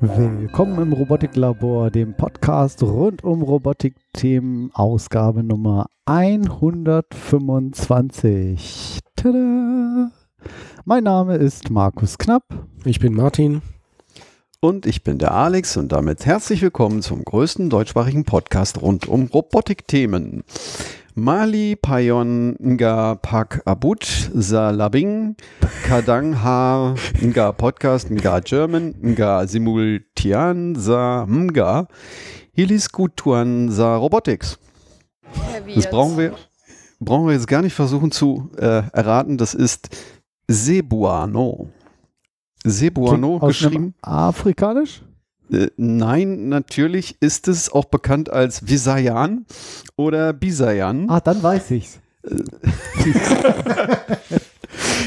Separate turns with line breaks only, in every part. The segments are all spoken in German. Willkommen im Robotiklabor, dem Podcast rund um Robotikthemen, Ausgabe Nummer 125. Tada! Mein Name ist Markus Knapp.
Ich bin Martin.
Und ich bin der Alex und damit herzlich willkommen zum größten deutschsprachigen Podcast rund um Robotikthemen. Mali Payon Nga Pak Abut Salabing Kadang Ha Nga Podcast Nga German Nga Simultian Sa Mga Hilis Gutuan Sa Robotics. Das brauchen wir, brauchen wir jetzt gar nicht versuchen zu äh, erraten. Das ist Sebuano. Sebuano
Aus einem
geschrieben.
Afrikanisch?
Äh, Nein, natürlich ist es auch bekannt als Visayan oder Bisayan.
Ah, dann weiß ich's.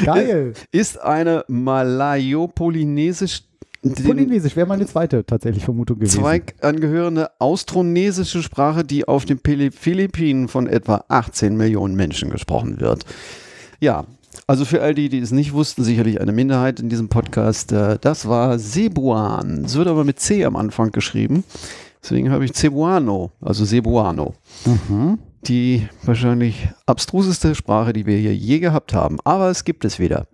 Geil.
ist eine malayopolynesische den
Polynesisch wäre meine zweite tatsächlich Vermutung gewesen.
Zweig angehörende austronesische Sprache, die auf den Pili- Philippinen von etwa 18 Millionen Menschen gesprochen wird. Ja, also für all die, die es nicht wussten, sicherlich eine Minderheit in diesem Podcast. äh, Das war Cebuan. Es wird aber mit C am Anfang geschrieben. Deswegen habe ich Cebuano, also Cebuano.
Mhm.
Die wahrscheinlich abstruseste Sprache, die wir hier je gehabt haben. Aber es gibt es wieder.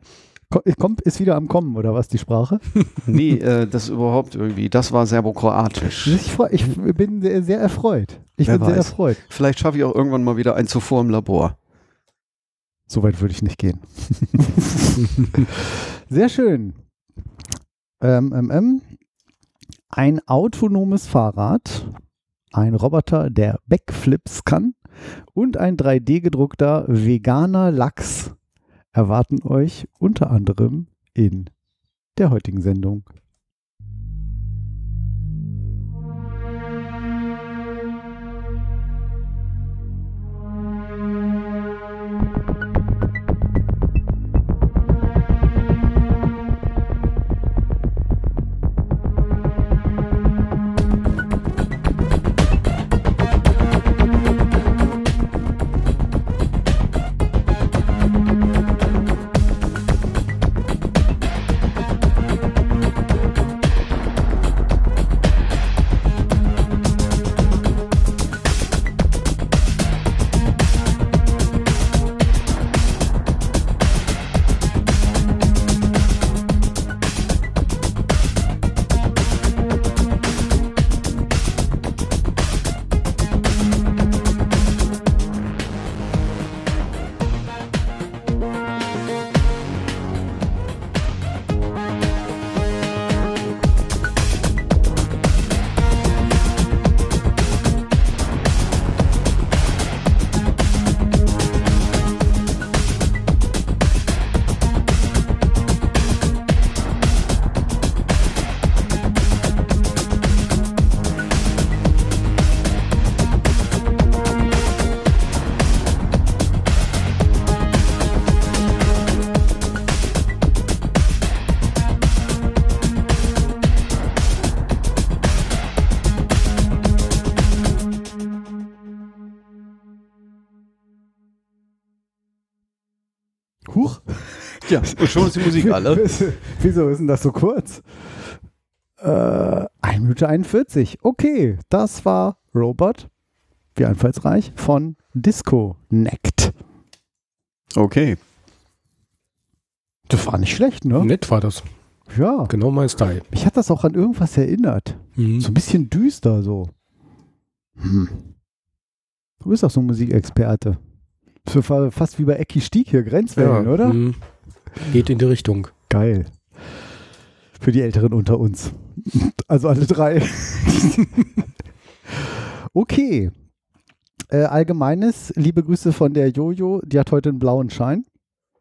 Ko- Kommt, ist wieder am Kommen, oder was, die Sprache?
Nee, äh, das überhaupt irgendwie, das war serbokroatisch.
Ich, freu, ich bin sehr, sehr erfreut. Ich
Wer
bin sehr
weiß.
erfreut.
Vielleicht schaffe ich auch irgendwann mal wieder ein zuvor im Labor.
So weit würde ich nicht gehen. Sehr schön. Ähm, ähm, ähm. Ein autonomes Fahrrad, ein Roboter, der Backflips kann und ein 3D-gedruckter veganer Lachs erwarten euch unter anderem in der heutigen Sendung. Huch.
Ja, und schon ist die Musik alle.
Wieso ist denn das so kurz? Äh, 1 Minute 41. Okay, das war Robot, wie einfallsreich, von Disconnect.
Okay.
Das war nicht schlecht, ne?
Nett war das.
Ja.
Genau mein Style. Mhm.
Mich hat das auch an irgendwas erinnert. So ein bisschen düster so. Hm. Du bist doch so ein Musikexperte. Das ist fa- fast wie bei Ecki Stieg hier, Grenzwellen,
Hm.
oder?
Mhm. Geht in die Richtung.
Geil. Für die Älteren unter uns. Also alle drei. okay. Äh, Allgemeines, liebe Grüße von der Jojo, die hat heute einen blauen Schein.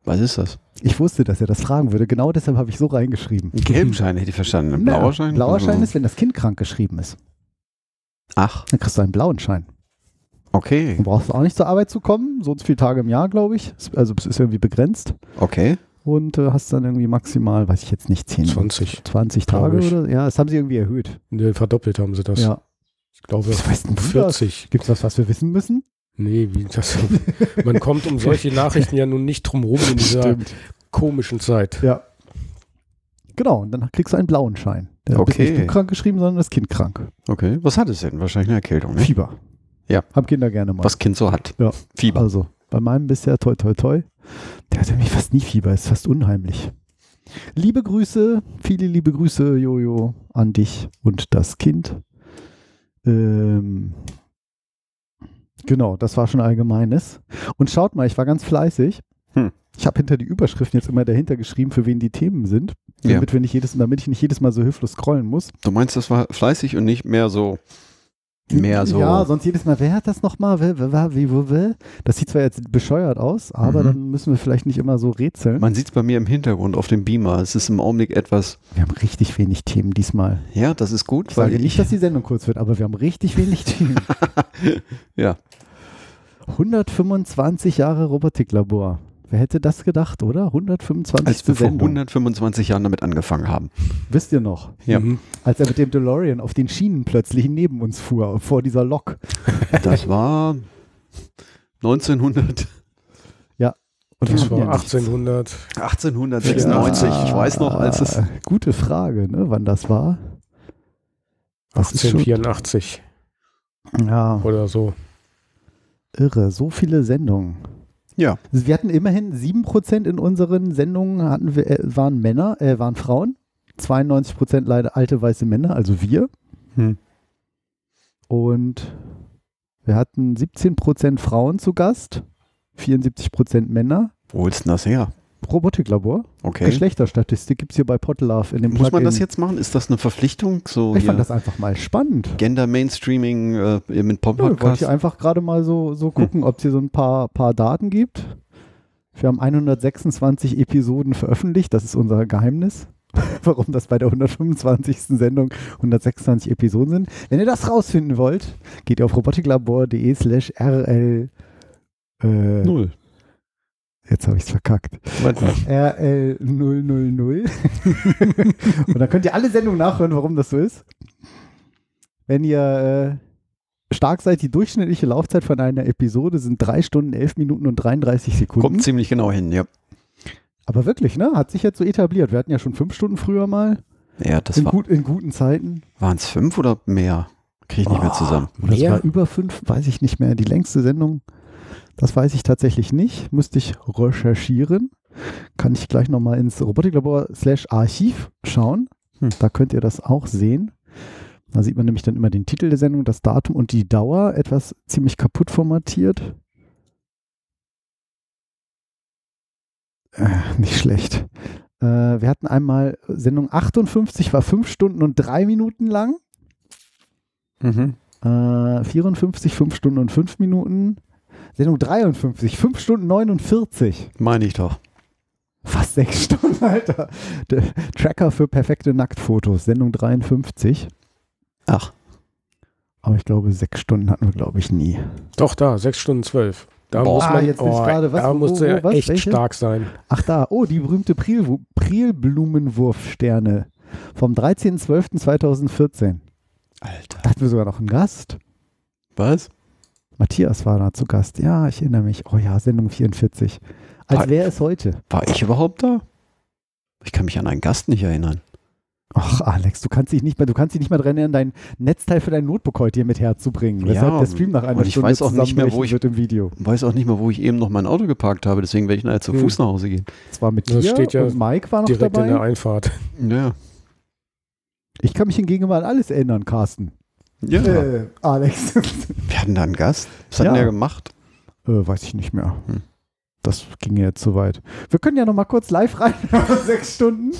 Was ist das?
Ich wusste, dass er das fragen würde. Genau deshalb habe ich so reingeschrieben.
Ein Gelbschein hätte ich verstanden. Ein
Na,
blauer Schein?
Blauer Schein ist, wenn das Kind krank geschrieben ist.
Ach,
Dann kriegst du einen blauen Schein.
okay.
Dann brauchst du auch nicht zur Arbeit zu kommen. So und so viele Tage im Jahr, glaube ich. Ist- Also es ist irgendwie begrenzt.
Okay.
Und äh, hast dann irgendwie maximal, weiß ich jetzt nicht, 10,
20.
20 Tage
Glaub ich.
oder Ja, das haben sie irgendwie erhöht.
Ne, Verdoppelt haben sie das.
ja.
Ich glaube
Was weißt denn du
40.
Gibt es was, was wir wissen müssen?
Nee, wie das. Man kommt um solche Nachrichten ja nun nicht drum rum in dieser komischen Zeit.
Ja. Genau, und dann kriegst du einen blauen Schein. Da bist nicht
Okay.
du krank geschrieben, sondern das Kind krank.
Okay. Was hat es denn? Wahrscheinlich eine Erkältung, ne?
Fieber.
Ja.
Haben Kinder gerne mal.
Was Kind so hat.
Ja.
Fieber.
Also, bei meinem bisher toi toi toi. Der hatte nämlich fast nie Fieber, ist fast unheimlich. Liebe Grüße, viele liebe Grüße, Jojo, an dich und das Kind. Ähm, genau, das war schon allgemeines. Und schaut mal, ich war ganz fleißig.
Hm.
Ich habe hinter die Überschriften jetzt immer dahinter geschrieben, für wen die Themen sind,
Ja.
damit, wir nicht jedes, damit ich nicht jedes Mal so hilflos scrollen muss.
Du meinst, das war fleißig und nicht mehr so. Mehr so.
Ja, sonst jedes Mal, wer hat das nochmal? Wer, wer, wer, wie, wo, wer? Das sieht zwar jetzt bescheuert aus, aber
Mhm.
dann müssen wir vielleicht nicht immer so rätseln.
Man sieht es bei mir im Hintergrund auf dem Beamer. Es ist im Augenblick etwas.
Wir haben richtig wenig Themen diesmal.
Ja, das ist gut,
Ich
weil
sage nicht,
ich.
dass die Sendung kurz wird, aber wir haben richtig wenig Themen.
ja.
125 Jahre Robotiklabor. Wer hätte das gedacht, oder? 125.
Als wir vor
Sendung.
125 Jahren damit angefangen haben.
Wisst ihr noch,
Ja.
Mhm.
als er mit dem DeLorean auf den Schienen plötzlich neben uns fuhr, vor dieser Lok.
Das war 1900.
Und wir
Das
hatten
war
ja nichts.
1800.
1896.
Ja,
Ich weiß noch, als es.
Gute Frage, ne, wann das war. Das ist schon-
1884
Ja,
oder so.
irre. So viele Sendungen.
Ja.
Wir hatten immerhin 7% in unseren Sendungen hatten wir, äh, waren Männer, äh, waren Frauen. 92% leider alte weiße Männer, also wir.
Hm.
Und wir hatten 17% Frauen zu Gast, 74% Männer.
Wo holst du denn das her?
Robotiklabor.
Okay.
Geschlechterstatistik gibt es hier bei Podlove in dem
Muss man
Plugin.
das jetzt machen? Ist das eine Verpflichtung? So
Ich fand
hier
das einfach mal spannend.
Gender Mainstreaming äh, mit
Ja, ich wollte
Podcast? Hm.
hier einfach gerade mal so, so gucken, ob es hier so ein paar, paar Daten gibt. Wir haben 126 Episoden veröffentlicht. Das ist unser Geheimnis, warum das bei der 125. Sendung 126 Episoden sind. Wenn ihr das rausfinden wollt, geht ihr auf robotiklabor.de slash rl. Äh,
Null.
jetzt habe ich es verkackt. RL000. Und dann könnt ihr alle Sendungen nachhören, warum das so ist. Wenn ihr äh, stark seid, die durchschnittliche Laufzeit von einer Episode sind 3 Stunden, 11 Minuten und 33 Sekunden.
Kommt ziemlich genau hin, ja.
Aber wirklich, ne? Hat sich jetzt so etabliert. Wir hatten ja schon 5 Stunden früher mal.
Ja, das
in,
war.
gut, in guten Zeiten.
Waren es fünf oder mehr? Kriege ich nicht mehr
Oh.
zusammen.
Oder es
Mehr?
war über 5, weiß ich nicht mehr. Die längste Sendung, das weiß ich tatsächlich nicht. Müsste ich recherchieren. Kann ich gleich nochmal ins Robotiklabor slash Archiv schauen.
Hm.
Da könnt ihr das auch sehen. Da sieht man nämlich dann immer den Titel der Sendung, das Datum und die Dauer etwas ziemlich kaputt formatiert. Äh, nicht schlecht. Äh, wir hatten einmal Sendung 58, war 5 Stunden und 3 Minuten lang. Äh, 54, 5 Stunden und 5 Minuten. Sendung 53, 5 Stunden 49.
Meine ich doch.
Fast 6 Stunden, Alter. Der Tracker für perfekte Nacktfotos. Sendung 53.
Ach,
Aber ich glaube, 6 Stunden hatten wir, glaube ich, nie.
Doch, da, 6 Stunden 12. Da
Boah.
muss
Ah,
man,
jetzt bin ich
oh,
gerade- was-
da
wo-
musst du
wo-
ja
was?
echt
Welche?
stark sein.
Ach da, oh, die berühmte Priel Prilblumenwurfsterne vom 13.12.2014.
Alter.
Da hatten wir sogar noch einen Gast.
Was?
Matthias war da zu Gast. Ja, ich erinnere mich. Oh ja, Sendung 44. Als
Hi.
wäre es heute.
War ich überhaupt da? Ich kann mich an einen Gast nicht erinnern.
Ach, Alex, du kannst dich nicht mehr, du kannst dich nicht mehr daran erinnern, dein Netzteil für deinen Notebook heute hier mit herzubringen.
Ja,
Weshalb der Stream nach einer
und ich
Stunde
weiß auch nicht mehr, wo
zusammenbrechen
ich-
wird im Video.
Weiß auch nicht mal, wo ich eben noch mein Auto geparkt habe, deswegen werde ich nachher zu
Hm.
Fuß nach Hause gehen.
Das war mit
Das
dir
steht ja
und Mike war noch
Direkt in der
dabei.
Einfahrt.
Ja.
Ich kann mich hingegen mal an alles erinnern, Carsten.
Ja.
Äh, Alex. äh,
Wir hatten da einen Gast. Was hat denn
Ja.
der gemacht?
weiß ich nicht mehr.
Hm.
Das ging ja jetzt zu weit. Wir können ja noch mal kurz live rein, sechs Stunden.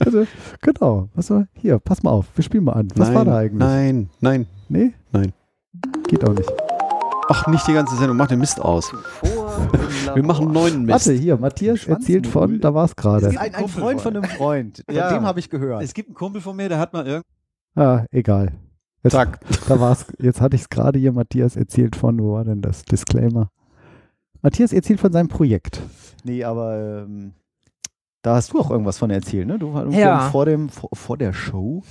Also, genau. Was war, hier, pass mal auf, wir spielen mal an. Was
nein,
war da eigentlich?
Nein, nein.
Nee?
Nein.
Geht auch nicht.
Ach, nicht die ganze Sendung. Mach den Mist aus. Wir machen neuen Mist.
Warte, hier, Matthias erzählt von, da war es gerade.
Es gibt einen Kumpel von
einem Freund.
Von Ja. dem
habe ich gehört.
Es gibt einen Kumpel von mir, der hat mal irgend
Ah, egal. Jetzt,
Zack.
Da war's, jetzt hatte ich es gerade hier, Matthias erzählt von, wo war denn das? Disclaimer. Matthias erzählt von seinem Projekt.
Nee, aber ähm, da hast du auch irgendwas von erzählt, ne? Du hast
Ja.
vor, dem, vor, vor der Show,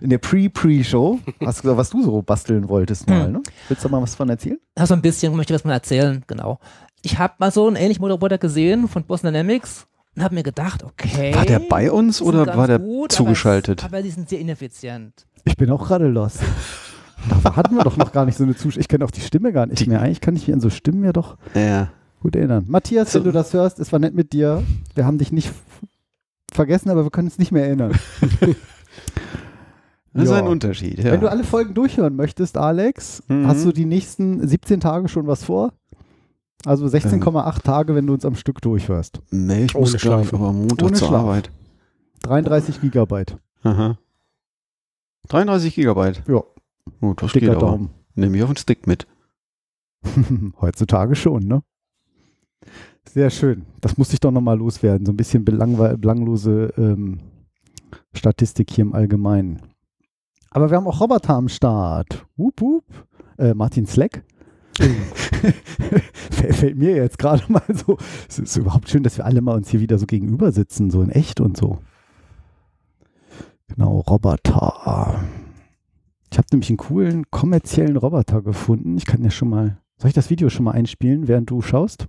in der Pre-Pre-Show, hast du gesagt, was du so basteln wolltest mal,
Hm.
ne? Willst du da mal was von erzählen?
Ja, so ein bisschen möchte ich was mal erzählen, genau. Ich habe mal so einen ähnlichen Motorroboter gesehen von Boston Dynamics und habe mir gedacht, okay.
War der bei uns
die sind
oder
ganz
war der
gut,
zugeschaltet?
Aber, aber die sind sehr ineffizient.
Ich bin auch gerade los. Da hatten wir doch noch gar nicht so eine Zuschauer. Ich kenne auch die Stimme gar nicht
Die-
mehr. Eigentlich kann ich mich an so Stimmen ja doch
ja.
gut erinnern. Matthias, wenn du das hörst, es war nett mit dir. Wir haben dich nicht f- vergessen, aber wir können es nicht mehr erinnern.
Das ist
Ja.
ein Unterschied. Ja.
Wenn du alle Folgen durchhören möchtest, Alex,
Mhm.
hast du die nächsten 17 Tage schon was vor? Also 16,8 Tage, wenn du uns am Stück durchhörst.
nee, ich
Ohne
muss gleich
Schlafen.
aber am Montag
Ohne
zur
Schlaf.
Arbeit.
33 Gigabyte.
Aha. 33 Gigabyte.
Ja.
Oh, das
Dicker
geht aber.
Daumen.
Nehme ich auf den Stick mit.
Heutzutage schon, ne? Sehr schön. Das musste ich doch nochmal loswerden. So ein bisschen belangwe- belanglose ähm, Statistik hier im Allgemeinen. Aber wir haben auch Roboter am Start. Wup, wup. Äh, Martin Slack. Fäll- Fällt mir jetzt gerade mal so. Es ist überhaupt schön, dass wir alle mal uns hier wieder so gegenüber sitzen, so in echt und so. Genau, Roboter. Ich habe nämlich einen coolen kommerziellen Roboter gefunden. Ich kann ja schon mal. Soll ich das Video schon mal einspielen, während du schaust?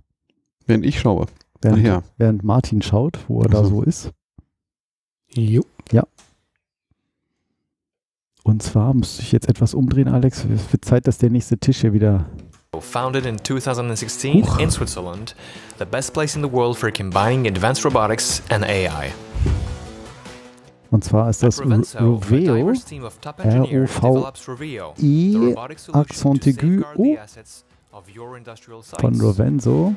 Wenn ich schaue.
Während,
Ach ja.
während Martin schaut, wo er da
Ach so.
so ist.
Jo.
Und zwar müsste ich jetzt etwas umdrehen, Alex. Es wird Zeit, dass der nächste Tisch hier wieder.
Founded in 2016
Huch.
in Switzerland, the best place in the world for combining advanced robotics and AI.
Und zwar ist das Ru-
Provenzo, a
Roveo.
diverse team of top engineers
R O V
develops Roveo,
I
the robotic solution to
accent aigu
safeguard the
O
assets of your industrial
von
sites.
Rovenzo.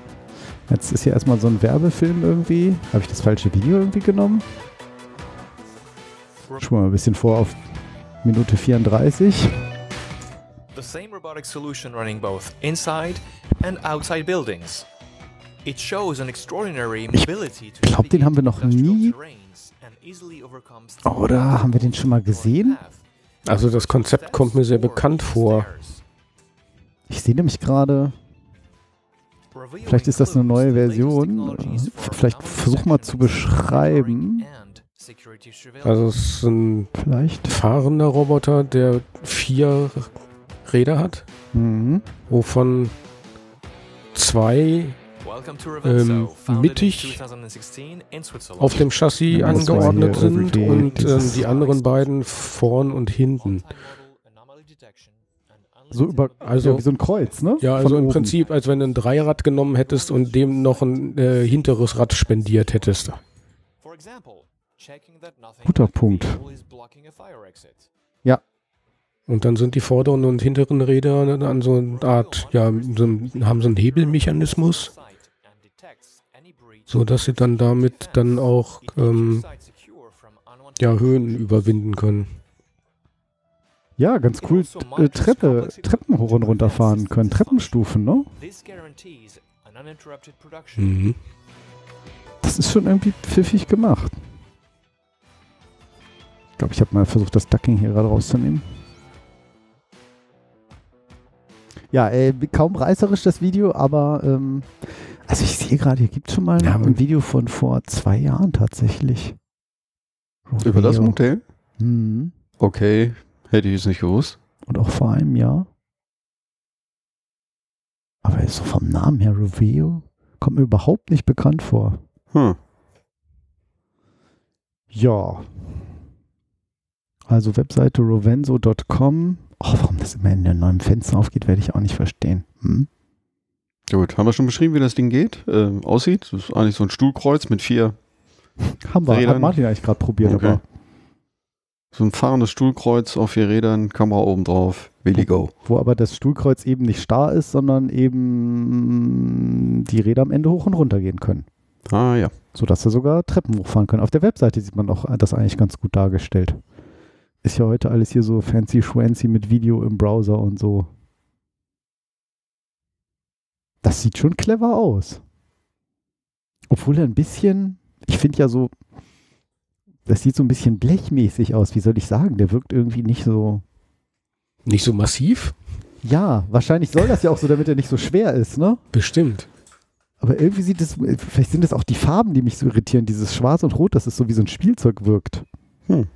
Jetzt ist hier erstmal so ein Werbefilm irgendwie. Habe ich das falsche Video irgendwie genommen? Schon mal ein bisschen vor auf Minute 34.
The same robotic solution running both inside and outside buildings. It shows an extraordinary mobility to
glaub, den haben wir noch
navigate
nie-
industrial terrains and easily overcomes
Oder haben wir den schon mal gesehen?
Also das Konzept kommt mir sehr bekannt vor.
Ich sehe nämlich gerade,
Vielleicht ist das eine neue Version. Äh, Vielleicht versuch mal zu beschreiben.
Also es ist ein
vielleicht.
fahrender Roboter, der vier Räder hat,
Mhm.
wovon zwei ähm,
ähm,
mittig
mittig
auf dem Chassis
Ja, das
angeordnet
war hier
sind
irgendwie
und ähm,
dieses-
die anderen beiden vorn und hinten.
So über,
Also-
ja, wie so ein Kreuz, ne?
Ja,
Von
also im
oben.
Prinzip, als wenn du ein Dreirad genommen hättest und dem noch ein äh, hinteres Rad spendiert hättest.
Guter Punkt.
Und dann sind die vorderen und hinteren Räder an so eine Art, ja, so, ein- haben so einen Hebelmechanismus, sodass sie dann damit dann auch ähm, ja, Höhen überwinden können.
Ja, ganz cool. T- Äh, Treppe, Treppen hoch und runter fahren können. Treppenstufen, ne?
Mhm.
Das ist schon irgendwie pfiffig gemacht. Ich glaube, ich habe mal versucht, das Ducking hier gerade rauszunehmen. Ja, äh, kaum reißerisch das Video, aber ähm, also ich sehe gerade, hier gibt es schon mal
Ja,
ein
und-
Video von vor zwei Jahren tatsächlich.
Über das
Rodeo.
Modell?
Mhm.
Okay, hätte ich es nicht gewusst.
Und auch vor einem Jahr. Aber ist so vom Namen her Rovio. Kommt mir überhaupt nicht bekannt vor.
Hm.
Ja. Also Webseite rovenzo.com. Oh, warum das immer in einem neuen Fenster aufgeht, werde ich auch nicht verstehen. Hm?
Gut, haben wir schon beschrieben, wie das Ding geht, ähm, aussieht. Das ist eigentlich so ein Stuhlkreuz mit vier,
Haben wir, hat
Rädern.
Martin eigentlich gerade probiert,
Okay.
aber
so ein fahrendes Stuhlkreuz auf vier Rädern, Kamera oben drauf, Willy Go.
wo aber das Stuhlkreuz eben nicht starr ist, sondern eben die Räder am Ende hoch und runter gehen können.
Ah ja.
sodass wir sogar Treppen hochfahren können. Auf der Webseite sieht man auch äh, das eigentlich ganz gut dargestellt. Ist ja heute alles hier so fancy schwancy mit Video im Browser und so. Das sieht schon clever aus. Obwohl er ein bisschen, ich finde ja so, das sieht so ein bisschen blechmäßig aus. Wie soll ich sagen? Der wirkt irgendwie nicht so.
Nicht so massiv?
Ja, wahrscheinlich soll das ja auch so, damit er nicht so schwer ist, ne?
Bestimmt.
Aber irgendwie sieht es, vielleicht sind es auch die Farben, die mich so irritieren. Dieses Schwarz und Rot, dass es so wie so ein Spielzeug wirkt.
Hm.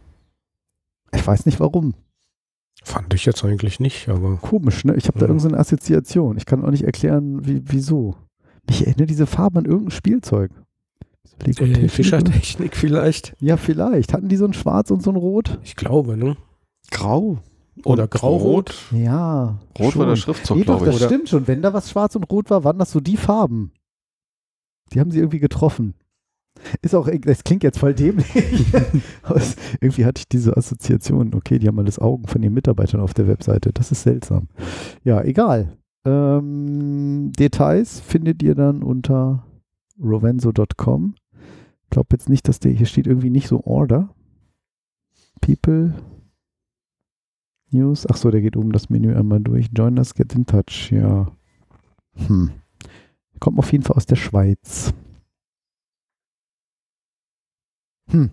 Ich weiß nicht warum.
Fand ich jetzt eigentlich nicht, aber
Komisch, ne? Ich habe da
Ja.
irgendeine Assoziation. Ich kann auch nicht erklären, wie, wieso. Mich erinnert diese Farbe an irgendein Spielzeug.
Äh, Fischertechnik vielleicht.
Ja, vielleicht. Hatten die so ein Schwarz und so ein Rot?
Ich glaube, ne?
Grau.
Oder
Und
graurot.
Ja.
Rot war
schon.
der Schriftzug,
nee, Eh doch,
glaube
das
ich.
stimmt schon. Wenn da was schwarz und rot war, waren das so die Farben. Die haben sie irgendwie getroffen. Ist auch, das klingt jetzt voll dämlich. Aber es- irgendwie hatte ich diese Assoziation. Okay, die haben alles Augen von den Mitarbeitern auf der Webseite. Das ist seltsam. Ja, egal. Ähm, Details findet ihr dann unter rovenzo.com. Ich glaube jetzt nicht, dass der hier steht irgendwie nicht so Order. People, News. Achso, der geht oben das Menü einmal durch. Join us, get in touch. Ja. Hm. Kommt auf jeden Fall aus der Schweiz. Hm.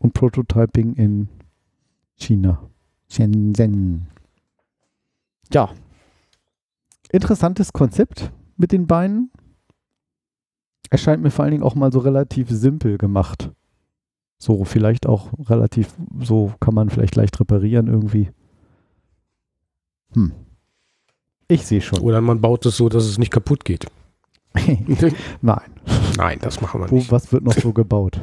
Und Prototyping in China. Shenzhen. Ja. Interessantes Konzept mit den Beinen. Erscheint mir vor allen Dingen auch mal so relativ simpel gemacht. So, vielleicht auch relativ, so kann man vielleicht leicht reparieren irgendwie. Hm. Ich sehe schon.
Oder man baut es so, dass es nicht kaputt geht.
Nein.
Nein, das machen wir
Wo,
nicht.
was wird noch so gebaut?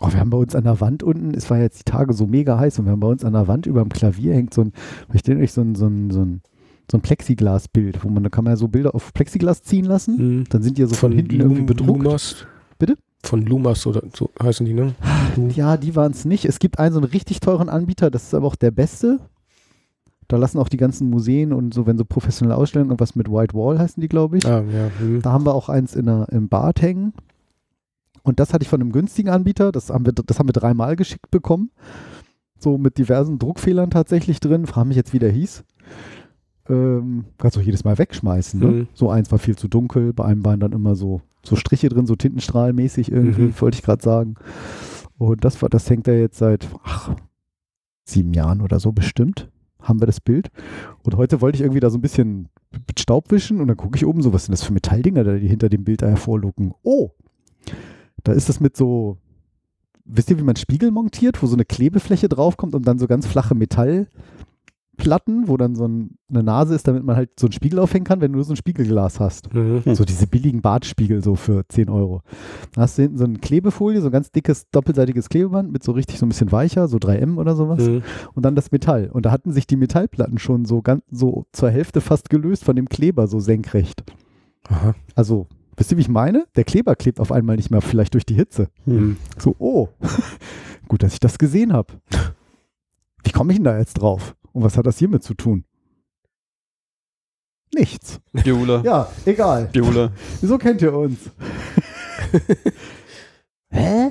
Oh, wir haben bei uns an der Wand unten, es war jetzt die Tage so mega heiß und wir haben bei uns an der Wand über dem Klavier hängt so ein, ich denke euch so ein, so ein, so ein, so ein Plexiglasbild, wo man, da kann man ja so Bilder auf Plexiglas ziehen lassen.
Hm.
Dann sind die ja so Also von, hinten irgendwie bedruckt.
Lumas.
Bitte?
Von Lumas oder so heißen die, ne?
Ja, die waren es nicht. Es gibt einen so einen richtig teuren Anbieter, das ist aber auch der beste. Da lassen auch die ganzen Museen und so, wenn so professionelle Ausstellungen, irgendwas mit White Wall heißen die, glaube ich.
Ah, ja. Hm.
Da haben wir auch eins in der, im Bad hängen. Und das hatte ich von einem günstigen Anbieter. Das haben wir, das haben wir dreimal geschickt bekommen. So mit diversen Druckfehlern tatsächlich drin. Frage mich jetzt, wie der hieß. Ähm, kannst du auch jedes Mal wegschmeißen. Ne?
Mhm.
So eins war viel zu dunkel. Bei einem waren dann immer so, so Striche drin, so tintenstrahlmäßig irgendwie,
Mhm.
wollte ich gerade sagen. Und das, war, das hängt da jetzt seit ach, sieben Jahren oder so bestimmt. Haben wir das Bild. Und heute wollte ich irgendwie da so ein bisschen mit Staub wischen und dann gucke ich oben so, was sind das für Metalldinger, da, die hinter dem Bild da hervorlucken. Oh, da ist das mit so, wisst ihr, wie man Spiegel montiert, wo so eine Klebefläche draufkommt und dann so ganz flache Metallplatten, wo dann so ein, eine Nase ist, damit man halt so einen Spiegel aufhängen kann, wenn du nur so ein Spiegelglas hast.
Mhm.
So diese billigen Bartspiegel so für 10 Euro. Da hast du hinten so eine Klebefolie, so ein ganz dickes, doppelseitiges Klebeband mit so richtig so ein bisschen weicher, so 3M oder sowas
Mhm.
und dann das Metall. Und da hatten sich die Metallplatten schon so ganz so zur Hälfte fast gelöst von dem Kleber, so senkrecht.
Aha.
Also, wisst ihr, wie ich meine? Der Kleber klebt auf einmal nicht mehr, vielleicht durch die Hitze.
Hm.
So, oh, gut, dass ich das gesehen habe. Wie komme ich denn da jetzt drauf? Und was hat das hiermit zu tun? Nichts.
Beulah.
Ja, egal.
Beulah.
Wieso kennt ihr uns? Hä?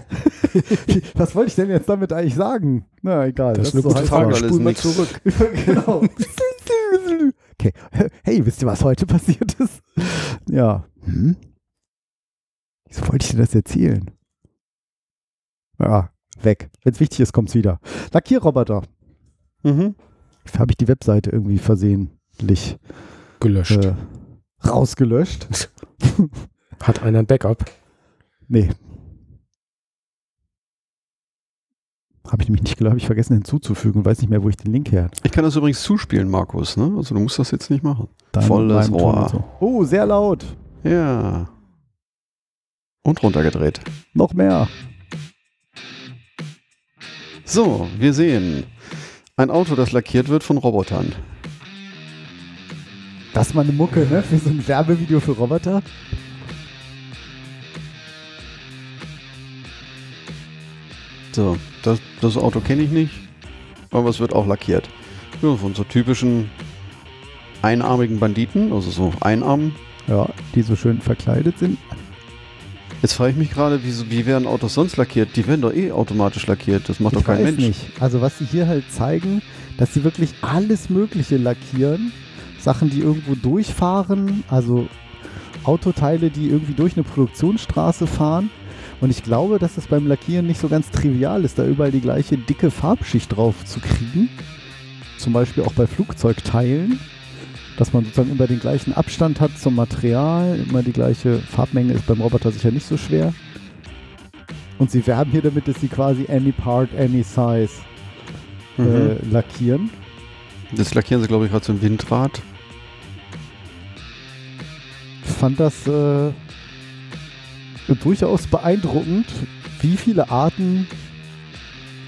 Was wollte ich denn jetzt damit eigentlich sagen? Na, egal. halt
Das, ist eine gute
heiß
Frage.
aber-
Alles
Spulen wir
nix.
zurück.
genau. okay. Hey, wisst ihr, was heute passiert ist? Ja. Hm? Wieso wollte ich dir das erzählen? Ja, weg. Wenn es wichtig ist, kommt's wieder. Lackierroboter.
Mhm.
Habe ich die Webseite irgendwie versehentlich
Gelöscht.
äh, rausgelöscht?
Hat einer ein Backup?
Nee. Habe ich nämlich nicht, glaube ich, vergessen hinzuzufügen und weiß nicht mehr, wo ich den Link her hatte.
Ich kann das übrigens zuspielen, Markus. Ne? Also du musst das jetzt nicht machen.
Dann
Volles
beim Ton und
Rohr.
So. Oh, sehr laut.
Ja. Und runtergedreht.
Noch mehr.
So, wir sehen ein Auto, das lackiert wird von Robotern.
Das ist mal eine Mucke, ne? Für so ein Werbevideo für Roboter.
So, das, das Auto kenne ich nicht, aber es wird auch lackiert. Ja, von so typischen einarmigen Banditen, also so Einarmen.
Ja, die so schön verkleidet sind.
Jetzt frage ich mich gerade, wie, wie werden Autos sonst lackiert? Die werden doch eh automatisch lackiert. Das macht doch kein Mensch.
nicht. Also was sie hier halt zeigen, dass sie wirklich alles Mögliche lackieren. Sachen, die irgendwo durchfahren, also Autoteile, die irgendwie durch eine Produktionsstraße fahren. Und ich glaube, dass es beim Lackieren nicht so ganz trivial ist, da überall die gleiche dicke Farbschicht drauf zu kriegen. Zum Beispiel auch bei Flugzeugteilen, dass man sozusagen immer den gleichen Abstand hat zum Material, immer die gleiche Farbmenge ist beim Roboter sicher nicht so schwer. Und sie werben hier damit, dass sie quasi any part, any size
Mhm.
äh, lackieren.
Das lackieren sie, glaube ich, gerade so ein Windrad.
Fand das äh, durchaus beeindruckend, wie viele Arten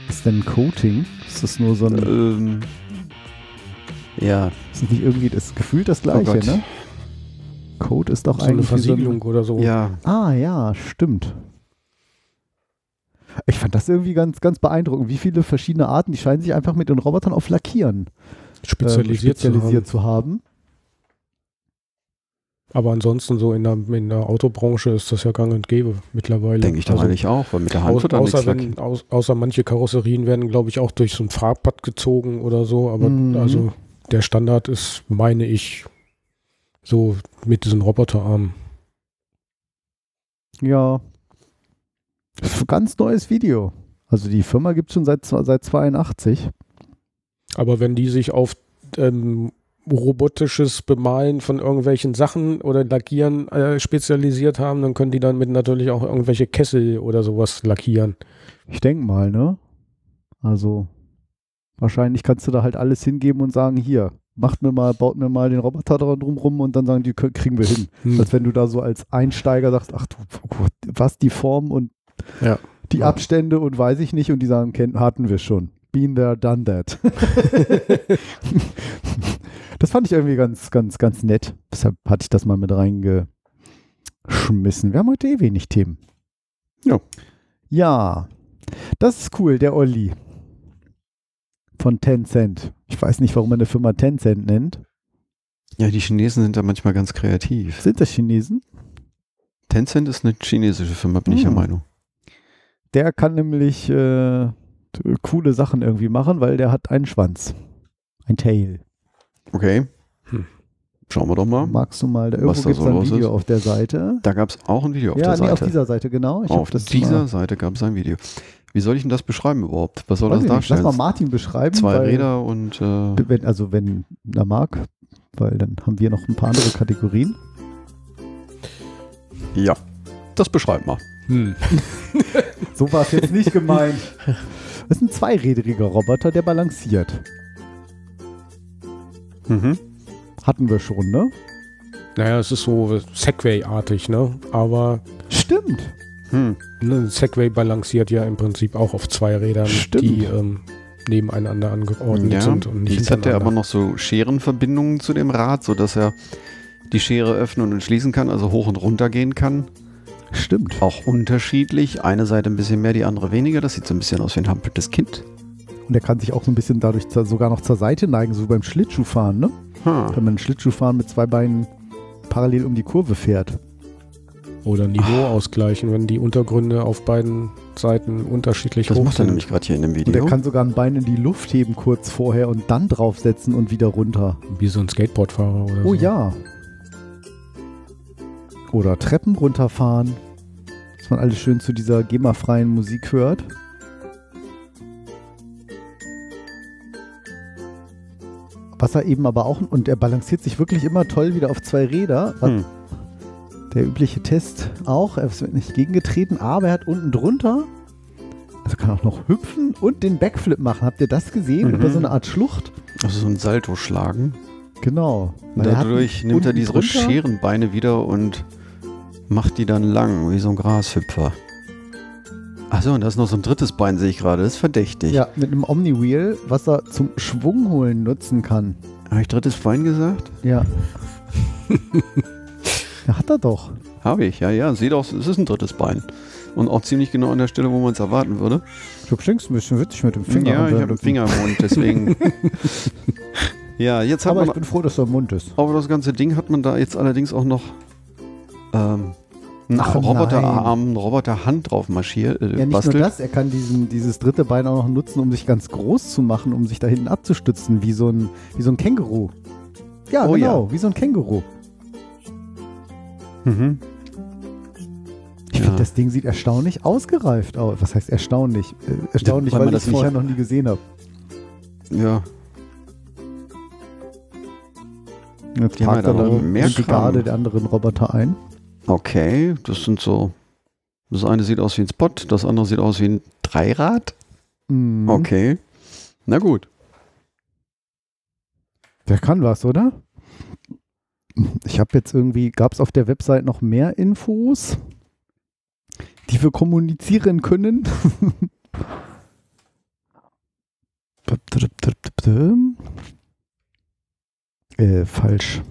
ist denn Coating? Ist das nur so ein,
Äh.
Ähm, ja,
ist nicht irgendwie das gefühlt das gleiche,
Gott.
ne? Code ist doch
Oh So eine
eigentlich wie so ein-
Versiegelung oder so.
ja.
Ah ja, stimmt. Ich fand das irgendwie ganz, ganz beeindruckend, wie viele verschiedene Arten, die scheinen sich einfach mit den Robotern auf Lackieren ähm,
Spezialisiert,
spezialisiert
Zu
zu haben.
haben. Aber ansonsten so in der, in der Autobranche ist das ja gang und gäbe mittlerweile.
Denke ich doch
Also
eigentlich auch, weil mit der Hand
Au
wird da nichts
außer,
weg.
wenn, aus, außer manche Karosserien werden, glaube ich, auch durch so ein Farbbad gezogen oder so. Aber
Mhm.
also der Standard ist, meine ich, so mit diesen Roboterarmen.
Ja. Das ist ein ganz neues Video. Also die Firma gibt es schon seit, seit 82.
Aber wenn die sich auf ähm, robotisches Bemalen von irgendwelchen Sachen oder Lackieren äh, spezialisiert haben, dann können die dann mit natürlich auch irgendwelche Kessel oder sowas lackieren.
Ich denke mal, ne? Also wahrscheinlich kannst du da halt alles hingeben und sagen, hier, macht mir mal, baut mir mal den Roboter dran drumrum und dann sagen die, kö- kriegen wir hin.
Also
Hm.
Als wenn du da so als Einsteiger sagst, ach du, Gott, was die Form und
Ja.
die
Ja.
Abstände und weiß ich nicht und die sagen, kennen, hatten wir schon. Been there, done that. das fand ich irgendwie ganz, ganz, ganz nett. Deshalb hatte ich das mal mit reingeschmissen. Wir haben heute eh wenig Themen.
Ja.
Ja. Das ist cool, der Olli. Von Tencent. Ich weiß nicht, warum man eine Firma Tencent nennt.
Ja, die Chinesen sind da manchmal ganz kreativ.
Sind das Chinesen?
Tencent ist eine chinesische Firma, bin ich der
Hm.
Meinung.
Der kann nämlich äh, t- coole Sachen irgendwie machen, weil der hat einen Schwanz. Ein Tail.
Okay.
Hm.
Schauen wir doch mal.
Magst du mal, da irgendwo
Was da
gibt es
so
ein
los
Video
ist?
auf der Seite.
Da gab es auch ein Video auf
ja,
der
nee, auf
Seite.
dieser Seite, genau. Ich hab
auf
das
dieser
mal,
Seite gab es ein Video. Wie soll ich denn das beschreiben überhaupt? Was soll
weiß
das
ich nicht, lass mal
darstellen?
Martin beschreiben.
Zwei
weil,
Räder und äh,
Wenn, also wenn er mag, weil dann haben wir noch ein paar andere Kategorien.
ja, das beschreib mal.
Hm.
So war es jetzt nicht gemeint. Das ist ein zweirädriger Roboter, der balanciert.
Mhm.
Hatten wir schon, ne?
Naja, es ist so Segway-artig, ne? Aber
Stimmt.
Hm.
ne, Segway balanciert ja im Prinzip auch auf zwei Rädern,
Stimmt.
die ähm, nebeneinander angeordnet
Ja,
sind und nicht
Jetzt hat er aber
hintereinander.
noch so Scherenverbindungen zu dem Rad, sodass er die Schere öffnen und schließen kann, also hoch und runter gehen kann.
Stimmt.
Auch unterschiedlich. Eine Seite ein bisschen mehr, die andere weniger. Das sieht so ein bisschen aus wie ein hampeltes Kind.
Und der kann sich auch so ein bisschen dadurch zer- sogar noch zur Seite neigen, so wie beim Schlittschuhfahren, ne?
Hm.
wenn man Schlittschuhfahren mit zwei Beinen parallel um die Kurve fährt.
Ah.
Oder Niveau ausgleichen, wenn die Untergründe auf beiden Seiten unterschiedlich
Das
hoch
macht er
sind.
nämlich gerade hier in dem
Und er
Video.
kann sogar ein Bein in die Luft heben kurz vorher und dann draufsetzen und wieder runter.
Wie so ein Skateboardfahrer oder so.
Also.
Oh ja. Oder Treppen runterfahren. Dass man alles schön zu dieser GEMA-freien Musik hört. Was er eben aber auch, und er balanciert sich wirklich immer toll wieder auf zwei Räder. Was
Hm.
Der übliche Test auch. Es wird nicht gegengetreten, aber er hat unten drunter, also kann auch noch hüpfen und den Backflip machen. Habt ihr das gesehen?
Mhm.
Über so eine Art Schlucht?
Also so ein Salto schlagen.
Genau.
Und
Weil er hat
dadurch nimmt er
unten
diese
drunter-
Scherenbeine wieder und macht die dann lang, wie so ein Grashüpfer. Achso, und da ist noch so ein drittes Bein, sehe ich gerade. Das ist verdächtig.
Ja, mit einem Omni-Wheel, was er zum Schwung holen nutzen kann.
Habe ich drittes Bein gesagt?
Ja. ja hat er doch.
Habe ich, ja, ja. Sieht aus, es ist ein drittes Bein. Und auch ziemlich genau an der Stelle, wo man es erwarten würde.
Du klingst ein bisschen witzig mit dem Finger.
ja,
an
ich
der
habe einen
Lippen.
Finger im Mund, deswegen. ja, jetzt hat
Aber ich
man.
bin froh, dass er im Mund ist.
Aber das ganze Ding hat man da jetzt allerdings auch noch ähm, einen
Ach, oh
Roboterarm, einen Roboterhand drauf marschiert. Äh,
Ja, nicht
bastelt.
nur das, er kann diesen, dieses dritte Bein auch noch nutzen, um sich ganz groß zu machen, um sich da hinten abzustützen, wie so ein, wie so ein Känguru. Ja,
Oh,
genau, wie so ein Känguru.
Mhm.
Ich
Ja.
finde, das Ding sieht erstaunlich ausgereift aus. Was heißt erstaunlich? Äh, Erstaunlich,
weil
weil,
man
ich
das
es
nicht-
vorher noch nie gesehen habe.
Ja,
Jetzt
Die haben
parkt
ja
er
da noch
dann
mehr
die Brigade
Kram.
der anderen Roboter ein.
okay. Das sind so. Das eine sieht aus wie ein Spot, das andere sieht aus wie ein Dreirad.
Mhm.
Okay. Na gut.
Der kann was, oder? Ich habe jetzt irgendwie, gab es auf der Website noch mehr Infos? die wir kommunizieren können. Äh, falsch.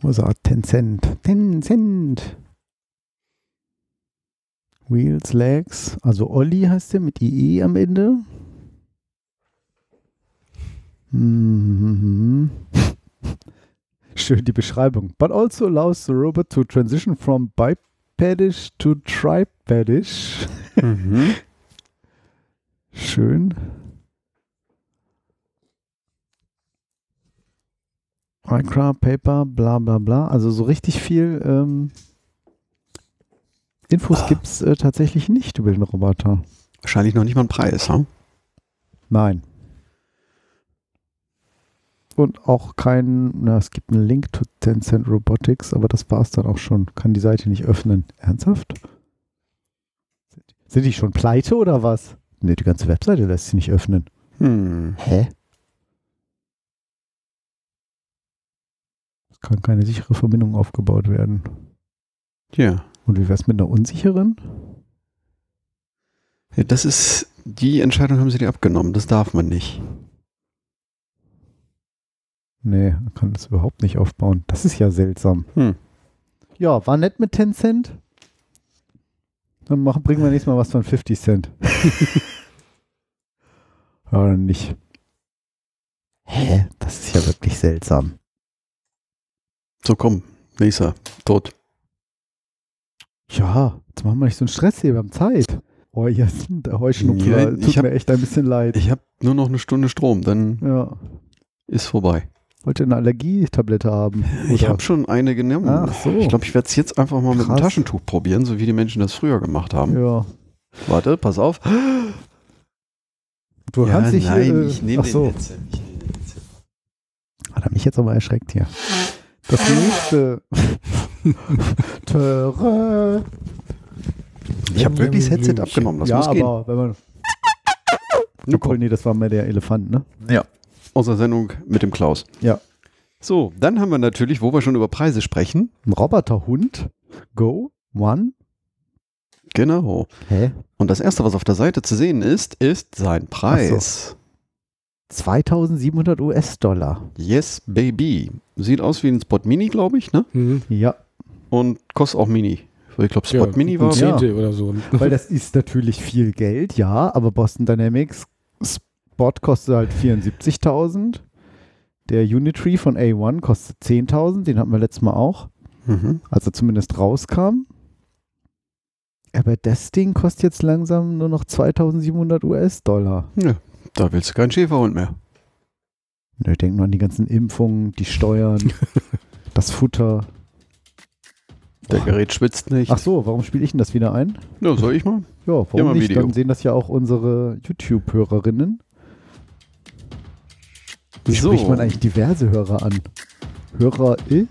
Wo ist er? Tencent. Tencent. Wheels, Legs. Also Olli heißt der mit IE am Ende. Mhm. Schön die Beschreibung. But also allows the robot to transition from bipedish to tripedish.
Mhm.
Schön. Minecraft, Paper, bla bla bla. Also so richtig viel ähm, Infos gibt es äh, tatsächlich nicht über den Roboter.
Wahrscheinlich noch nicht mal ein Preis, hm?
Nein. Und auch kein, na, es gibt einen Link zu Tencent Robotics, aber das war es dann auch schon. Kann die Seite nicht öffnen. Ernsthaft? Sind die schon pleite oder was? Nee, die ganze Webseite lässt sie nicht öffnen.
Hm.
Hä? Es kann keine sichere Verbindung aufgebaut werden.
Ja.
Und wie wär's mit einer unsicheren?
ja. Das ist, die Entscheidung haben sie dir abgenommen. Das darf man nicht.
Nee, man kann das überhaupt nicht aufbauen. Das ist ja seltsam.
Hm.
Ja, war nett mit 10 Cent. Dann machen, bringen wir nächstes Mal was von 50 Cent. ja, dann nicht. Hä? Das ist ja wirklich seltsam.
So, komm. Nächster. Tot.
Ja, jetzt machen wir nicht so einen Stress hier beim Zeit. Oh, jetzt, heu
Ja,
Schnupfer,
ich
tut
hab-
mir echt ein bisschen leid.
Ich habe nur noch eine Stunde Strom, dann
ja,
ist vorbei.
wollte eine Allergietablette haben.
Ich
oder-
habe schon eine genommen.
Ach so.
Ich glaube, ich werde es jetzt einfach mal mit dem
Krass.
Taschentuch probieren, so wie die Menschen das früher gemacht haben.
ja.
Warte, pass auf.
Du kannst dich
nein,
äh,
ich nehme
ach
den
so.
jetzt. Ich nehm den jetzt.
Hat er mich jetzt aber erschreckt hier. Das nächste. Töre.
Ich habe wirklich das Headset abgenommen, das
ja,
muss gehen.
aber wenn man.
Nur
Obwohl, nee, das war mehr der Elefant, ne?
Ja. Aus der Sendung mit dem Klaus.
Ja.
So, dann haben wir natürlich, wo wir schon über Preise sprechen.
Ein Roboterhund. Go. One.
Genau.
Hä?
Und das erste, was auf der Seite zu sehen ist, ist sein Preis.
2700 US-Dollar.
Yes, Baby. Sieht aus wie ein Spot Mini, glaube ich, ne?
Hm.
Ja.
Und kostet auch Mini. Ich glaube, Spot
Ja,
Mini
ein
war.
Zehn.
Zehntel oder so.
Weil das ist natürlich viel Geld, ja, aber Boston Dynamics Spot kostet halt 74.000. Der Unitree von A1 kostet 10.000, den hatten wir letztes Mal auch,
Mhm.
als er Also zumindest rauskam. Aber das Ding kostet jetzt langsam nur noch 2.700 US-Dollar.
Da willst du keinen Schäferhund mehr.
Ne, denk nur an die ganzen Impfungen, die Steuern, das Futter.
Der Gerät schwitzt nicht.
Ach so, warum spiele ich denn das wieder ein?
Ja, soll ich mal?
Ja, warum
Ja, mal
nicht?
Video.
Dann sehen das ja auch unsere YouTube-Hörerinnen. Wie
So.
spricht man eigentlich diverse Hörer an? Hörer, äh?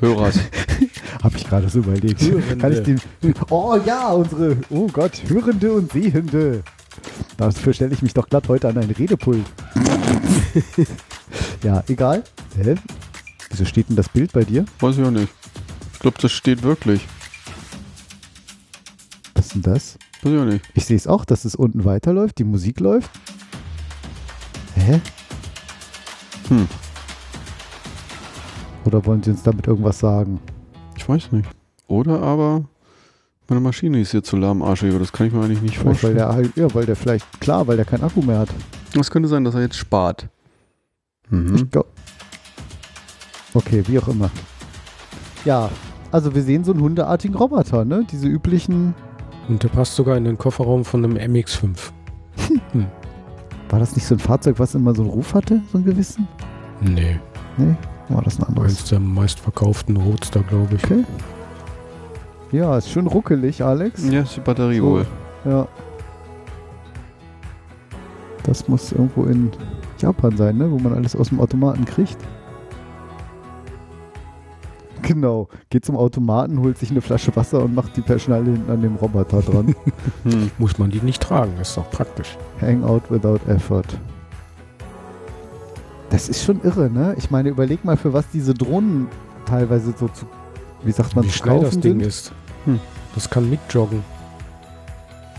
Hörers.
Habe ich gerade so überlegt.
Hörende.
Kann ich den. Oh ja, unsere. Oh Gott, Hörende und Sehende. Dafür stelle ich mich doch glatt heute an ein Redepult. ja, egal. Hä? Wieso steht denn das Bild bei dir?
Weiß ich auch nicht. Ich glaube, das steht wirklich.
Was ist denn das?
Weiß ich auch nicht.
Ich sehe es auch, dass es unten weiterläuft, die Musik läuft. Hä?
Hm.
Oder wollen Sie uns damit irgendwas sagen?
Ich weiß nicht. Oder aber meine Maschine ist hier zu lahmarschig, aber das kann ich mir eigentlich nicht
Vielleicht, weil
vorstellen.
der, halt- ja, weil der vielleicht, klar, weil der keinen Akku mehr hat.
Das könnte sein, dass er jetzt spart.
Ich glaub- Okay, wie auch immer. Ja, also wir sehen so einen hundeartigen Roboter, ne? Diese üblichen.
Und der passt sogar in den Kofferraum von einem MX5.
War das nicht so ein Fahrzeug, was immer so einen Ruf hatte, so einen gewissen?
Nee,
Nee? War das ein anderes?
eins der meistverkauften Roadster, glaube ich.
Okay. Ja, ist schön ruckelig, Alex.
Ja, ist die Batterie
So.
wohl.
Ja. Das muss irgendwo in Japan sein, ne? wo man alles aus dem Automaten kriegt. Genau, geht zum Automaten, holt sich eine Flasche Wasser und macht die per Schnalle hinten an dem Roboter dran.
Hm.
Muss man die nicht tragen, ist doch praktisch.
Hangout without effort. Das ist schon irre, ne? Ich meine, überleg mal, für was diese Drohnen teilweise so zu wie sagt man,
Wie
zu
schnell das
kaufen
Ding
sind.
ist.
Hm.
Das kann mitjoggen.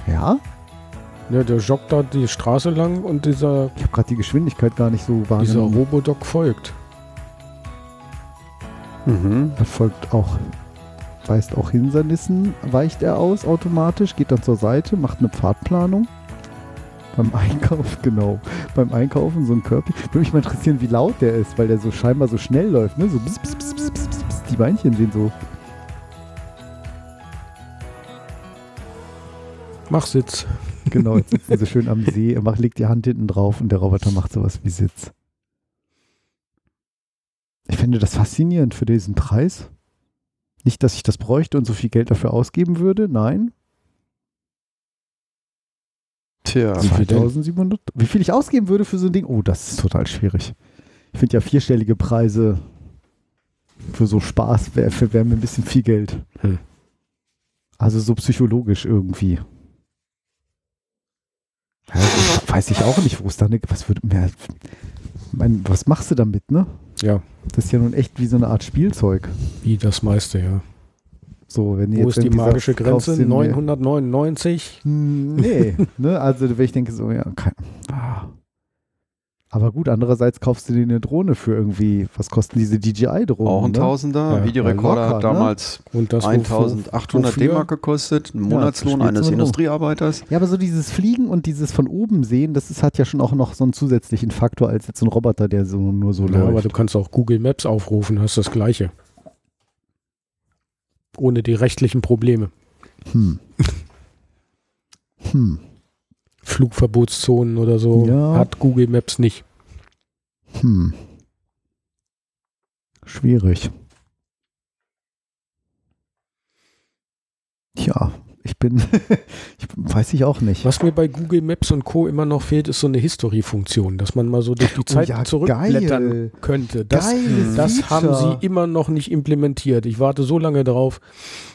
Ja,
Ja, der joggt da die Straße lang und dieser,
ich habe gerade die Geschwindigkeit gar nicht so
dieser
wahrgenommen.
Robodoc folgt.
Mhm.
Er folgt auch, weist auch Hindernissen, weicht er aus automatisch, geht dann zur Seite, macht eine Pfadplanung. Beim Einkauf, genau. Beim Einkaufen so ein Körper. Würde mich mal interessieren, wie laut der ist, weil der so scheinbar so schnell läuft, ne? So bzz, bzz, bzz, bzz, bzz, bzz, die Beinchen sehen so.
Mach Sitz.
Genau, jetzt sitzen sie schön am See. Er macht, legt die Hand hinten drauf und der Roboter macht sowas wie Sitz. Ich finde das faszinierend für diesen Preis. Nicht, dass ich das bräuchte und so viel Geld dafür ausgeben würde, nein.
Tja,
Wie viel denn?
2700. Äh, Wie viel ich ausgeben würde für so ein Ding? Oh, das ist total schwierig. Ich finde ja vierstellige Preise für so Spaß wäre wär mir ein bisschen viel Geld.
Hm.
Also so psychologisch irgendwie. Ja, so weiß ich auch nicht, wo es da eine. Was würde mir. Mein, was machst du damit, ne?
Ja,
Das ist ja nun echt wie so eine Art Spielzeug.
wie das meiste, ja.
So, wenn du
Wo
jetzt
ist die
irgendwie
magische
sagst, kaufst
Grenze?
dir eine-
999?
Hm, Nee, ne? Also wenn ich denke so, ja, kein, ah. aber gut, andererseits kaufst du dir eine Drohne für irgendwie, was kosten diese DJI-Drohnen?
auch ein
ne?
Tausender.
Ja,
Videorekorder
locker, ne?
hat damals
Und das wo-
1800
wofür?
D-Mark gekostet, ein
Ja,
Monatslohn
spielt's
eines
mit rum.
Industriearbeiters.
Ja, aber so dieses Fliegen und dieses von oben sehen, das ist, hat ja schon auch noch so einen zusätzlichen Faktor als jetzt so ein Roboter, der so nur so
Ja, aber
läuft.
du kannst auch Google Maps aufrufen, hast das Gleiche. Ohne die rechtlichen Probleme.
Hm. Hm.
Flugverbotszonen oder so
Ja.
hat Google Maps nicht.
Hm. Schwierig. Ja, ich bin, ich bin, weiß ich auch nicht.
Was mir bei Google Maps und Co. immer noch fehlt, ist so eine History-Funktion, dass man mal so durch die Zeit
Oh ja,
zurückblättern
geil.
könnte. Das, hm.
Geiles
das haben
Feature.
sie immer noch nicht implementiert. Ich warte so lange drauf,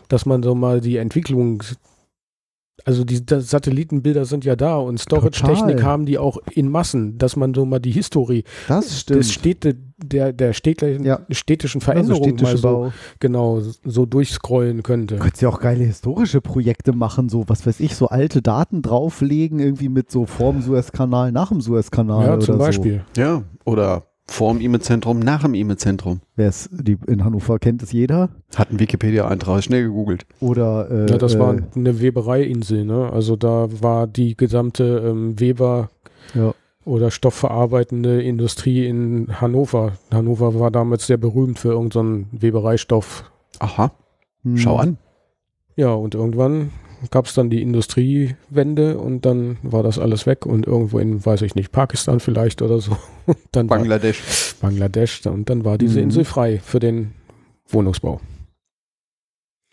dass man so mal die Entwicklung, also die das Satellitenbilder sind ja da und Storage-Technik
Total.
haben die auch in Massen, dass man so mal die Historie
Das
des
stimmt.
Städte, der, der städtlichen,
Ja. Also
städtischen Veränderung mal so, genau so durchscrollen könnte.
Könntest ja auch geile historische Projekte machen, so was weiß ich, so alte Daten drauflegen, irgendwie mit so vorm Suezkanal, nach dem Suezkanal
Ja,
oder
zum Beispiel.
Ja, oder vor dem E-Mail-Zentrum, nach dem E-Mail-Zentrum.
so. Wer's, die, in Hannover kennt es jeder.
Hat einen Wikipedia-Eintrag, schnell gegoogelt.
Oder äh,
Ja, das
äh,
war eine Webereiinsel, ne? Also da war die gesamte ähm, Weber-
Ja.
oder Stoffverarbeitende Industrie in Hannover. Hannover war damals sehr berühmt für irgendeinen Webereistoff.
Aha,
hm,
schau an.
Ja, und irgendwann gab es dann die Industriewende und dann war das alles weg und irgendwo in, weiß ich nicht, Pakistan vielleicht oder so. Und dann war-
Bangladesch.
Bangladesch und dann war diese
Mhm.
Insel frei für den Wohnungsbau.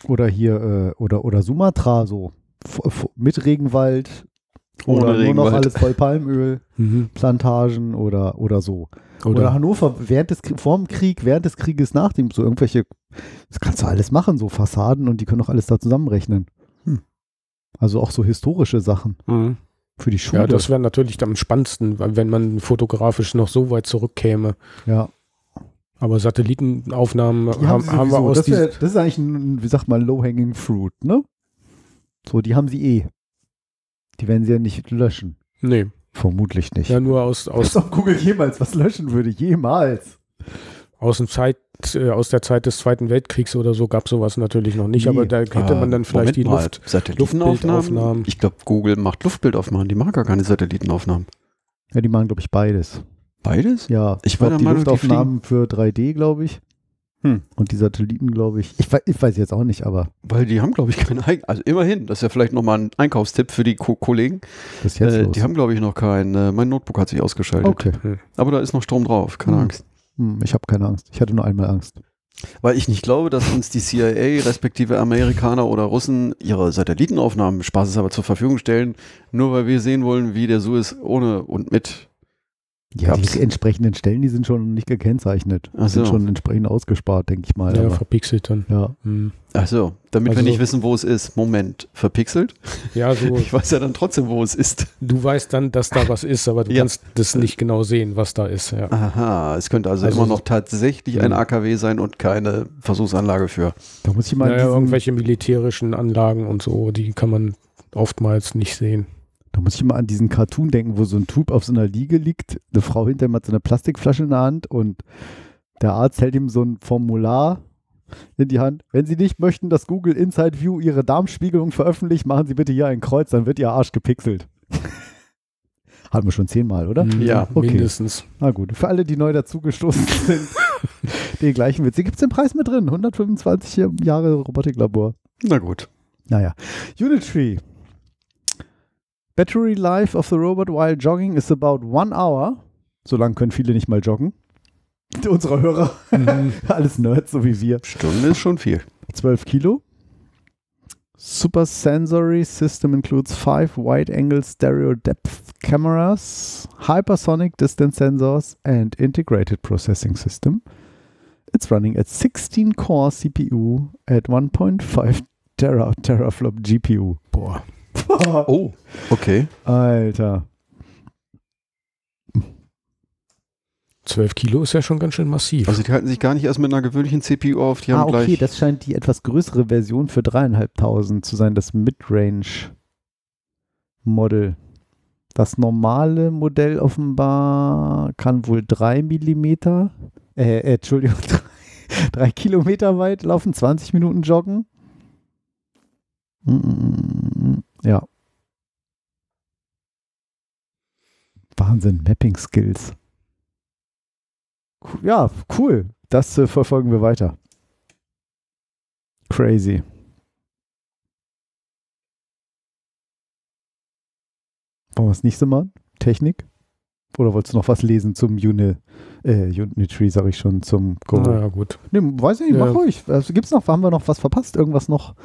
Oder hier, äh, oder, oder Sumatra so. F f mit Regenwald
Ohne
oder nur noch
Regenwald.
alles voll Palmöl, Plantagen oder, oder so. Mhm. Oder,
Oder,
Hannover während des Krie- vor dem Krieg, während des Krieges, nach dem, so irgendwelche, das kannst du alles machen, so Fassaden und die können auch alles da zusammenrechnen.
Hm.
Also auch so historische Sachen
Mhm.
für die Schule.
Ja, das wäre natürlich am spannendsten, weil wenn man fotografisch noch so weit zurückkäme.
Ja.
Aber Satellitenaufnahmen
Die
haben,
sie
haben wir
sowieso.
aus
das, wär,
diesem.
das ist eigentlich ein, wie sagt man, low-hanging fruit, ne? So, die haben sie eh. Die werden sie ja nicht löschen.
Nee,
Vermutlich nicht.
ja, nur aus,
Als
aus,
ob Google jemals was löschen würde, jemals.
aus, dem Zeit, äh, aus der Zeit des Zweiten Weltkriegs oder so gab sowas natürlich noch nicht.
Nee.
Aber da hätte man dann vielleicht die Luft. Luftbildaufnahmen.
Ah, Satellitenaufnahmen. Ich glaube, Google macht Luftbildaufnahmen. Die mag gar keine Satellitenaufnahmen.
Ja, die machen, glaube ich, beides.
Beides?
Ja,
Ich
ich
war
glaube,
der
die
Meinung, die
Luftaufnahmen für 3D, glaube ich.
Hm.
Und die Satelliten, glaube ich. Ich, wei- ich weiß jetzt auch nicht, aber
Weil die haben, glaube ich, keinen Eigen. Also immerhin, das ist ja vielleicht nochmal ein Einkaufstipp für die Ko Kollegen.
das ist jetzt
Äh,
los.
die haben, glaube ich, noch keinen. Äh, mein Notebook hat sich ausgeschaltet.
okay.
Aber da ist noch Strom drauf, keine
Hm.
Angst.
Hm, ich habe keine Angst. Ich hatte nur einmal Angst.
Weil ich nicht glaube, dass uns die CIA, respektive Amerikaner oder Russen, ihre Satellitenaufnahmen spaßeshalber zur Verfügung stellen, nur weil wir sehen wollen, wie der Suez ohne und mit
Ja,
Gab's-
die entsprechenden Stellen, die sind schon nicht gekennzeichnet. Die
Ach
sind
so.
schon entsprechend ausgespart, denke ich mal.
Ja,
aber,
verpixelt dann.
ja.
Hm.
Achso, damit wir
Also-
nicht wissen, wo es ist. Moment, verpixelt?
Ja, so,
Ich weiß ja dann trotzdem, wo es ist.
du weißt dann, dass da was ist, aber du
Ja.
kannst das nicht genau sehen, was da ist. Ja.
Aha, es könnte also,
Also
immer
so-
noch tatsächlich
Hm.
ein AKW sein und keine Versuchsanlage für.
Da muss ich mal
Naja,
an diesen,
irgendwelche militärischen Anlagen und so, die kann man oftmals nicht sehen.
da muss ich mal an diesen Cartoon denken, wo so ein Typ auf so einer Liege liegt, eine Frau hinter ihm hat so eine Plastikflasche in der Hand und der Arzt hält ihm so ein Formular in die Hand. Wenn Sie nicht möchten, dass Google Inside View Ihre Darmspiegelung veröffentlicht, machen Sie bitte hier ein Kreuz, dann wird Ihr Arsch gepixelt. Hatten wir schon zehnmal, oder?
Hm,
Ja,
Ne? okay.
mindestens.
Na gut, für alle, die neu dazugestoßen sind, den gleichen Witz. Hier gibt es den Preis mit drin. 125 Jahre Robotiklabor.
Na gut.
Naja. Unitree. Battery life of the robot while jogging is about one hour. So lang können viele nicht mal joggen. Unsere Hörer,
Mhm.
alles Nerds, so wie wir.
Stunde ist schon viel.
12 Kilo. Super sensory system includes five wide-angle stereo depth cameras, hypersonic distance sensors, and integrated processing system. It's running at 16 core CPU at 1.5 tera teraflop GPU.
Boah.
Oh, okay.
Alter.
12 Kilo ist ja schon ganz schön massiv.
Also die halten sich gar nicht erst mit einer gewöhnlichen CPU auf. Die haben
ah, okay,
gleich.
das scheint die etwas größere Version für 3.500 zu sein, das Midrange-Model. Das normale Modell offenbar kann wohl 3 Millimeter, äh, äh, Entschuldigung, 3 Kilometer weit laufen, 20 Minuten joggen. Mm, mm, mm, Ja. Wahnsinn, Mapping Skills. Cool, Ja, cool. Das äh, verfolgen wir weiter. Crazy. Wollen wir das nächste Mal? Technik? Oder wolltest du noch was lesen zum Uni, äh, Unitree, sag ich schon, zum Go?
naja, gut.
Nee, weiß ich nicht, mach
Ja.
ruhig. Also gibt's noch, haben wir noch was verpasst? Irgendwas noch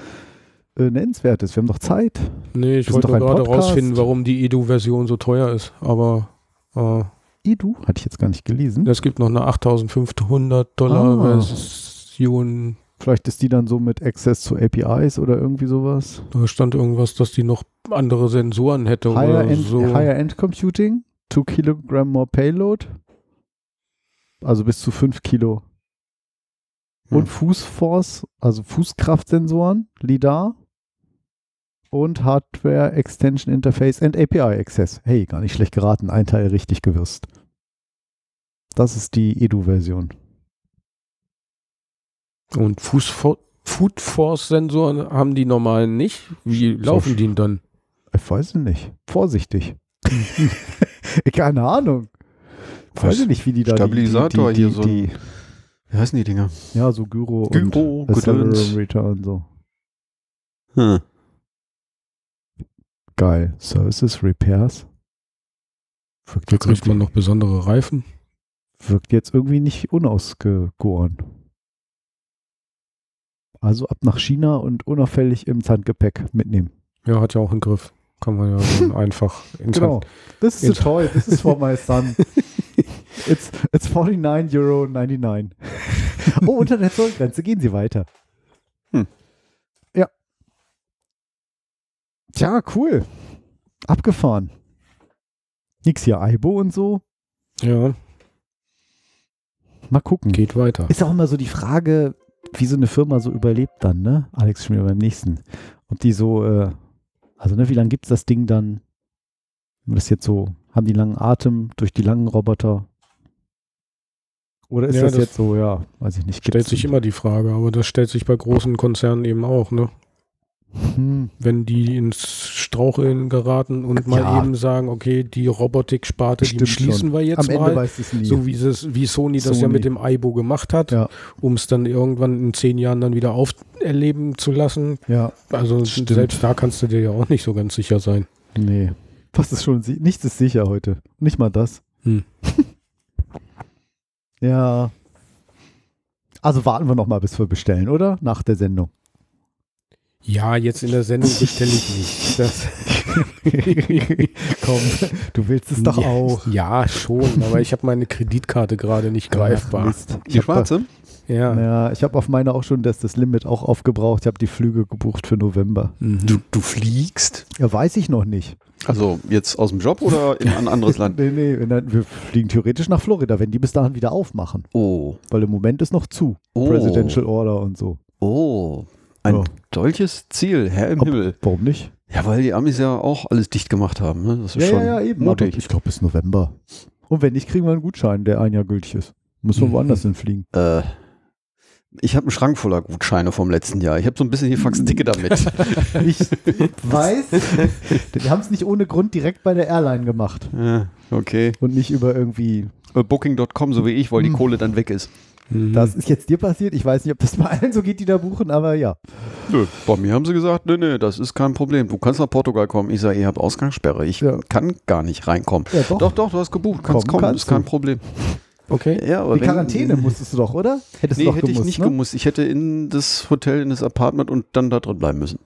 äh, Nennenswertes? Wir haben noch Zeit.
Nee, ich
Wir sind
wollte
doch ein
gerade
Podcast.
rausfinden, warum die Edu-Version so teuer ist. Aber äh,
Edu, hatte ich jetzt gar nicht gelesen.
es gibt noch eine 8500 Dollar
Ah.
Version.
Vielleicht ist die dann so mit Access zu APIs oder irgendwie sowas.
Da stand irgendwas, dass die noch andere Sensoren hätte oder
Higher-End
so.
higher end Computing, 2 Kilogramm more Payload, also bis zu 5 Kilo.
Hm.
Und Fußforce, also Fußkraftsensoren, LIDAR und Hardware Extension Interface and API Access. Hey, gar nicht schlecht geraten, ein Teil richtig gewürzt. Das ist die Edu-Version.
Und Fußfo Food Force Sensoren haben die normalen nicht. Wie laufen die denn dann?
Ich weiß nicht. Vorsichtig. Keine Ahnung. Ich weiß
Was?
nicht, wie die da die-
Stabilisator
die, die,
hier,
die,
so ein- Wie heißen die Dinger?
die, Ja, so Gyro,
Gyro,
und
Gedöns.
Accelerometer und so.
Hm.
Geil. Services, Repairs. Wirkt
Da
jetzt
kriegt man
irgendwie-
noch besondere Reifen.
wirkt jetzt irgendwie nicht unausgegoren. Also ab nach China und unauffällig im Handgepäck mitnehmen.
Ja, hat ja auch einen Griff. Kann man ja so einfach ins
Genau.
Hand-
This is
Genau. In-
a toy. This is for my son. It's, it's 49,99 Euro. Oh, unter der Zollgrenze gehen Sie weiter.
Hm.
Ja. Tja, cool. Abgefahren. Nix hier, Aibo und so.
Ja,
Mal gucken.
geht weiter.
Ist auch immer so die Frage, wie so eine Firma so überlebt dann, ne? Alex schon wieder beim nächsten. Ob die so, äh, also ne, wie lange gibt es das Ding dann? Wenn Das jetzt so, haben die langen Atem durch die langen Roboter? Oder ist
Ja,
das,
das
jetzt so, ja, weiß ich nicht.
Stellt sich immer die Frage, aber das stellt sich bei großen Konzernen eben auch, ne?
Hm,
Wenn die ins Straucheln geraten und mal
Ja.
eben sagen, okay, die Robotik-Sparte, die
Stimmt
schließen wir jetzt
am Ende
mal.
weiß es nie.
So wie, es, wie Sony das ja
Sony.
mit dem Aibo gemacht hat,
Ja.
um es dann irgendwann in zehn Jahren dann wieder auferleben zu lassen.
ja,
Also
Stimmt.
selbst da kannst du dir ja auch nicht so ganz sicher sein.
nee. Was ist schon, si- nichts ist sicher heute. Nicht mal das.
Hm.
ja. Also warten wir noch mal, bis wir bestellen, oder? Nach der Sendung.
Ja, jetzt in der Sendung sicherlich nicht. Das
Komm, du willst es doch
ja,
auch.
Ja, schon, aber ich habe meine Kreditkarte gerade nicht
Ach,
greifbar.
Mist. Ich
Die
hab da-
schwarze?
Ja.
Ja, ich habe auf meiner auch schon das, das Limit auch aufgebraucht. Ich habe die Flüge gebucht für November.
Mhm.
du fliegst?
Ja, weiß ich noch nicht.
Also jetzt aus dem Job oder in ein anderes Land?
Nee, nee, nein, wir fliegen theoretisch nach Florida, wenn die bis dahin wieder aufmachen.
Oh.
Weil im Moment ist noch zu.
Oh.
Presidential Order und so.
Oh. Ein
Ja.
solches Ziel, Herr im
Ob-
Himmel.
Warum nicht?
Ja, weil die Amis ja auch alles dicht gemacht haben. Ne? Das ist schon
Aber
mutig.
ich glaube, bis November. Und wenn nicht, kriegen wir einen Gutschein, der ein Jahr gültig ist. Müssen wir
Mhm.
woanders hinfliegen.
Äh, ich habe einen Schrank voller Gutscheine vom letzten Jahr. Ich habe so ein bisschen die Faxen dicke damit.
Ich weiß, die haben es nicht ohne Grund direkt bei der Airline gemacht.
Ja, okay.
Und nicht über irgendwie.
Äh, Booking.com, so wie ich, weil die
Hm.
Kohle dann weg ist.
Mhm.
Das ist jetzt dir passiert. Ich weiß nicht, ob das bei allen so geht, die da buchen, aber ja.
Nö, bei mir haben sie gesagt, nee, nee, das ist kein Problem. Du kannst nach Portugal kommen. Ich sage, ihr habt Ausgangssperre. Ich
Ja.
kann gar nicht reinkommen.
Ja,
Doch, doch, du hast gebucht. Kannst
Kommen
kommen,
kannst
ist kein
du.
Problem.
Okay.
Ja, aber
Die
wenn-
Quarantäne musstest du doch, oder? Hättest
Nee,
du doch
hätte
gemusst,
ich nicht
ne?
gemusst. Ich hätte in das Hotel, in das Apartment und dann da drin bleiben müssen.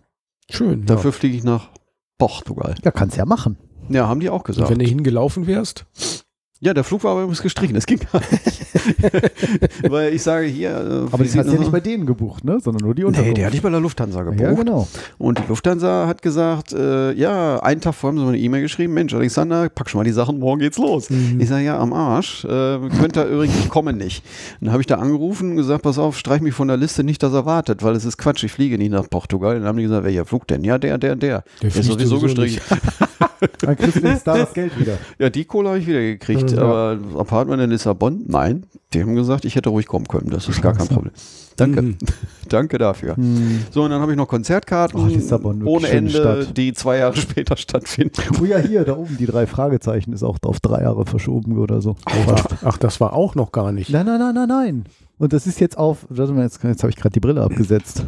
Schön. ja.
Dafür fliege ich nach Portugal.
Ja, kannst ja machen.
Ja, haben die auch
Und
gesagt.
wenn du hingelaufen wärst?
Ja, der Flug war aber übrigens gestrichen, das ging gar nicht. Weil ich sage hier. äh,
Aber
wie
das hast
sieht
du ja nicht
das
bei denen gebucht, ne? Sondern nur die
aus? Nee,
Unterkunft.
der hatte ich bei der Lufthansa gebucht.
ja, genau.
Und die Lufthansa hat gesagt: äh, Ja, einen Tag vorher haben sie mir eine E-Mail geschrieben: Mensch, Alexander, pack schon mal die Sachen, morgen geht's los.
Mhm.
Ich sage: Ja, am Arsch. Äh, könnt ihr übrigens, ich komme nicht. Dann habe ich da angerufen und gesagt: Pass auf, streich mich von der Liste nicht, dass er wartet, weil es ist Quatsch, ich fliege nicht nach Portugal. Dann haben die gesagt: Welcher Flug denn? Ja, der, der, der. Der, ist
fliegt
sowieso
sowieso
gestrichen.
Dann kriegst du jetzt da das Geld wieder.
Ja, die Kohle habe ich wieder gekriegt,
Mhm,
Ja.
aber das Apartment in Lissabon, nein. Die haben gesagt, ich hätte ruhig kommen können. Das ist gar
ne?
kein Problem. Danke.
Mhm.
Danke dafür.
Hm.
So, und dann habe ich noch Konzertkarten
Ach, Oh, Lissabon, wirklich
ohne
schöne
Ende,
Stadt.
die zwei Jahre später stattfinden.
Oh ja, hier, da oben, die drei Fragezeichen ist auch auf drei Jahre verschoben oder so.
Ach, das war auch noch gar nicht.
Nein, nein, nein, nein, nein. Und das ist jetzt auf, warte mal, jetzt, jetzt habe ich gerade die Brille abgesetzt.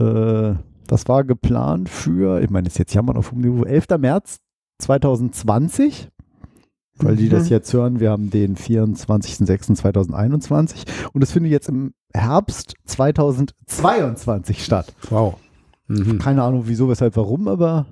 Äh, das war geplant für, ich meine, das ist jetzt jammern auf hohem Niveau, 11. März 2020. Weil die das jetzt hören, wir haben den 24.06.2021 und das findet jetzt im Herbst 2022 statt.
Wow. Mhm.
Keine Ahnung wieso, weshalb, warum, aber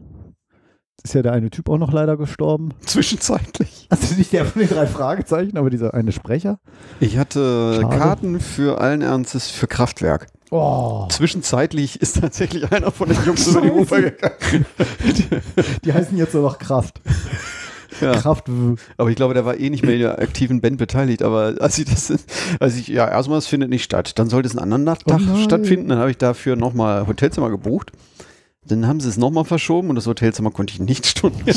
ist ja der eine Typ auch noch leider gestorben.
Zwischenzeitlich.
Also nicht der von den drei Fragezeichen, aber dieser eine Sprecher.
Ich hatte
Schade.
Karten für allen Ernstes für Kraftwerk.
Oh.
Zwischenzeitlich ist tatsächlich einer von den Jungs über die Ufer gegangen.
Die heißen jetzt nur noch Kraft.
Ja.
Kraft. W-
Aber ich glaube, der war eh nicht mehr in der aktiven Band beteiligt. Aber als ich das, als ich, ja, erstmal, es findet nicht statt. Dann sollte es einen anderen Tag
Oh nein.
stattfinden. Dann habe ich dafür nochmal Hotelzimmer gebucht. Dann haben sie es nochmal verschoben und das Hotelzimmer konnte ich nicht stornieren.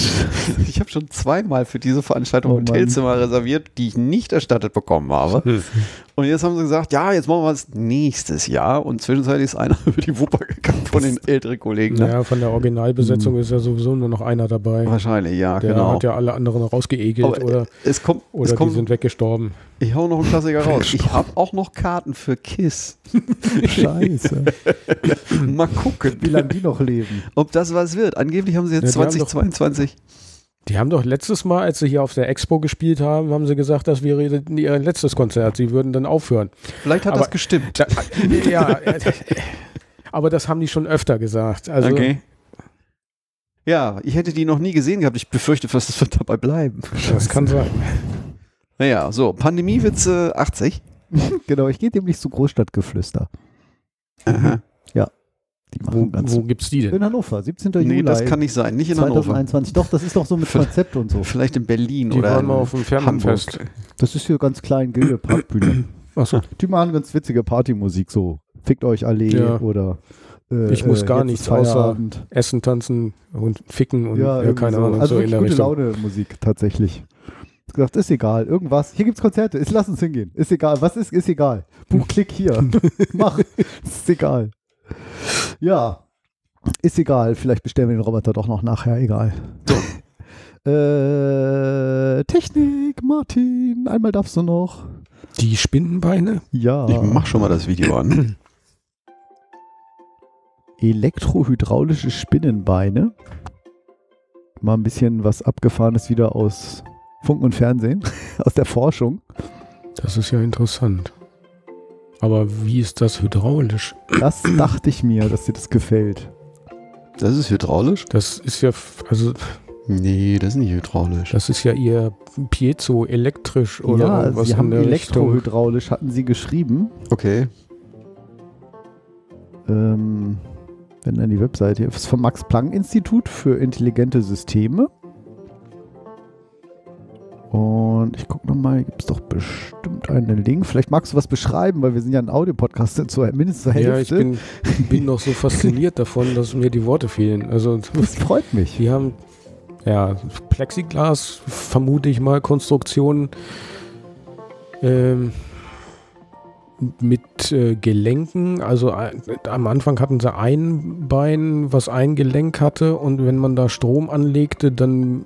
Ich habe schon zweimal für diese Veranstaltung
Oh Mann.
Hotelzimmer reserviert, die ich nicht erstattet bekommen habe. Und jetzt haben sie gesagt, ja, jetzt machen wir es nächstes Jahr. Und zwischenzeitlich ist einer über die Wupper gegangen von den älteren Kollegen. Ne?
Naja, von der Originalbesetzung ist ja sowieso nur noch einer dabei.
Wahrscheinlich, Mhm. ja,
Der
genau.
hat ja alle anderen rausgeekelt
Aber äh,
oder,
es kommt,
oder
es
die
kommt
sind weggestorben.
Ich hau noch einen Klassiker raus. Ich habe auch noch Karten für Kiss.
Scheiße.
Mal gucken,
Wie lange die noch leben.
ob das was wird. Angeblich haben sie
Ja,
jetzt
die haben
2022.
Die haben doch letztes Mal, als sie hier auf der Expo gespielt haben, haben sie gesagt, das wäre ihr letztes Konzert. Sie würden dann aufhören.
Vielleicht hat
Aber-
das gestimmt.
Da, ja, äh, aber das haben die schon öfter gesagt. Also,
Ja, ich hätte die noch nie gesehen gehabt. Ich befürchte fast, es wird dabei bleiben.
Das kann sein.
Naja, so, Pandemiewitze 80.
Genau, ich gehe demnächst zu Großstadtgeflüster.
Aha.
Die
Wo,
machen ganz.
wo gibt's die denn?
In Hannover, 17. Juli.
Nee, das kann nicht sein. Nicht in Hannover.
2021. Doch, das ist doch so mit Konzept und so.
Vielleicht in Berlin
Die
oder
waren mal
in
auf dem Fernbandfest.
Hamburg.
Das ist hier ganz klein, Gilde Parkbühne.
Achso,
Die machen ganz witzige Partymusik, so Fickt euch Allee
Ja.
oder äh,
Ich muss
äh,
gar
jetzt ist
nichts außer-
Feierabend.
Essen, Tanzen und Ficken und
ja,
ja,
irgendwie
keine
so.
Ahnung,
Also
so in
wirklich
der
gute
Richtung.
Laune Musik tatsächlich. Ich gesagt, ist egal, irgendwas. Hier gibt's Konzerte, ist, lass uns hingehen. Ist egal, was ist, ist egal. Buch, klick hier. Mach, ist egal. Ja, ist egal. Vielleicht bestellen wir den Roboter doch noch nachher, egal. Äh, Technik, Martin, einmal darfst du noch.
Die Spindenbeine?
Ja.
Ich mach schon mal das Video an.
elektrohydraulische Spinnenbeine. Mal ein bisschen was Abgefahrenes wieder aus Funk und Fernsehen, aus der Forschung.
Das ist ja interessant. Aber wie ist das hydraulisch?
Das dachte ich mir, dass dir das gefällt.
Das ist hydraulisch?
Das ist ja, f- also
Nee, das ist nicht hydraulisch.
das ist ja eher piezoelektrisch oder
ja,
irgendwas
sie haben
in der Richtung.
elektrohydraulisch, hatten sie geschrieben.
Okay.
Ähm, wenn dann die Webseite hier ist vom Max-Planck-Institut für intelligente Systeme. Und ich gucke nochmal, gibt es doch bestimmt einen Link. Vielleicht magst du was beschreiben, weil wir sind ja ein Audio-Podcast zu, mindestens zur Hälfte.
Ja, ich bin, bin noch so fasziniert davon, dass mir die Worte fehlen. Also
das freut mich.
die haben ja Plexiglas, vermute ich mal, Konstruktionen ähm, mit äh, Gelenken. Also ein- am Anfang hatten sie ein Bein, was ein Gelenk hatte, und wenn man da Strom anlegte, dann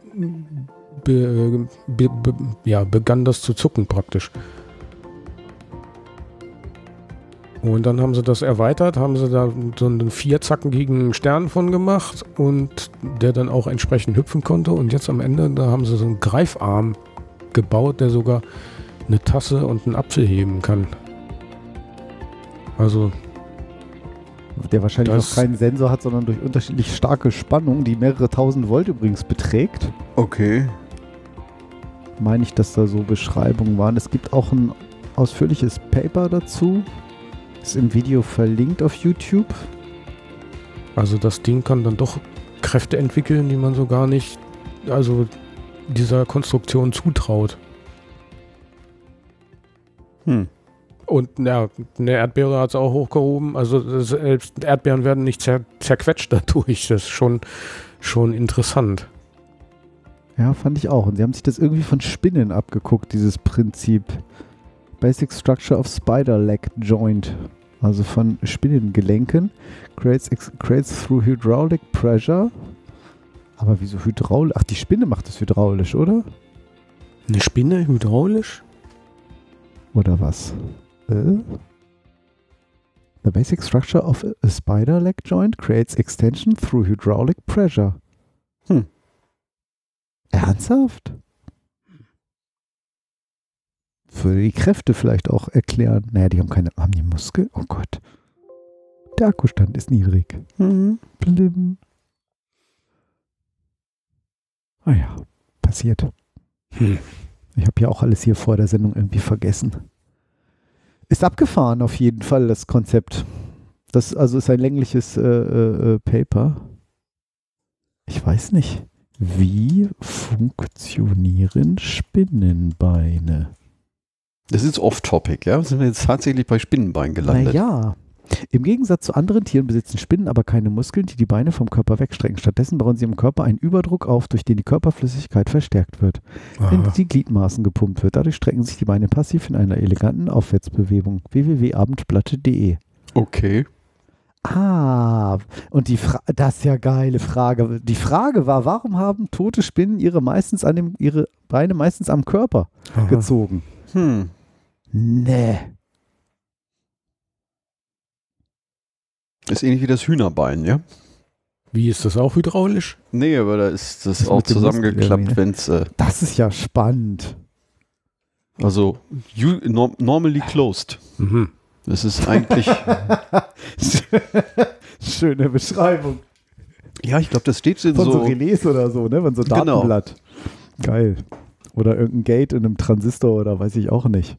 be, äh, be, be, ja, begann das zu zucken praktisch. Und dann haben sie das erweitert, haben sie da so einen vierzackigen Stern von gemacht und der dann auch entsprechend hüpfen konnte. Und jetzt am Ende, da haben sie so einen Greifarm gebaut, der sogar eine Tasse und einen Apfel heben kann. Also,
Der wahrscheinlich
Das-
noch keinen Sensor hat, sondern durch unterschiedlich starke Spannung, die mehrere tausend Volt übrigens beträgt.
Okay.
meine ich, dass da so Beschreibungen waren. Es gibt auch ein ausführliches Paper dazu. Ist im Video verlinkt auf YouTube.
also das Ding kann dann doch Kräfte entwickeln, die man so gar nicht, also dieser Konstruktion zutraut.
Hm.
Und ja, eine Erdbeere hat es auch hochgehoben. Also das- selbst Erdbeeren werden nicht zer zerquetscht dadurch. Das ist schon, schon interessant.
Ja, fand ich auch. Und sie haben sich das irgendwie von Spinnen abgeguckt, dieses Prinzip. Basic Structure of Spider Leg Joint. Also von Spinnengelenken. Creates, ex- creates through hydraulic pressure. Aber wieso hydraulisch? Ach, die Spinne macht das hydraulisch, oder?
Eine Spinne hydraulisch?
Oder was? Äh? The basic structure of a spider leg joint creates extension through hydraulic pressure.
Hm.
Ernsthaft? Würde die Kräfte vielleicht auch erklären. Naja, die haben keine, haben die Muskel? Oh Gott. Der Akkustand ist niedrig.
Mhm.
Blim. Ah ja, passiert.
Hm.
Ich habe ja auch alles hier vor der Sendung irgendwie vergessen. Ist abgefahren auf jeden Fall das Konzept. Das also ist ein längliches äh, äh, äh, Paper. Ich weiß nicht, wie funktionieren Spinnenbeine?
Das ist jetzt off-topic, ja? Sind wir jetzt tatsächlich bei Spinnenbein gelandet?
Naja, im Gegensatz zu anderen Tieren besitzen Spinnen aber keine Muskeln, die die Beine vom Körper wegstrecken. Stattdessen bauen sie im Körper einen Überdruck auf, durch den die Körperflüssigkeit verstärkt wird. in
Ah,
die Gliedmaßen gepumpt wird. Dadurch strecken sich die Beine passiv in einer eleganten Aufwärtsbewegung. www.abendplatte.de
Okay.
Ah, und die Fra das ist ja geile Frage. Die Frage war, warum haben tote Spinnen ihre, meistens an dem, ihre Beine meistens am Körper
aha.
gezogen?
Hm.
Nee.
Ist ähnlich wie das Hühnerbein, ja?
Wie ist das auch hydraulisch?
Nee, aber da ist das,
Das
auch
mit dem Muskel irgendwie, ne?
zusammengeklappt, wenn es. Äh,
Das ist ja spannend.
also, you, norm, normally closed.
Mhm.
Das ist eigentlich.
Schöne Beschreibung.
ja, ich glaube, das steht in
Von so,
so.
Relais oder so, ne? Von so
Genau.
Datenblatt. Geil. Oder irgendein Gate in einem Transistor oder weiß ich auch nicht.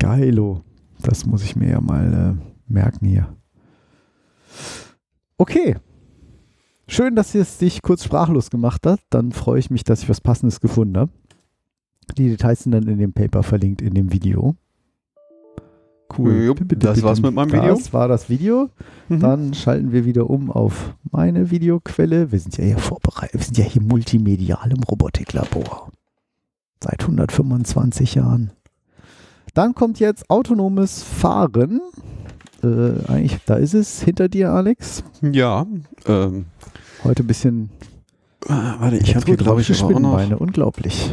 Geilo. Das muss ich mir ja mal äh, merken hier. Okay. Schön, dass es dich kurz sprachlos gemacht hat. Dann freue ich mich, dass ich was Passendes gefunden habe. Die Details sind dann in dem Paper verlinkt, in dem Video. Cool.
Jupp, das war's mit meinem Video.
Das war das Video.
Mhm.
Dann schalten wir wieder um auf meine Videoquelle. Wir sind ja hier vorbereitet. Wir sind ja hier multimedial im Robotiklabor. Seit 125 Jahren. Dann kommt jetzt autonomes Fahren. Äh, eigentlich, da ist es hinter dir, Alex.
Ja. Ähm,
Heute ein bisschen.
äh, warte, ich habe hier, glaube ich, aber auch noch.
Spinnenbeine. Unglaublich.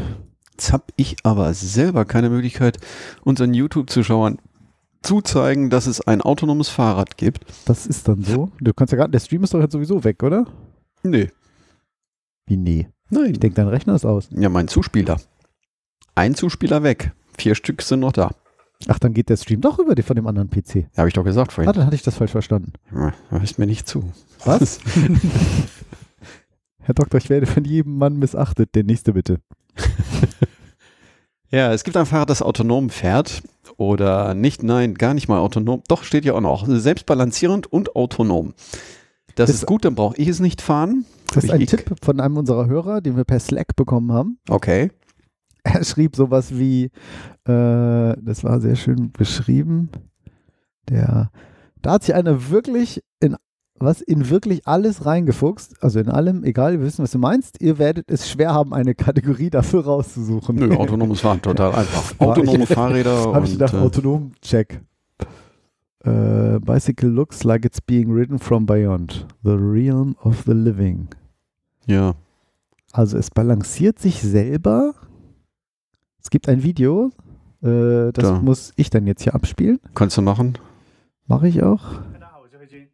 Jetzt habe ich aber selber keine Möglichkeit, unseren YouTube-Zuschauern zu zeigen, dass es ein autonomes Fahrrad gibt.
Das ist dann so. Du kannst ja gerade. Der Stream ist doch jetzt sowieso weg, oder?
Nee.
Wie nee.
Nein.
Ich denke, dein Rechner ist aus.
Ja, mein Zuspieler. Ein Zuspieler weg. Vier Stück sind noch da.
Ach, dann geht der Stream doch über die von dem anderen PC.
Habe ich doch gesagt vorhin.
Ah, dann hatte ich das falsch verstanden.
Ja, Hörst mir nicht zu.
Was? Herr Doktor, ich werde von jedem Mann missachtet. Der nächste bitte.
Ja, es gibt ein Fahrrad, das autonom fährt oder nicht, nein, gar nicht mal autonom. Doch, steht ja auch noch. Selbstbalancierend und autonom. Das,
Das-
ist gut, dann brauche ich es nicht fahren.
Das ist
Hab
ein
ich eh-
Tipp von einem unserer Hörer, den wir per Slack bekommen haben.
Okay.
Er schrieb sowas wie, äh, das war sehr schön beschrieben, der, da hat sich einer wirklich in, was, in wirklich alles reingefuchst, also in allem, egal, wir wissen, was du meinst, ihr werdet es schwer haben, eine Kategorie dafür rauszusuchen.
Nö, autonomes Fahren, total einfach.
War
Autonome
ich-
Fahrräder
Habe ich
und
gedacht,
äh,
autonom, check. Äh, bicycle looks like it's being ridden from beyond, the realm of the living.
ja.
Also es balanciert sich selber. Es gibt ein Video, äh, das
Da.
muss ich dann jetzt hier abspielen.
Kannst du machen?
Mache ich auch.
大家好，我是黑军，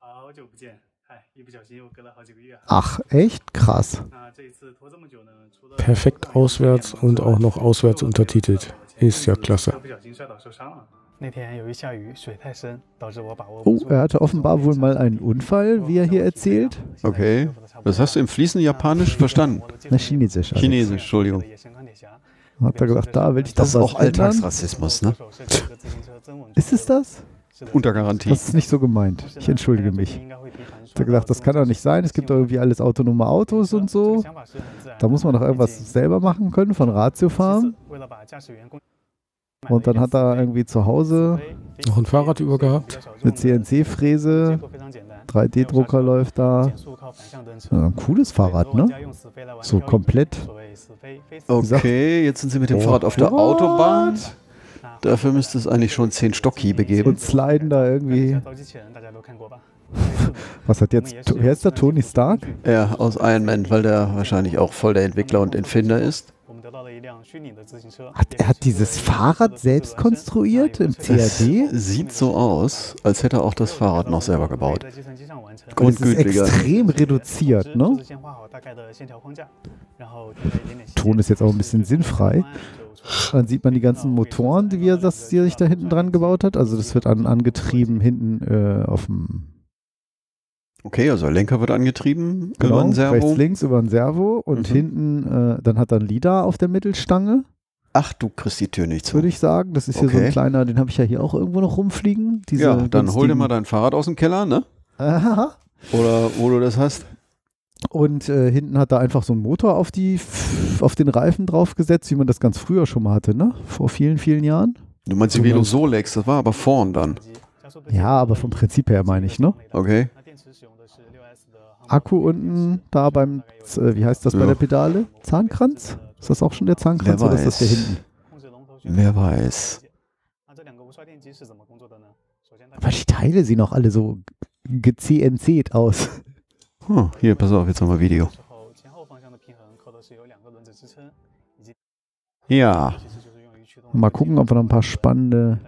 好久不见，嗨，一不小心又隔了好几个月。
Ach, echt krass.
那这一次拖这么久呢，除了
Perfekt auswärts und auch noch auswärts untertitelt. Ist ja klasse.
都不小心摔倒受伤了。那天由于下雨，水太深，导致我把握不
Oh,
住。
er hatte offenbar wohl mal einen Unfall, wie er hier erzählt.
Okay. Das hast du im fließenden Japanisch verstanden.
Na, Chinesisch. Also.
Chinesisch, Entschuldigung.
Hat er gedacht, da will ich
Das ist
doch was
auch
ändern.
Alltagsrassismus, ne?
Ist es das?
Unter Garantie.
Das ist nicht so gemeint. Ich entschuldige mich. Hat er gedacht, das kann doch nicht sein. Es gibt doch irgendwie alles autonome Autos und so. Da muss man doch irgendwas selber machen können, von Ratio fahren. Und dann hat er irgendwie zu Hause
Noch ein Fahrrad übergehabt?
eine CNC-Fräse, 3D-Drucker läuft da. Ja, ein cooles Fahrrad, ne? So komplett.
Oh, Okay, jetzt sind sie mit dem
Oh,
Fahrrad auf der
what?
Autobahn. Dafür müsste es eigentlich schon 10 Stockhiebe geben.
Und sliden da irgendwie. Was hat jetzt. Wer ist da? Tony Stark?
Ja, aus Iron Man, weil der wahrscheinlich auch voll der Entwickler und Entfinder ist.
Hat er dieses Fahrrad selbst konstruiert im
Das
CAD?
sieht so aus, als hätte er auch das Fahrrad noch selber gebaut.
Und es ist
Grundgütiger.
extrem reduziert, ne? Ton ist jetzt auch ein bisschen sinnfrei. Dann sieht man die ganzen Motoren, die, wir, das, die er sich da hinten dran gebaut hat. Also das wird an, angetrieben hinten äh, auf dem
Okay, also der Lenker wird angetrieben
Genau,
über ein
rechts,
Servo.
links über ein Servo und
Mhm.
hinten, äh, dann hat er ein Lieder auf der Mittelstange,
Ach, du kriegst die Tür nicht
würde
zu.
ich sagen. Das ist hier so
Okay.
ein kleiner, den habe ich ja hier auch irgendwo noch rumfliegen. Diese
Ja, dann hol dir mal
da.
dein Fahrrad aus dem Keller, ne? Oder wo du das hast.
Und äh, hinten hat er einfach so einen Motor auf, die, auf den Reifen draufgesetzt, wie man das ganz früher schon mal hatte, ne? Vor vielen, vielen Jahren.
Du meinst die Velo Solex, das war aber vorn dann.
Ja, aber vom Prinzip her meine ich, ne?
Okay.
Akku unten da beim, Z- äh, wie heißt das bei
Ja.
der Pedale? Zahnkranz? Ist das auch schon der Zahnkranz
Wer
oder ist das der
weiß.
hinten?
Wer weiß.
Aber die Teile sehen auch alle so CNC't aus.
Hm, hier, pass auf, jetzt haben wir Video. Ja,
Mal gucken, ob wir noch ein paar spannende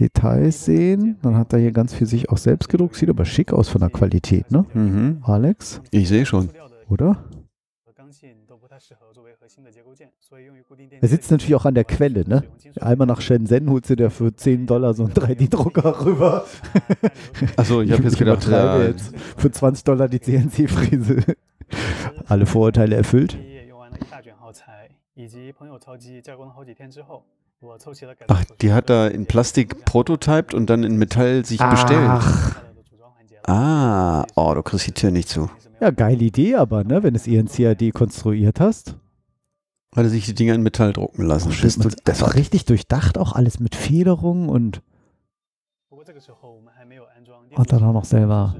Details sehen. Dann hat er hier ganz viel sich auch selbst gedruckt. Sieht aber schick aus von der Qualität, ne?
mhm.
Alex,
ich sehe schon.
oder? Er sitzt natürlich auch an der Quelle, ne? Einmal nach Shenzhen holst du dir für 10 Dollar so einen 3D-Drucker rüber.
Also ich habe jetzt gedacht,
übertreibe
äh,
jetzt. für 20 Dollar die CNC-Fräse. Alle Vorurteile erfüllt.
用完了一大卷耗材，以及朋友超机加工了好几天之后，我凑齐了改造
ach, die hat er in Plastik prototyped und dann in Metall sich bestellt.
Ach,
Ah, oh, du kriegst die Tür nicht zu.
ja, geile Idee aber, ne? Wenn es ihren CAD konstruiert hast.
Weil er sich die Dinger in Metall drucken lassen.
Stimmt,
Bist du
man- das war richtig durchdacht, auch alles mit Federung und hat dann auch noch selber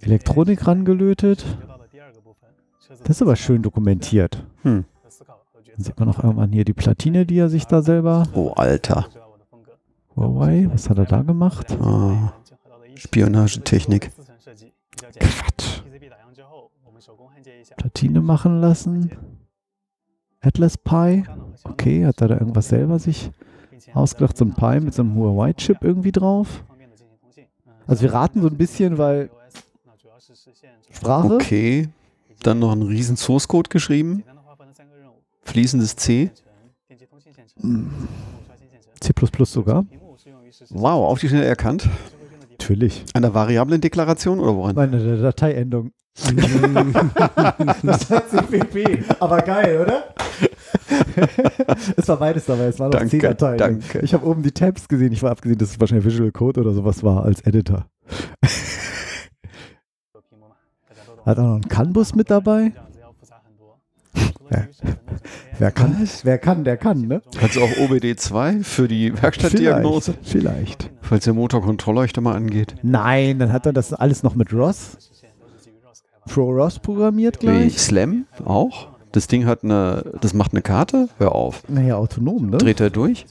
Elektronik rangelötet. Das ist aber schön dokumentiert. Dann
Hm.
sieht man auch irgendwann hier die Platine, die er sich da selber.
Oh, Alter.
Huawei, was hat er da gemacht?
Ah, Spionagetechnik.
Quatsch. Platine machen lassen. Atlas Pi. Okay, hat er da irgendwas selber sich ausgedacht? So ein Pi mit so einem Huawei-Chip irgendwie drauf? Also wir raten so ein bisschen, weil Sprache.
Okay. Dann noch einen riesen Source-Code geschrieben. Fließendes C.
Hm. C++ sogar.
Wow, auf die Schnelle erkannt.
Natürlich.
An der variablen Deklaration oder woran?
Meine der Dateiendung. das hat CPP. Aber geil, oder? es war beides dabei. Es waren noch
Danke,
zehn Dateien.
danke.
Ich habe oben die Tabs gesehen. Ich war abgesehen, dass es wahrscheinlich Visual Code oder sowas war als Editor. Hat auch noch einen Canbus mit dabei. Ja. Wer kann, wer kann, der kann, ne?
Kannst du auch OBD2 für die Werkstattdiagnose?
Vielleicht, vielleicht.
Falls der Motorkontrollleuchte mal angeht.
Nein, dann hat er das alles noch mit ROS, Pro ROS programmiert
Nee,
gleich.
Slam auch? Das Ding hat eine, das macht eine Karte? Hör auf.
Naja, autonom, ne?
Dreht er durch?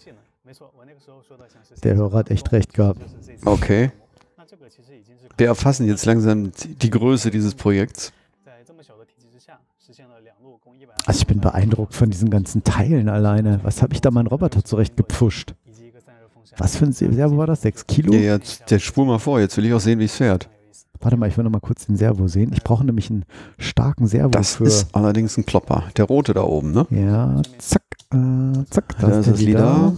Der Hörer hat echt recht gehabt.
Okay. Wir erfassen jetzt langsam die die Größe dieses Projekts.
Also ich bin beeindruckt von diesen ganzen Teilen alleine. Was habe ich da meinen Roboter zurechtgepfuscht? Was für ein Se- Servo war das? 6 Kilo?
Ja, jetzt, der spul mal vor. Jetzt will ich auch sehen, wie es fährt.
Warte mal, ich will noch mal kurz den Servo sehen. Ich brauche nämlich einen starken Servo
Das
für.
ist allerdings ein Klopper. Der rote da oben, ne?
ja, zack, äh, zack,
Da ist
der
das Lieder.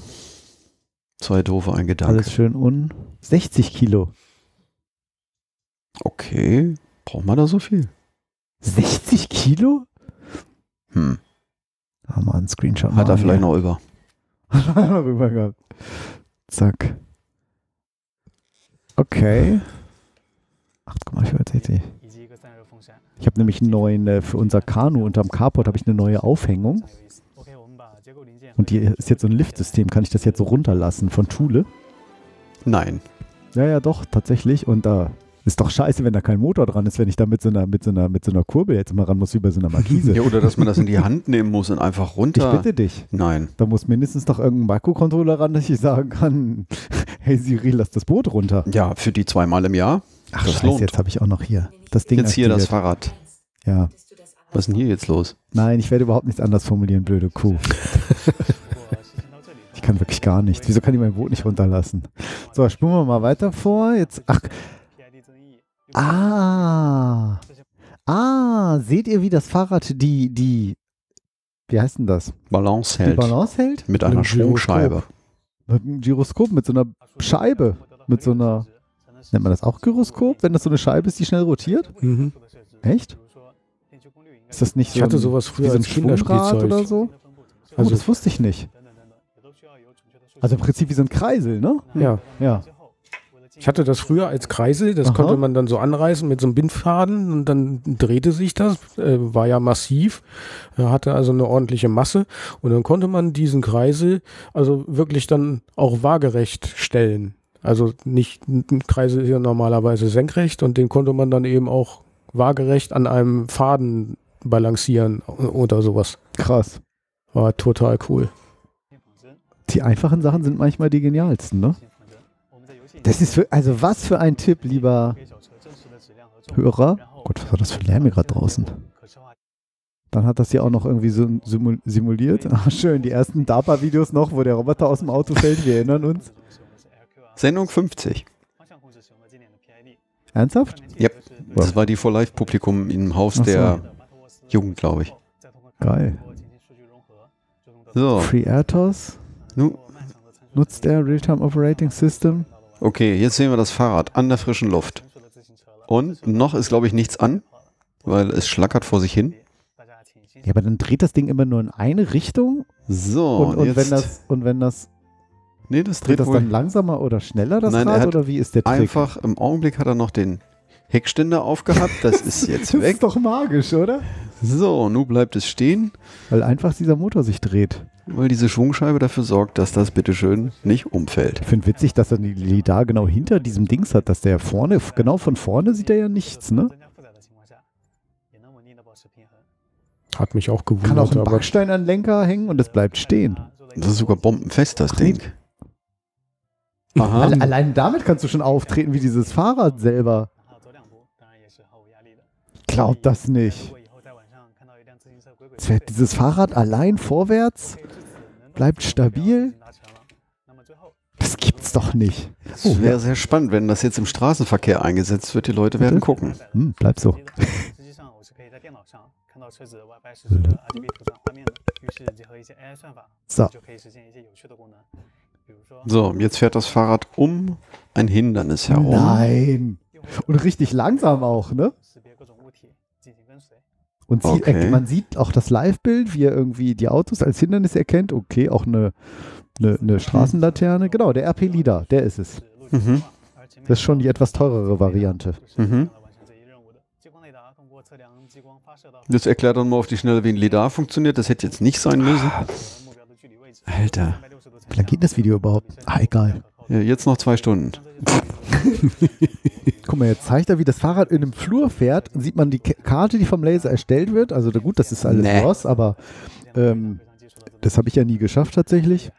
Zwei doofe, ein Gedanke.
Alles schön un. 60 Kilo.
Okay. Braucht man da so viel?
60 Kilo?
Hm.
Haben wir einen Screenshot.
Hat er vielleicht noch über.
noch rüber gehabt. Zack. Okay. 8,4 Ich habe nämlich einen neuen, äh, für unser Kanu unterm Carport habe ich eine neue Aufhängung. Und hier ist jetzt so ein Liftsystem, kann ich das jetzt so runterlassen von Thule?
Nein.
Ja, ja, doch, tatsächlich. Und da ist doch scheiße, wenn da kein Motor dran ist, wenn ich da mit so einer, mit so einer, mit so einer Kurbel jetzt mal ran muss, wie bei so einer Markise.
Ja, oder dass man das in die Hand nehmen muss und einfach
ich
runter.
bitte dich.
Nein.
Da muss mindestens noch irgendein Mikrocontroller ran, dass ich sagen kann, hey Siri, lass das Boot runter.
Ja, für die zweimal im Jahr.
Ach,
Das
scheiße,
lohnt.
jetzt habe ich auch noch hier das Ding
Jetzt hier das
aktiviert.
Fahrrad.
Ja.
Was ist denn hier jetzt los?
Nein, ich werde überhaupt nichts anders formulieren, blöde Kuh. Ich kann wirklich gar nichts. Wieso kann ich mein Boot nicht runterlassen? So, spulen wir mal weiter vor. Jetzt, ach, ah, ah, seht ihr, wie das Fahrrad die, die, wie heißt denn das?
Balance
Die
hält.
Balance hält?
Mit einer
Mit dem Gyroskop.
Schwungscheibe.
Mit einem Gyroskop, mit so einer Scheibe, mit so einer, nennt man das auch Gyroskop, wenn das so eine Scheibe ist, die schnell rotiert?
Mhm.
Echt? Ist das nicht so
Ich hatte
ein-
sowas
wie
früher
so ein
als
Schwungrad
Kinderspielzeug.
oder so? Also, oh,
Also-
das wusste ich nicht. Also im Prinzip wie so ein Kreisel, ne?
Ja.
Ja.
Ich hatte das früher als Kreisel, das
Aha.
konnte man dann so anreißen mit so einem Bindfaden und dann drehte sich das, äh, war ja massiv, äh, hatte also eine ordentliche Masse und dann konnte man diesen Kreisel also wirklich dann auch waagerecht stellen. Also nicht, ein Kreisel ist ja normalerweise senkrecht und den konnte man dann eben auch waagerecht an einem Faden balancieren oder sowas.
Krass.
War total cool.
Die einfachen Sachen sind manchmal die genialsten, ne? Das ist für, also was für ein Tipp, lieber Hörer. Oh Gott, was war das für ein Lärm hier gerade draußen? Dann hat das hier auch noch irgendwie so simu- simuliert. Ah, schön, die ersten DARPA-Videos noch, wo der Roboter aus dem Auto fällt, wir erinnern uns.
Sendung 50.
Ernsthaft?
Yep. Das war die For Life Publikum im Haus
Ach so.
der Jugend, glaube ich.
Geil. Oh.
So,
FreeRTOS
nu,
nutzt er Realtime Operating System.
okay, jetzt sehen wir das Fahrrad an der frischen Luft. Und noch ist, glaube ich, nichts an, weil es schlackert vor sich hin.
Ja, aber dann dreht das Ding immer nur in eine Richtung.
So,
Oh, Und, und,
jetzt,
wenn, das, und wenn das
nee, das
Dreht
dreht
das
wohl
dann langsamer oder schneller, das
Nein, er
Rad,
hat
oder wie ist der Trick?
einfach, im Augenblick hat er noch den Heckständer aufgehabt, das ist jetzt
das
weg.
ist doch magisch, oder?
So, nun bleibt es stehen,
Weil einfach dieser Motor sich dreht.
weil diese Schwungscheibe dafür sorgt, dass das bitteschön nicht umfällt.
Ich finde witzig, dass er die Lidar genau hinter diesem Dings hat, dass der vorne, f- genau von vorne sieht er ja nichts, ne?
Hat mich auch gewundert.
Kann auch ein
aber
Backstein an den Lenker hängen und es bleibt stehen.
Das ist sogar bombenfest, das
Ach,
Ding. Aha.
Alle, allein damit kannst du schon auftreten wie dieses Fahrrad selber. Glaub das nicht. Jetzt fährt dieses Fahrrad allein vorwärts, bleibt stabil. Das gibt's doch nicht. Oh,
Es wäre sehr spannend, wenn das jetzt im Straßenverkehr eingesetzt wird. Die Leute werden gucken.
Hm, bleib so.
So.
So,
So, und jetzt fährt das Fahrrad um ein Hindernis herum.
Nein. Und richtig langsam auch, ne? Und sie,
Okay.
äh, man sieht auch das Live-Bild, wie er irgendwie die Autos als Hindernis erkennt. Okay, auch eine, eine, eine Straßenlaterne. Genau, der RP Leader, der ist es.
Mhm.
Das ist schon die etwas teurere Variante.
Mhm. Das erklärt dann mal auf die Schnelle, wie ein Lidar funktioniert. Das hätte jetzt nicht
Ah.
sein müssen. Alter.
Wie lange geht das Video überhaupt? Ah, egal.
Ja, jetzt noch zwei Stunden.
Guck mal, jetzt zeigt er, wie das Fahrrad in einem Flur fährt. Dann sieht man die K Karte, die vom Laser erstellt wird. Also da- gut, das ist alles
Nee.
raus, aber ähm, das habe ich ja nie geschafft tatsächlich.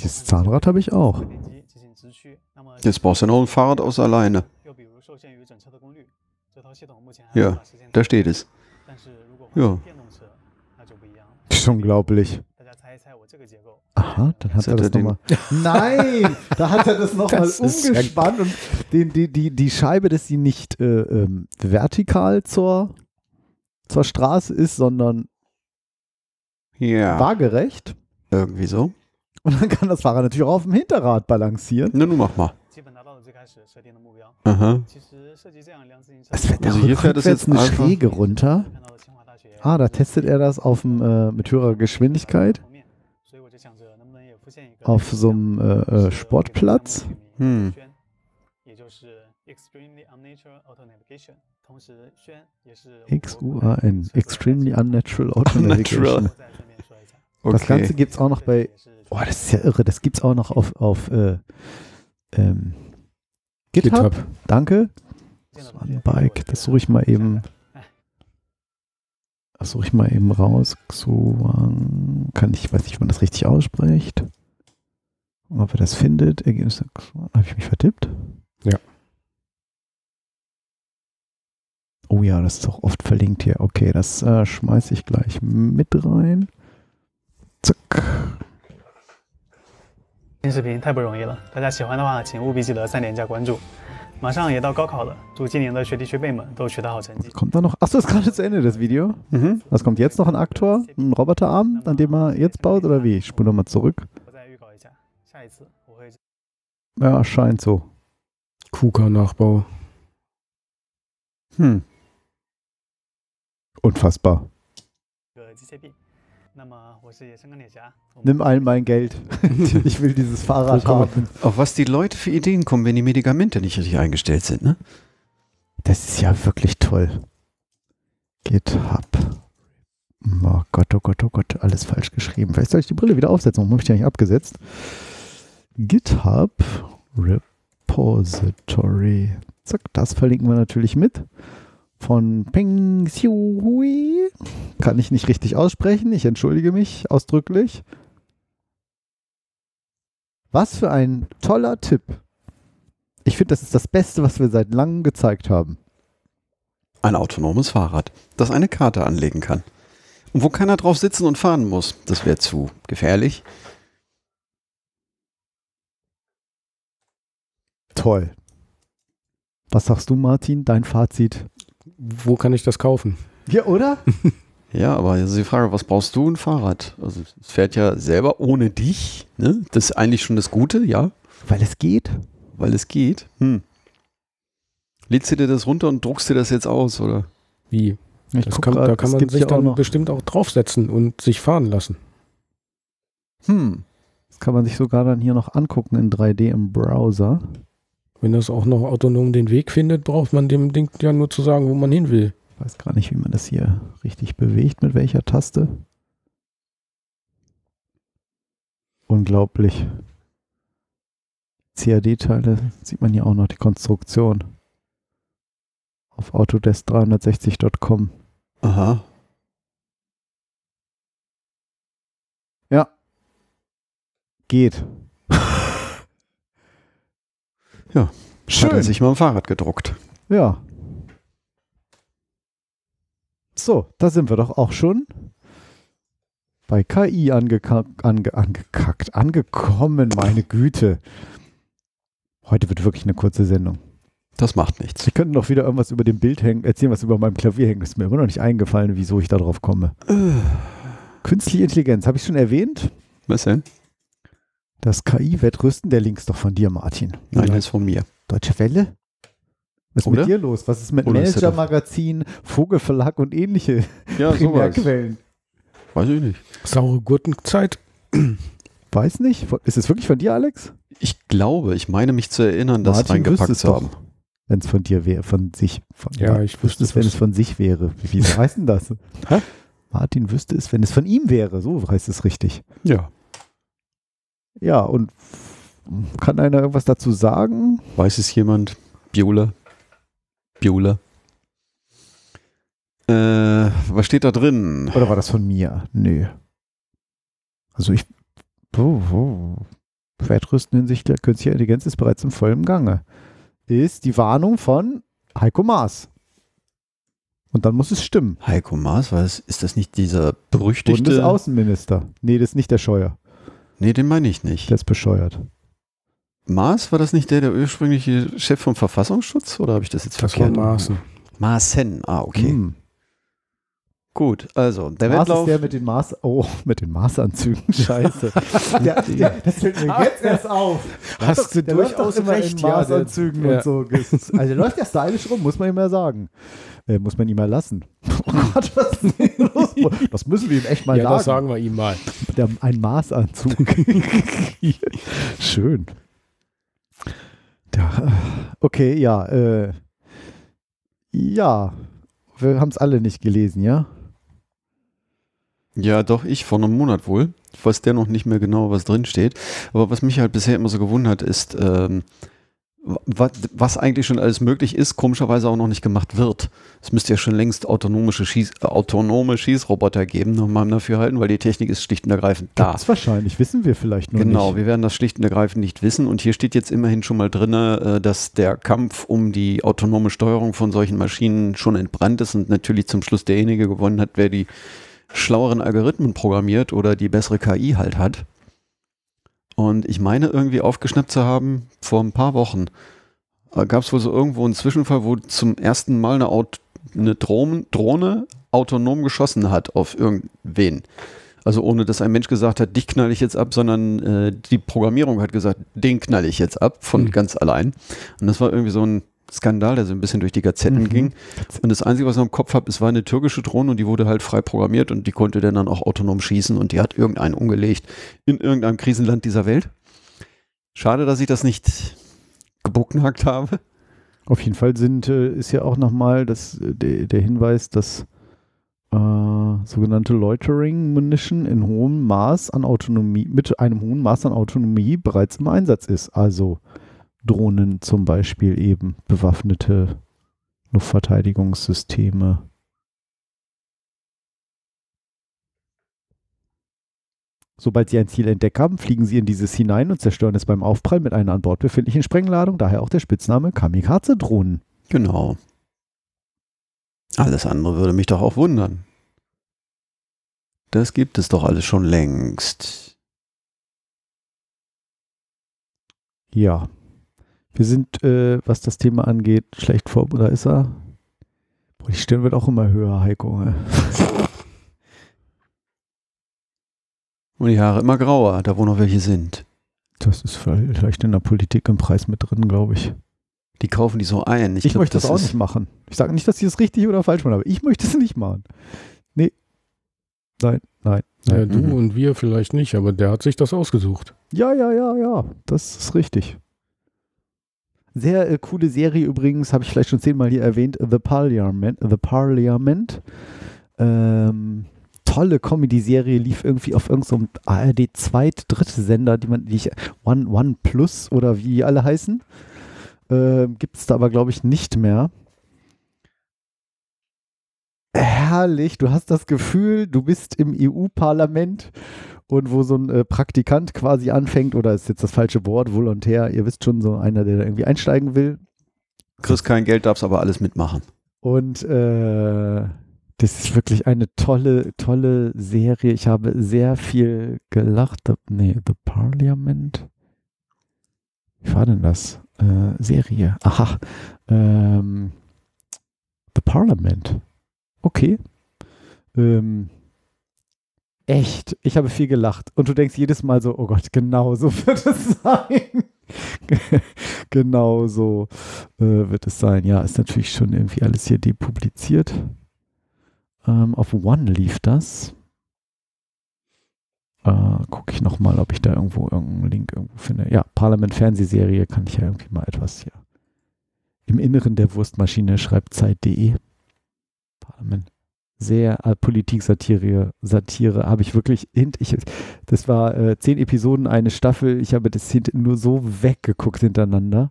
Dieses Zahnrad habe ich auch.
Jetzt brauchst du noch ein Fahrrad aus alleine. Ja, Da steht es. Ja.
Das ist unglaublich. Aha, dann hat
Jetzt
er
hat
das
er den-
nochmal. Nein, da hat er das nochmal
Das ist ja-
umgespannt und den, die, die, die Scheibe, dass sie nicht äh, ähm, vertikal zur, zur Straße ist, sondern
Ja.
waagerecht.
Irgendwie so.
Und dann kann das Fahrrad natürlich auch auf dem Hinterrad balancieren.
Na, nun mach mal. Aha.
Das fährt
Also
der
hier fährt
rückwärts
es jetzt
eine
einfach-
Schräge runter. Ah, da testet er das auf dem, äh, mit höherer Geschwindigkeit auf so einem äh, äh, Sportplatz.
Hm.
X-U-A-N, Extremely Unnatural Auto Navigation.
Unnatural.
Das Ganze
Okay.
gibt es auch noch bei, oh, das ist ja irre, das gibt es auch noch auf, auf äh, ähm, GitHub. Danke. Das war ein Bike, das suche ich mal eben. Das suche ich mal eben raus. Xuan, kann ich, weiß nicht, wie man das richtig ausspricht. Und Ob er das findet. Ergebnis, habe ich mich vertippt?
Ja.
Oh ja, das ist auch oft verlinkt hier. Okay, das äh, schmeiße ich gleich mit rein. Zack.
新视频太不容易了，大家喜欢的话，请务必记得三连加关注。马上也到高考了，祝今年的学弟学妹们都取得好成绩。
Kommt da noch? Achso, ist gerade zu Ende das Video.
Mhm.
嗯 Was kommt jetzt noch ein Aktor? Hm Ein Roboterarm, an dem er jetzt baut oder wie? Ich spule nochmal zurück.
我再预告一下，下一次我会
Ja, scheint so.
KUKA-Nachbau.
Hm.
Unfassbar.
这个机械臂。那么我是野生钢铁侠。我们
Nimm all mein Geld. Ich will dieses Fahrrad
Willkommen.
haben.
Auf was die Leute für Ideen kommen, wenn die Medikamente nicht richtig eingestellt sind, ne?
Das ist ja wirklich toll. GitHub. Oh Gott, oh Gott, oh Gott, alles falsch geschrieben. Vielleicht soll ich die Brille wieder aufsetzen. Warum habe ich die nicht abgesetzt? GitHub Repository. Zack, das verlinken wir natürlich mit. Von Peng Xiuhui. Kann ich nicht richtig aussprechen. Ich entschuldige mich ausdrücklich. Was für ein toller Tipp. Ich finde, das ist das Beste, was wir seit langem gezeigt haben.
Ein autonomes Fahrrad, das eine Karte anlegen kann. Und wo keiner drauf sitzen und fahren muss. Das wäre zu gefährlich.
Toll. Was sagst du, Martin? Dein Fazit?
Wo kann ich das kaufen?
Ja, oder?
Ja, aber jetzt ist die Frage, was brauchst du ein Fahrrad? Also es fährt ja selber ohne dich, ne? Das ist eigentlich schon das Gute, ja,
Weil es geht.
weil es geht. Hm. Lädst du dir das runter und druckst dir das jetzt aus, oder?
Wie?
Ich
Das
guck
kann,
grad,
da kann
es
man
gibt's
sich
ja auch
dann
noch.
bestimmt auch draufsetzen und sich fahren lassen.
Hm.
Das kann man sich sogar dann hier noch angucken in 3D im Browser.
Wenn das auch noch autonom den Weg findet, braucht man dem Ding ja nur zu sagen, wo man hin will.
Ich weiß gar nicht, wie man das hier richtig bewegt, mit welcher Taste. Unglaublich. CAD-Teile sieht man hier auch noch, die Konstruktion. Auf autodesk360.com.
Aha.
Geht.
Ja, Schön. Hat er
Schön.
sich mal ein Fahrrad gedruckt.
Ja. So, da sind wir doch auch schon bei KI angeka ange angekackt, angekommen, meine Güte. Heute wird wirklich eine kurze Sendung.
Das macht nichts.
Wir könnten doch wieder irgendwas über
Äh.
dem Bild hängen, erzählen, was über meinem Klavier hängt. Ist mir immer noch nicht eingefallen, wieso ich da drauf komme. Künstliche Intelligenz, habe ich schon erwähnt?
Was denn?
Das KI-Wettrüsten, der Link ist doch von dir, Martin.
Nein, das ist von mir.
Deutsche Welle? Was ist
Oder?
mit dir los? Was ist mit
Oder ist er doch-
Manager-Magazin, Vogelverlag und ähnliche
Ja,
Primärquellen?
Weiß ich nicht.
Saure Gurkenzeit.
Weiß nicht. Ist es wirklich von dir, Alex?
Ich glaube, ich meine mich zu erinnern, das
Martin wüsste
reingepackt
es
zu
doch.
haben.
Wenn es von dir wäre, von sich. Von,
Ja, ich wüsste es,
es, wenn es von sich wäre. Wie wie heißt denn das?
Hä?
Martin wüsste es, wenn es von ihm wäre. So heißt es richtig.
Ja.
Ja, und kann einer irgendwas dazu sagen?
Weiß es jemand? Biola? Biola? Äh, was steht da drin?
Oder war das von mir? Nö. Also ich. Oh, oh. Wettrüsten hinsichtlich der künstlichen Intelligenz ist bereits im vollen Gange. Ist die Warnung von Heiko Maas. Und dann muss es stimmen.
Heiko Maas, was, ist das nicht dieser berüchtigte?
Bundesaußenminister. Nee, das ist nicht der Scheuer.
Nee, den meine ich nicht.
Der ist bescheuert.
Maas, war das nicht der, der ursprüngliche Chef vom Verfassungsschutz? Oder habe ich das jetzt
Das war
verkehrt?
Maßen.
Maaßen, ah, okay.
Hm.
Gut, also, der
Maas ist
Wettlauf.
der mit den Maß. Oh, mit den Maßanzügen. Scheiße. der, der, das fällt
Ah.
mir jetzt erst auf.
Hast du
Der läuft doch
durchaus
immer
recht,
in
ja. der-
Maßanzügen
ja.
und so. Also der läuft ja stylisch rum, muss man ihm ja sagen. Äh, muss man ihm ja lassen. Oh Gott, was ist denn los? Das müssen wir ihm echt mal
ja, das
sagen.
sagen wir ihm mal.
Der, ein Maßanzug. Schön. Ja, okay, ja. Äh, ja, wir haben es alle nicht gelesen, ja?
Ja, doch, ich vor einem Monat wohl. Ich weiß der noch nicht mehr genau, was drin steht. Aber was mich halt bisher immer so gewundert ist, ähm, was, was eigentlich schon alles möglich ist, komischerweise auch noch nicht gemacht wird. Es müsste ja schon längst autonomische Schieß, äh, autonome Schießroboter geben, nach meinem Dafürhalten, weil die Technik ist schlicht und ergreifend da.
Gibt's wahrscheinlich, wissen wir vielleicht nur
Genau,
nicht.
wir werden das schlicht und ergreifend nicht wissen. Und hier steht jetzt immerhin schon mal drin, äh, dass der Kampf um die autonome Steuerung von solchen Maschinen schon entbrannt ist und natürlich zum Schluss derjenige gewonnen hat, wer die schlaueren Algorithmen programmiert oder die bessere KI halt hat. Und ich meine irgendwie aufgeschnappt zu haben, vor ein paar Wochen gab es Äh, wohl so irgendwo einen Zwischenfall, wo zum ersten Mal eine, Aut eine Drohne, Drohne autonom geschossen hat auf irgendwen. Also ohne, dass ein Mensch gesagt hat, dich knall ich jetzt ab, sondern äh, die Programmierung hat gesagt, den knall ich jetzt ab, von
Mhm.
ganz allein. Und das war irgendwie so ein Skandal, der so ein bisschen durch die Gazetten
Mhm.
ging. Und das Einzige, was ich noch im Kopf habe, es war eine türkische Drohne und die wurde halt frei programmiert und die konnte dann, dann auch autonom schießen und die hat irgendeinen umgelegt in irgendeinem Krisenland dieser Welt. Schade, dass ich das nicht gebucknackt habe.
Auf jeden Fall sind, äh, ist ja auch nochmal das, äh, der, der Hinweis, dass äh, sogenannte Loitering Munition in hohem Maß an Autonomie, mit einem hohen Maß an Autonomie bereits im Einsatz ist. Also Drohnen zum Beispiel eben, bewaffnete Luftverteidigungssysteme. Sobald sie ein Ziel entdeckt haben, fliegen sie in dieses hinein und zerstören es beim Aufprall mit einer an Bord befindlichen Sprengladung, daher auch der Spitzname Kamikaze-Drohnen.
Genau. Alles andere würde mich doch auch wundern. Das gibt es doch alles schon längst.
Ja. Wir sind, äh, was das Thema angeht, schlecht vor. Oder ist er? Boah, die Stirn wird auch immer höher, Heiko. ne? ey.
Und die Haare immer grauer, da wo noch welche sind.
Das ist vielleicht in der Politik im Preis mit drin, glaube ich.
Die kaufen die so ein.
Ich,
glaub,
möchte das, auch
ist-
nicht machen. Ich sage nicht, dass ich es richtig oder falsch mache, aber ich möchte es nicht machen. Nee. Nein, nein, nein.
Ja, du
Mhm.
und wir vielleicht nicht, aber der hat sich das ausgesucht.
Ja, ja, ja, ja, das ist richtig. Sehr äh, coole Serie übrigens, habe ich vielleicht schon zehnmal hier erwähnt, The Parliament. The Parliament. Ähm, tolle Comedy-Serie lief irgendwie auf irgendeinem ARD zweit dritte Sender, die man, die ich One One Plus oder wie die alle heißen, äh, gibt es da aber glaube ich nicht mehr. Herrlich, du hast das Gefühl, du bist im E EU-Parlament und wo so ein äh, Praktikant quasi anfängt, oder ist jetzt das falsche Wort, Volontär, ihr wisst schon, so einer, der da irgendwie einsteigen will.
Kriegst kein Geld, darfst aber alles mitmachen.
Und äh, das ist wirklich eine tolle, tolle Serie. Ich habe sehr viel gelacht. The- Nee, The Parliament. Wie war denn das? Äh, Serie. Aha. Ähm, The Parliament. Okay. Ähm, echt, ich habe viel gelacht. Und du denkst jedes Mal so, oh Gott, genau so wird es sein. genau so äh, wird es sein. Ja, ist natürlich schon irgendwie alles hier depubliziert. Ähm, auf One lief das. Äh, Gucke ich nochmal, ob ich da irgendwo irgendeinen Link irgendwo finde. Ja, Parlament-Fernsehserie kann ich ja irgendwie mal etwas hier. Im Inneren der Wurstmaschine schreibt Zeit.de. Parlament sehr äh, Politik, Satire, Satire habe ich wirklich, hint, ich, das war äh, zehn Episoden, eine Staffel, ich habe das hint, nur so weggeguckt hintereinander.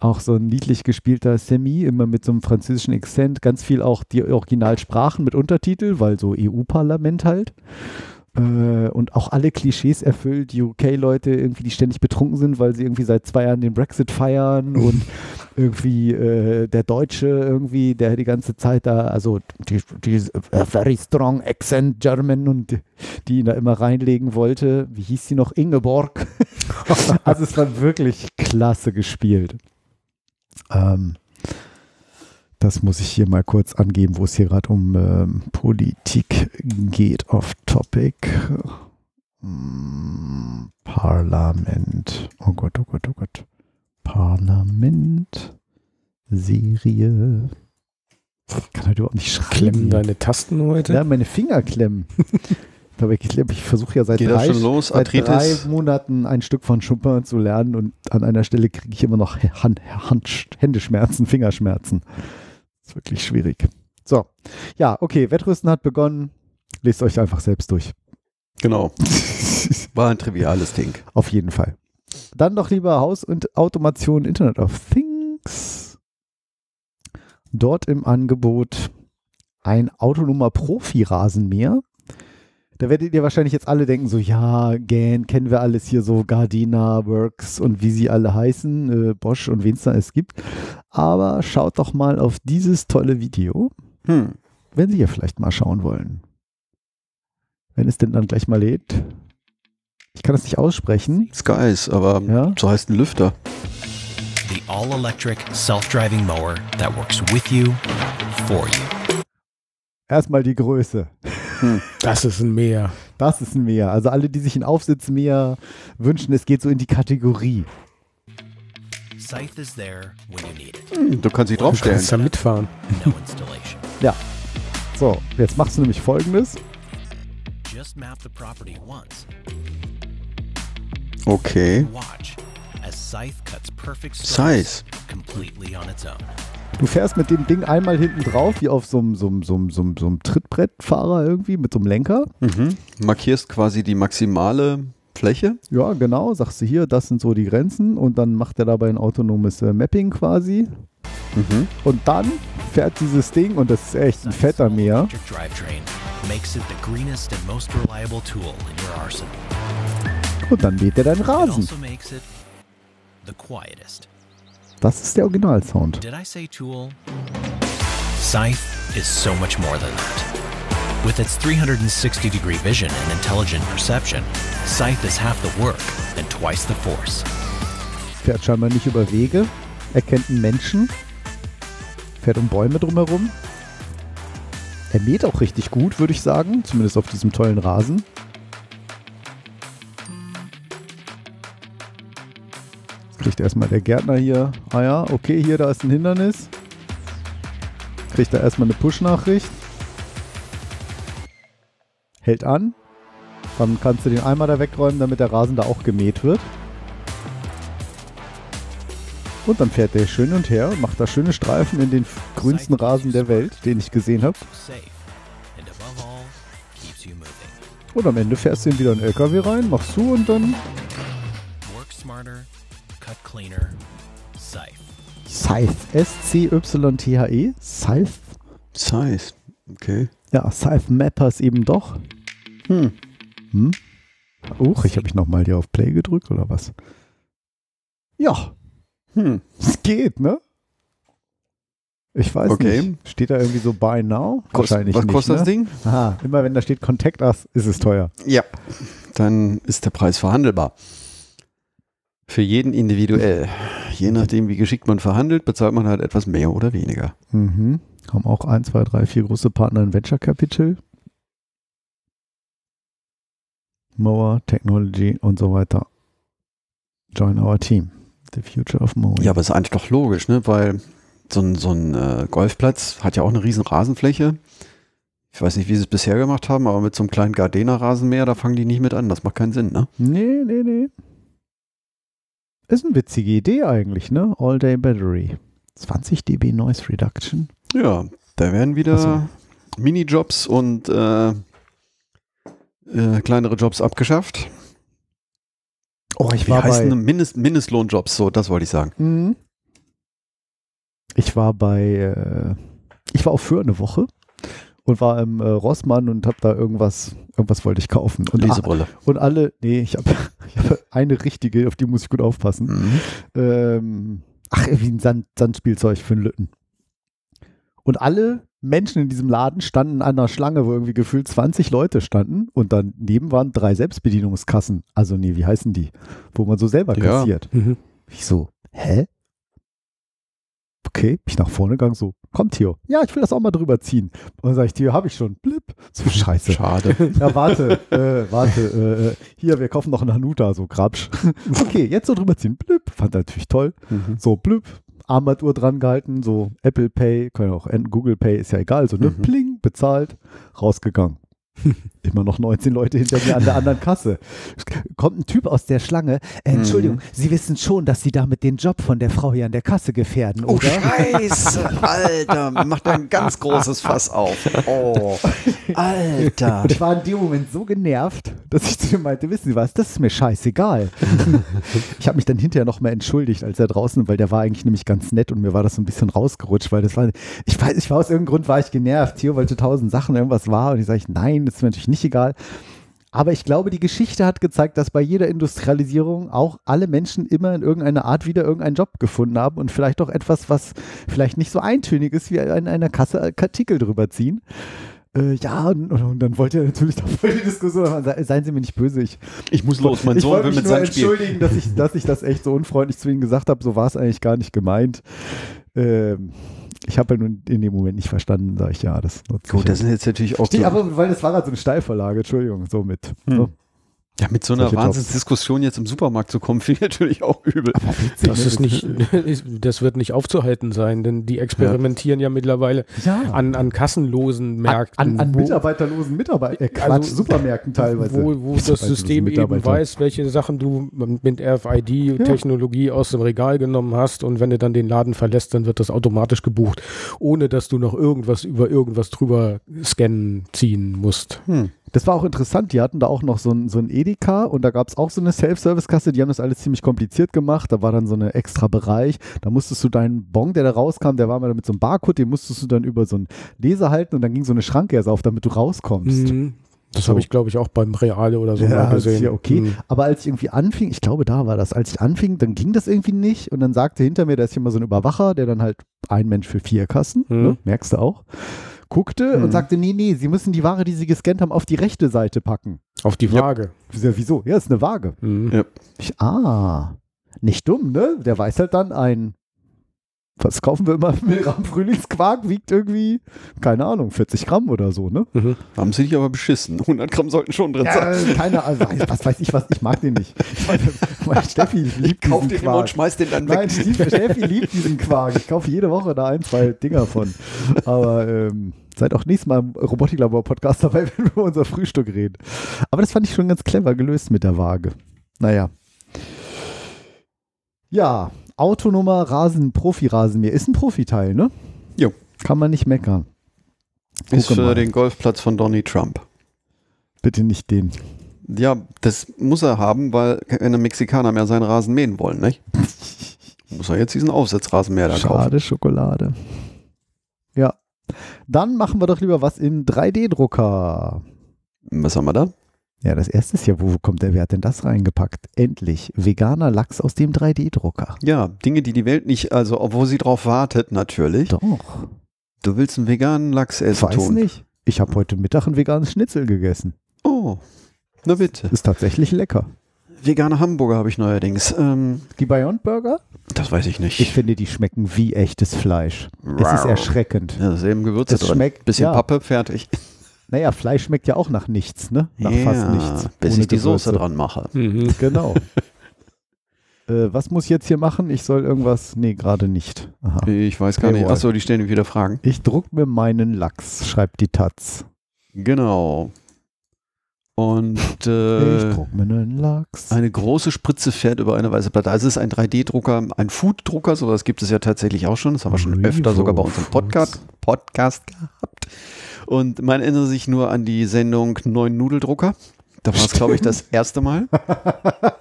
Auch so ein niedlich gespielter Semi, immer mit so einem französischen Akzent, ganz viel auch die Originalsprachen mit Untertitel, weil so EU-Parlament halt. Äh, und auch alle Klischees erfüllt, die UK-Leute irgendwie, die ständig betrunken sind, weil sie irgendwie seit zwei Jahren den Brexit feiern und irgendwie äh, der Deutsche irgendwie, der die ganze Zeit da, also die, die äh, very strong accent German und die ihn da immer reinlegen wollte, wie hieß sie noch, Ingeborg. also es war wirklich klasse gespielt. Ähm, das muss ich hier mal kurz angeben, wo es hier gerade um ähm, Politik geht, off topic. Mm, Parlament. Oh Gott, oh Gott, oh Gott. Parlament. Serie. Ich kann halt überhaupt nicht
Klemmen
schreiben.
deine Tasten heute?
Ja, meine Finger klemmen. Dabei klemm- ich versuche ja seit
Geht das
drei,
schon los?
seit drei
Arthritis?
Monaten ein Stück von Schumpern zu lernen und an einer Stelle kriege ich immer noch Hand, Hand, Händeschmerzen, Fingerschmerzen. ist wirklich schwierig. So, ja, okay, Wettrüsten hat begonnen. Lest euch einfach selbst durch.
Genau. War ein triviales Ding.
Auf jeden Fall. Dann doch lieber Haus und Automation Internet of Things. Dort im Angebot ein autonomer Profi-Rasenmäher. Da werdet ihr wahrscheinlich jetzt alle denken, so ja, GAN, kennen wir alles hier so, Gardena, Works und wie sie alle heißen, äh, Bosch und wen es da es gibt. Aber schaut doch mal auf dieses tolle Video,
Hm.
wenn Sie hier vielleicht mal schauen wollen. Wenn es denn dann gleich mal lädt. Ich kann es nicht aussprechen.
Skies, aber
Ja.
so heißt ein Lüfter.
The all electric self driving mower that works with you, for you.
Erstmal die Größe.
Das ist ein Meer.
Das ist ein Meer. Also alle, die sich ein Aufsitzmeer wünschen, es geht so in die Kategorie.
Scythe is there when you need it.
Du kannst dich
Du
draufstellen.
kannst da mitfahren.
No installation.
So, jetzt machst du nämlich folgendes.
Just map the property once.
Okay.
Watch as Scythe cuts perfect
Scythe.
strokes completely on its own.
Du fährst mit dem Ding einmal hinten drauf, wie auf so einem so einem- so einem- so einem- so einem Trittbrettfahrer irgendwie, mit so einem Lenker.
Mhm. Markierst quasi die maximale Fläche.
Ja, genau, sagst du hier, das sind so die Grenzen und dann macht er dabei ein autonomes äh, Mapping quasi.
Mhm.
Und dann fährt dieses Ding, und das ist echt ein
Scythe's
fetter Meer,
all-electric drivetrain makes it the greenest and most reliable tool in your arsenal.
und dann mäht er deinen
It
Rasen.
also makes it the quietest.
Das ist der Originalsound.
Did I say tool? Scythe is so much more than that. With its 360 degree vision and intelligent perception, Scythe is half the work and twice the force.
fährt scheinbar nicht über Wege, erkennt einen Menschen, fährt um Bäume drumherum. Er mäht auch richtig gut, würde ich sagen, zumindest auf diesem tollen Rasen. Kriegt erstmal der Gärtner hier, ah ja, okay, hier, da ist ein Hindernis. Kriegt er erstmal eine Push-Nachricht. Hält an. Dann kannst du den Eimer da wegräumen, damit der Rasen da auch gemäht wird. Und dann fährt der schön und her, macht da schöne Streifen in den grünsten Rasen der Welt, den ich gesehen habe.
Safe. And above all, keeps you moving.
Und am Ende fährst du ihn wieder in den LKW rein, machst du und dann
Work smarter, cut cleaner, Scythe.
Scythe. S-C-Y-T-H-E. E, Scythe.
Size. Okay.
Ja, Scythe Mappers eben doch.
Hm.
Hm? Uch, ich habe ich nochmal hier auf Play gedrückt oder was? Ja,
Hm.
es geht, ne? Ich weiß
Okay.
nicht. Steht da irgendwie so Buy Now?
Kost,
Wahrscheinlich
was
nicht.
kostet
ne?
das Ding?
Aha, immer wenn da steht Contact Us, ist es teuer.
Ja. Dann ist der Preis verhandelbar. Für jeden individuell. Je nachdem, wie geschickt man verhandelt, bezahlt man halt etwas mehr oder weniger.
Mhm. Haben auch ein, zwei, drei, vier große Partner in Venture Capital. Mower, Technology und so weiter. Join our team. The future of Mowing.
Ja, aber ist eigentlich doch logisch, ne? Weil so ein, so ein äh, Golfplatz hat ja auch eine riesen Rasenfläche. Ich weiß nicht, wie sie es bisher gemacht haben, aber mit so einem kleinen Gardena-Rasenmäher, da fangen die nicht mit an. Das macht keinen Sinn, ne?
Nee, nee, nee. Ist eine witzige Idee eigentlich, ne? All Day Battery. 20 dB Noise Reduction.
Ja, da werden wieder
Ach so.
Minijobs und äh, äh, kleinere Jobs abgeschafft.
Oh, ich
Wie
war
heißen
bei.
denn Mindest, Mindestlohnjobs? So, das wollte ich sagen.
Mhm. Ich war bei. Äh, ich war auch für eine Woche und war im äh, Rossmann und hab da irgendwas. Irgendwas wollte ich kaufen. Und, ah,
Lesebrille.
und alle. Nee, ich habe ich hab eine richtige, auf die muss ich gut aufpassen.
Mhm.
ähm, ach, wie ein Sand, Sandspielzeug für einen Lütten. Und alle Menschen in diesem Laden standen an einer Schlange, wo irgendwie gefühlt 20 Leute standen und daneben waren drei Selbstbedienungskassen. Also nee, wie heißen die? Wo man so selber
Ja.
kassiert.
Mhm.
Ich so, hä? Okay, bin ich nach vorne gegangen, so, komm Theo, ja, ich will das auch mal drüber ziehen. Und dann sage ich, Theo, habe ich schon, blip. So, scheiße.
Schade.
Ja, warte, äh, warte. Äh, äh, hier, wir kaufen noch einen Hanuta, so grabsch. Okay, jetzt so drüber ziehen. Blüpp, fand er natürlich toll.
Mhm.
So, blüpp, Armbanduhr dran gehalten, so Apple Pay, können auch N- Google Pay, ist ja egal. So, ne,
Mhm.
pling, bezahlt, rausgegangen. Immer noch 19 Leute hinter mir an der anderen Kasse.
Kommt ein Typ aus der Schlange. Äh, Entschuldigung,
Mhm.
Sie wissen schon, dass Sie damit den Job von der Frau hier an der Kasse gefährden,
Oh,
oder?
Scheiße, Alter, macht ein ganz großes Fass auf. Oh, Alter.
Und ich war in dem Moment so genervt, dass ich zu ihm meinte, wissen Sie was, das ist mir scheißegal.
Ich habe mich dann hinterher nochmal entschuldigt, als er draußen, weil der war eigentlich nämlich ganz nett und mir war das so ein bisschen rausgerutscht, weil das war, ich weiß, ich war aus irgendeinem Grund war ich genervt. Theo wollte tausend Sachen, irgendwas war und ich sage, nein, das ist mir natürlich nicht egal. Aber ich glaube, die Geschichte hat gezeigt, dass bei jeder Industrialisierung auch alle Menschen immer in irgendeiner Art wieder irgendeinen Job gefunden haben und vielleicht auch etwas, was vielleicht nicht so eintönig ist, wie an einer Kasse Artikel drüber ziehen. Äh, ja, und, und dann wollte er natürlich da voll die Diskussion haben. Se- Seien Sie mir nicht böse, ich
Ich muss los, mein
ich
Sohn
wollte
will
mich
mit
nur
seinem Spiel.
entschuldigen, dass ich, dass ich das echt so unfreundlich zu Ihnen gesagt habe. So war es eigentlich gar nicht gemeint. Ähm, ich habe ja nun in dem Moment nicht verstanden, sage ich ja, das nutzt
Gut, das sind jetzt natürlich auch
Stimmt,
so, Hm.
aber weil das war halt so eine Steilverlage, Entschuldigung, so mit. So.
ja, mit so einer
solche Jobs.
Wahnsinnsdiskussion jetzt im Supermarkt zu kommen, finde ich natürlich auch übel.
Das ist nicht, das wird nicht aufzuhalten sein, denn die experimentieren ja, mittlerweile
Ja,
an, an kassenlosen Märkten.
an, an
wo-
mitarbeiterlosen Mitarbeiter, äh, Quatsch,
Also,
Supermärkten teilweise.
Wo, wo das
Mitarbeiterlosen
System eben
Mitarbeiter.
weiß, welche Sachen du mit RFID-Technologie aus dem Regal genommen hast und wenn du dann den Laden verlässt, dann wird das automatisch gebucht, ohne dass du noch irgendwas über irgendwas drüber scannen ziehen musst.
Das war auch interessant, die hatten da auch noch so ein, so ein Edeka und da gab es auch so eine Self-Service-Kasse, die haben das alles ziemlich kompliziert gemacht, da war dann so ein extra Bereich, da musstest du deinen Bon, der da rauskam, der war mal mit so einem Barcode, den musstest du dann über so einen Laser halten und dann ging so eine Schranke erst auf, damit du rauskommst.
Das
So.
habe ich, glaube ich, auch beim Reale oder so
Ja,
mal
das
gesehen.
ist ja okay.
Mhm.
Aber als ich irgendwie anfing, ich glaube, da war das, als ich anfing, dann ging das irgendwie nicht und dann sagte hinter mir, da ist immer so ein Überwacher, der dann halt ein Mensch für vier Kassen,
Mhm.
ne, merkst du auch, guckte und sagte, nee, nee, sie müssen die Ware, die sie gescannt haben, auf die rechte Seite packen.
Auf die Waage.
Ich so, Ja, wieso? Ja, ist eine Waage.
Mhm.
Ich, ah, nicht dumm, ne? Der weiß halt dann ein, was kaufen wir immer? Milram Frühlingsquark wiegt irgendwie, keine Ahnung, 40 Gramm oder so, ne?
Mhm.
Haben sie dich aber beschissen. 100 Gramm sollten schon drin sein.
Äh, keine Ahnung, was weiß ich was, ich mag den nicht. Ich meine, meine Steffi liebt
Kauf
diesen
den immer und
Quark.
schmeiß den dann
Nein,
weg.
die, Steffi liebt diesen Quark. Ich kaufe jede Woche da ein, zwei Dinger von. Aber ähm, seid auch nächstes Mal im Robotiklabor-Podcast dabei, wenn wir über unser Frühstück reden. Aber das fand ich schon ganz clever gelöst mit der Waage. Naja. Ja, autonomer Rasen, Profi-Rasenmäher. Ist ein Profiteil, ne?
Jo.
Kann man nicht meckern.
Ist
Gucke mal.
für den Golfplatz von Donny Trump.
Bitte nicht den.
Ja, das muss er haben, weil keine Mexikaner mehr seinen Rasen mähen wollen, nicht? Muss er jetzt diesen Aufsitzrasenmäher da kaufen.
Schade, Schokolade. Ja. Dann machen wir doch lieber was in 3D-Drucker.
Was haben wir da?
Ja, das erste ist ja, wo kommt der, wer hat denn das reingepackt? Endlich, veganer Lachs aus dem 3D-Drucker.
Ja, Dinge, die die Welt nicht, also obwohl sie drauf wartet natürlich.
Doch,
Du willst einen veganen Lachs
ich
essen
weiß
tun.
nicht. Ich habe heute Mittag ein veganes Schnitzel gegessen.
Oh, na bitte.
Ist tatsächlich lecker.
Vegane Hamburger habe ich neuerdings. Ähm,
Die Beyond Burger?
das weiß ich nicht.
Ich finde, die schmecken wie echtes Fleisch. Es ist erschreckend.
Ja, selben Gewürze
Das
drin.
schmeckt-
Bisschen
ja.
Pappe, fertig.
Naja, Fleisch schmeckt ja auch nach nichts, ne? Nach fast nichts.
Bis
ohne
ich die Soße
Gewürze.
dran mache.
Mhm.
Genau. äh, was muss ich jetzt hier machen? Ich soll irgendwas. Nee, gerade nicht. Aha.
Ich weiß gar
Jawohl.
nicht. Achso, die stellen wieder Fragen.
Ich druck mir meinen Lachs, schreibt die Taz.
Genau. Und
ich
äh,
druck mir einen Lachs.
eine große Spritze fährt über eine weiße Platte. Also es ist ein 3D-Drucker, ein Food-Drucker, so das gibt es ja tatsächlich auch schon. Das haben wir schon öfter sogar bei uns im Podcast, Podcast gehabt. Und man erinnert sich nur an die Sendung Neuen Nudeldrucker. Da war es, glaube ich, das erste Mal.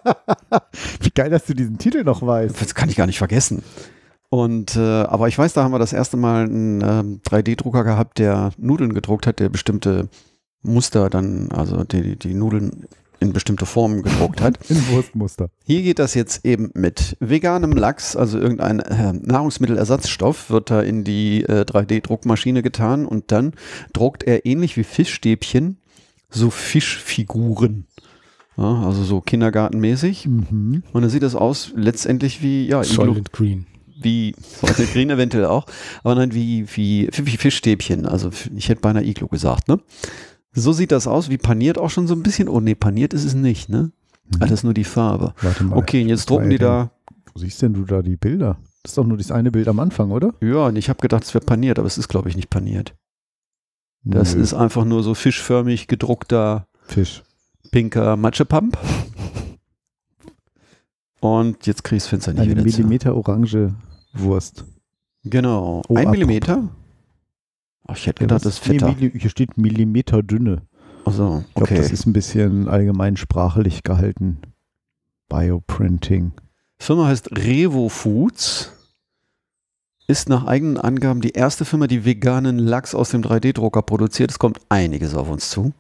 Wie geil, dass du diesen Titel noch weißt.
Das kann ich gar nicht vergessen. Und äh, aber ich weiß, da haben wir das erste Mal einen ähm, 3D-Drucker gehabt, der Nudeln gedruckt hat, der bestimmte Muster dann, also die, die, die Nudeln in bestimmte Formen gedruckt hat.
In Wurstmuster.
Hier geht das jetzt eben mit veganem Lachs, also irgendein äh, Nahrungsmittelersatzstoff, wird da in die äh, 3D-Druckmaschine getan und dann druckt er ähnlich wie Fischstäbchen so Fischfiguren. Ja, also so kindergartenmäßig.
Mhm.
Und dann sieht das aus letztendlich wie, ja, Iglu
Solid Green.
wie Solid Green eventuell auch, aber nein, wie, wie, wie Fischstäbchen. Also f- ich hätte beinahe Iglu gesagt, ne? So sieht das aus, wie paniert auch schon so ein bisschen. Oh nee, paniert ist es nicht, ne?
Mhm.
Ah, das ist nur die Farbe.
Warte mal.
Okay, und jetzt drucken die da.
Wo siehst denn du da die Bilder? Das ist doch nur das eine Bild am Anfang, oder?
Ja, und ich habe gedacht, es wäre paniert, aber es ist, glaube ich, nicht paniert. Das
Nö.
ist einfach nur so fischförmig gedruckter
Fisch.
pinker Matschepamp. Und jetzt kriegst du es nicht
Eine
wieder zu.
Millimeter orange Wurst.
Genau.
Oh,
Ein
apropos.
Millimeter? Ach, ich hätte gedacht, das ist fetter.
Nee, Milli- hier steht Millimeter dünne.
Also,
Ich glaube,
okay.
das ist ein bisschen allgemein sprachlich gehalten. Bioprinting.
Firma heißt Revo Foods. Ist nach eigenen Angaben die erste Firma, die veganen Lachs aus dem 3D-Drucker produziert. Es kommt einiges auf uns zu.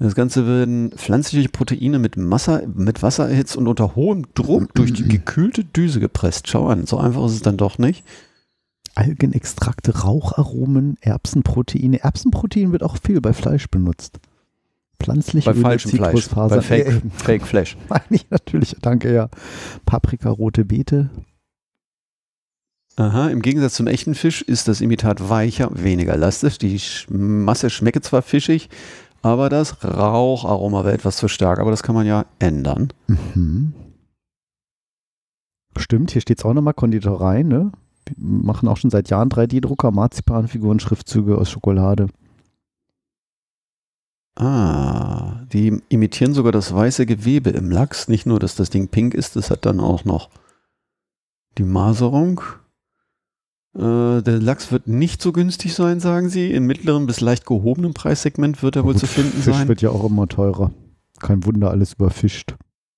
Das Ganze werden pflanzliche Proteine mit, Massa, mit Wasser erhitzt und unter hohem Druck durch die gekühlte Düse gepresst. Schau an, so einfach ist es dann doch nicht.
Algenextrakte, Raucharomen, Erbsenproteine. Erbsenprotein wird auch viel bei Fleisch benutzt. Pflanzliche
Bei
Öle,
falschem Fleisch.
Zitrusfasern.
Bei Fake,
Äh,
Fake Flash.
meine ich natürlich, danke, ja. Paprika, rote Beete.
Aha, im Gegensatz zum echten Fisch ist das Imitat weicher, weniger elastisch. Die Sch Masse schmecke zwar fischig, aber das Raucharoma wäre etwas zu stark. Aber das kann man ja ändern.
Mhm. Stimmt, hier steht es auch nochmal Konditorei, ne? Die Machen auch schon seit Jahren 3D-Drucker, Marzipanfiguren, Schriftzüge aus Schokolade.
Ah, die imitieren sogar das weiße Gewebe im Lachs. Nicht nur, dass das Ding pink ist, das hat dann auch noch die Maserung. Äh, der Lachs wird nicht so günstig sein, sagen sie. Im mittleren bis leicht gehobenem Preissegment wird er wohl
Gut,
zu finden
Fisch
sein.
wird ja auch immer teurer. Kein Wunder, alles überfischt.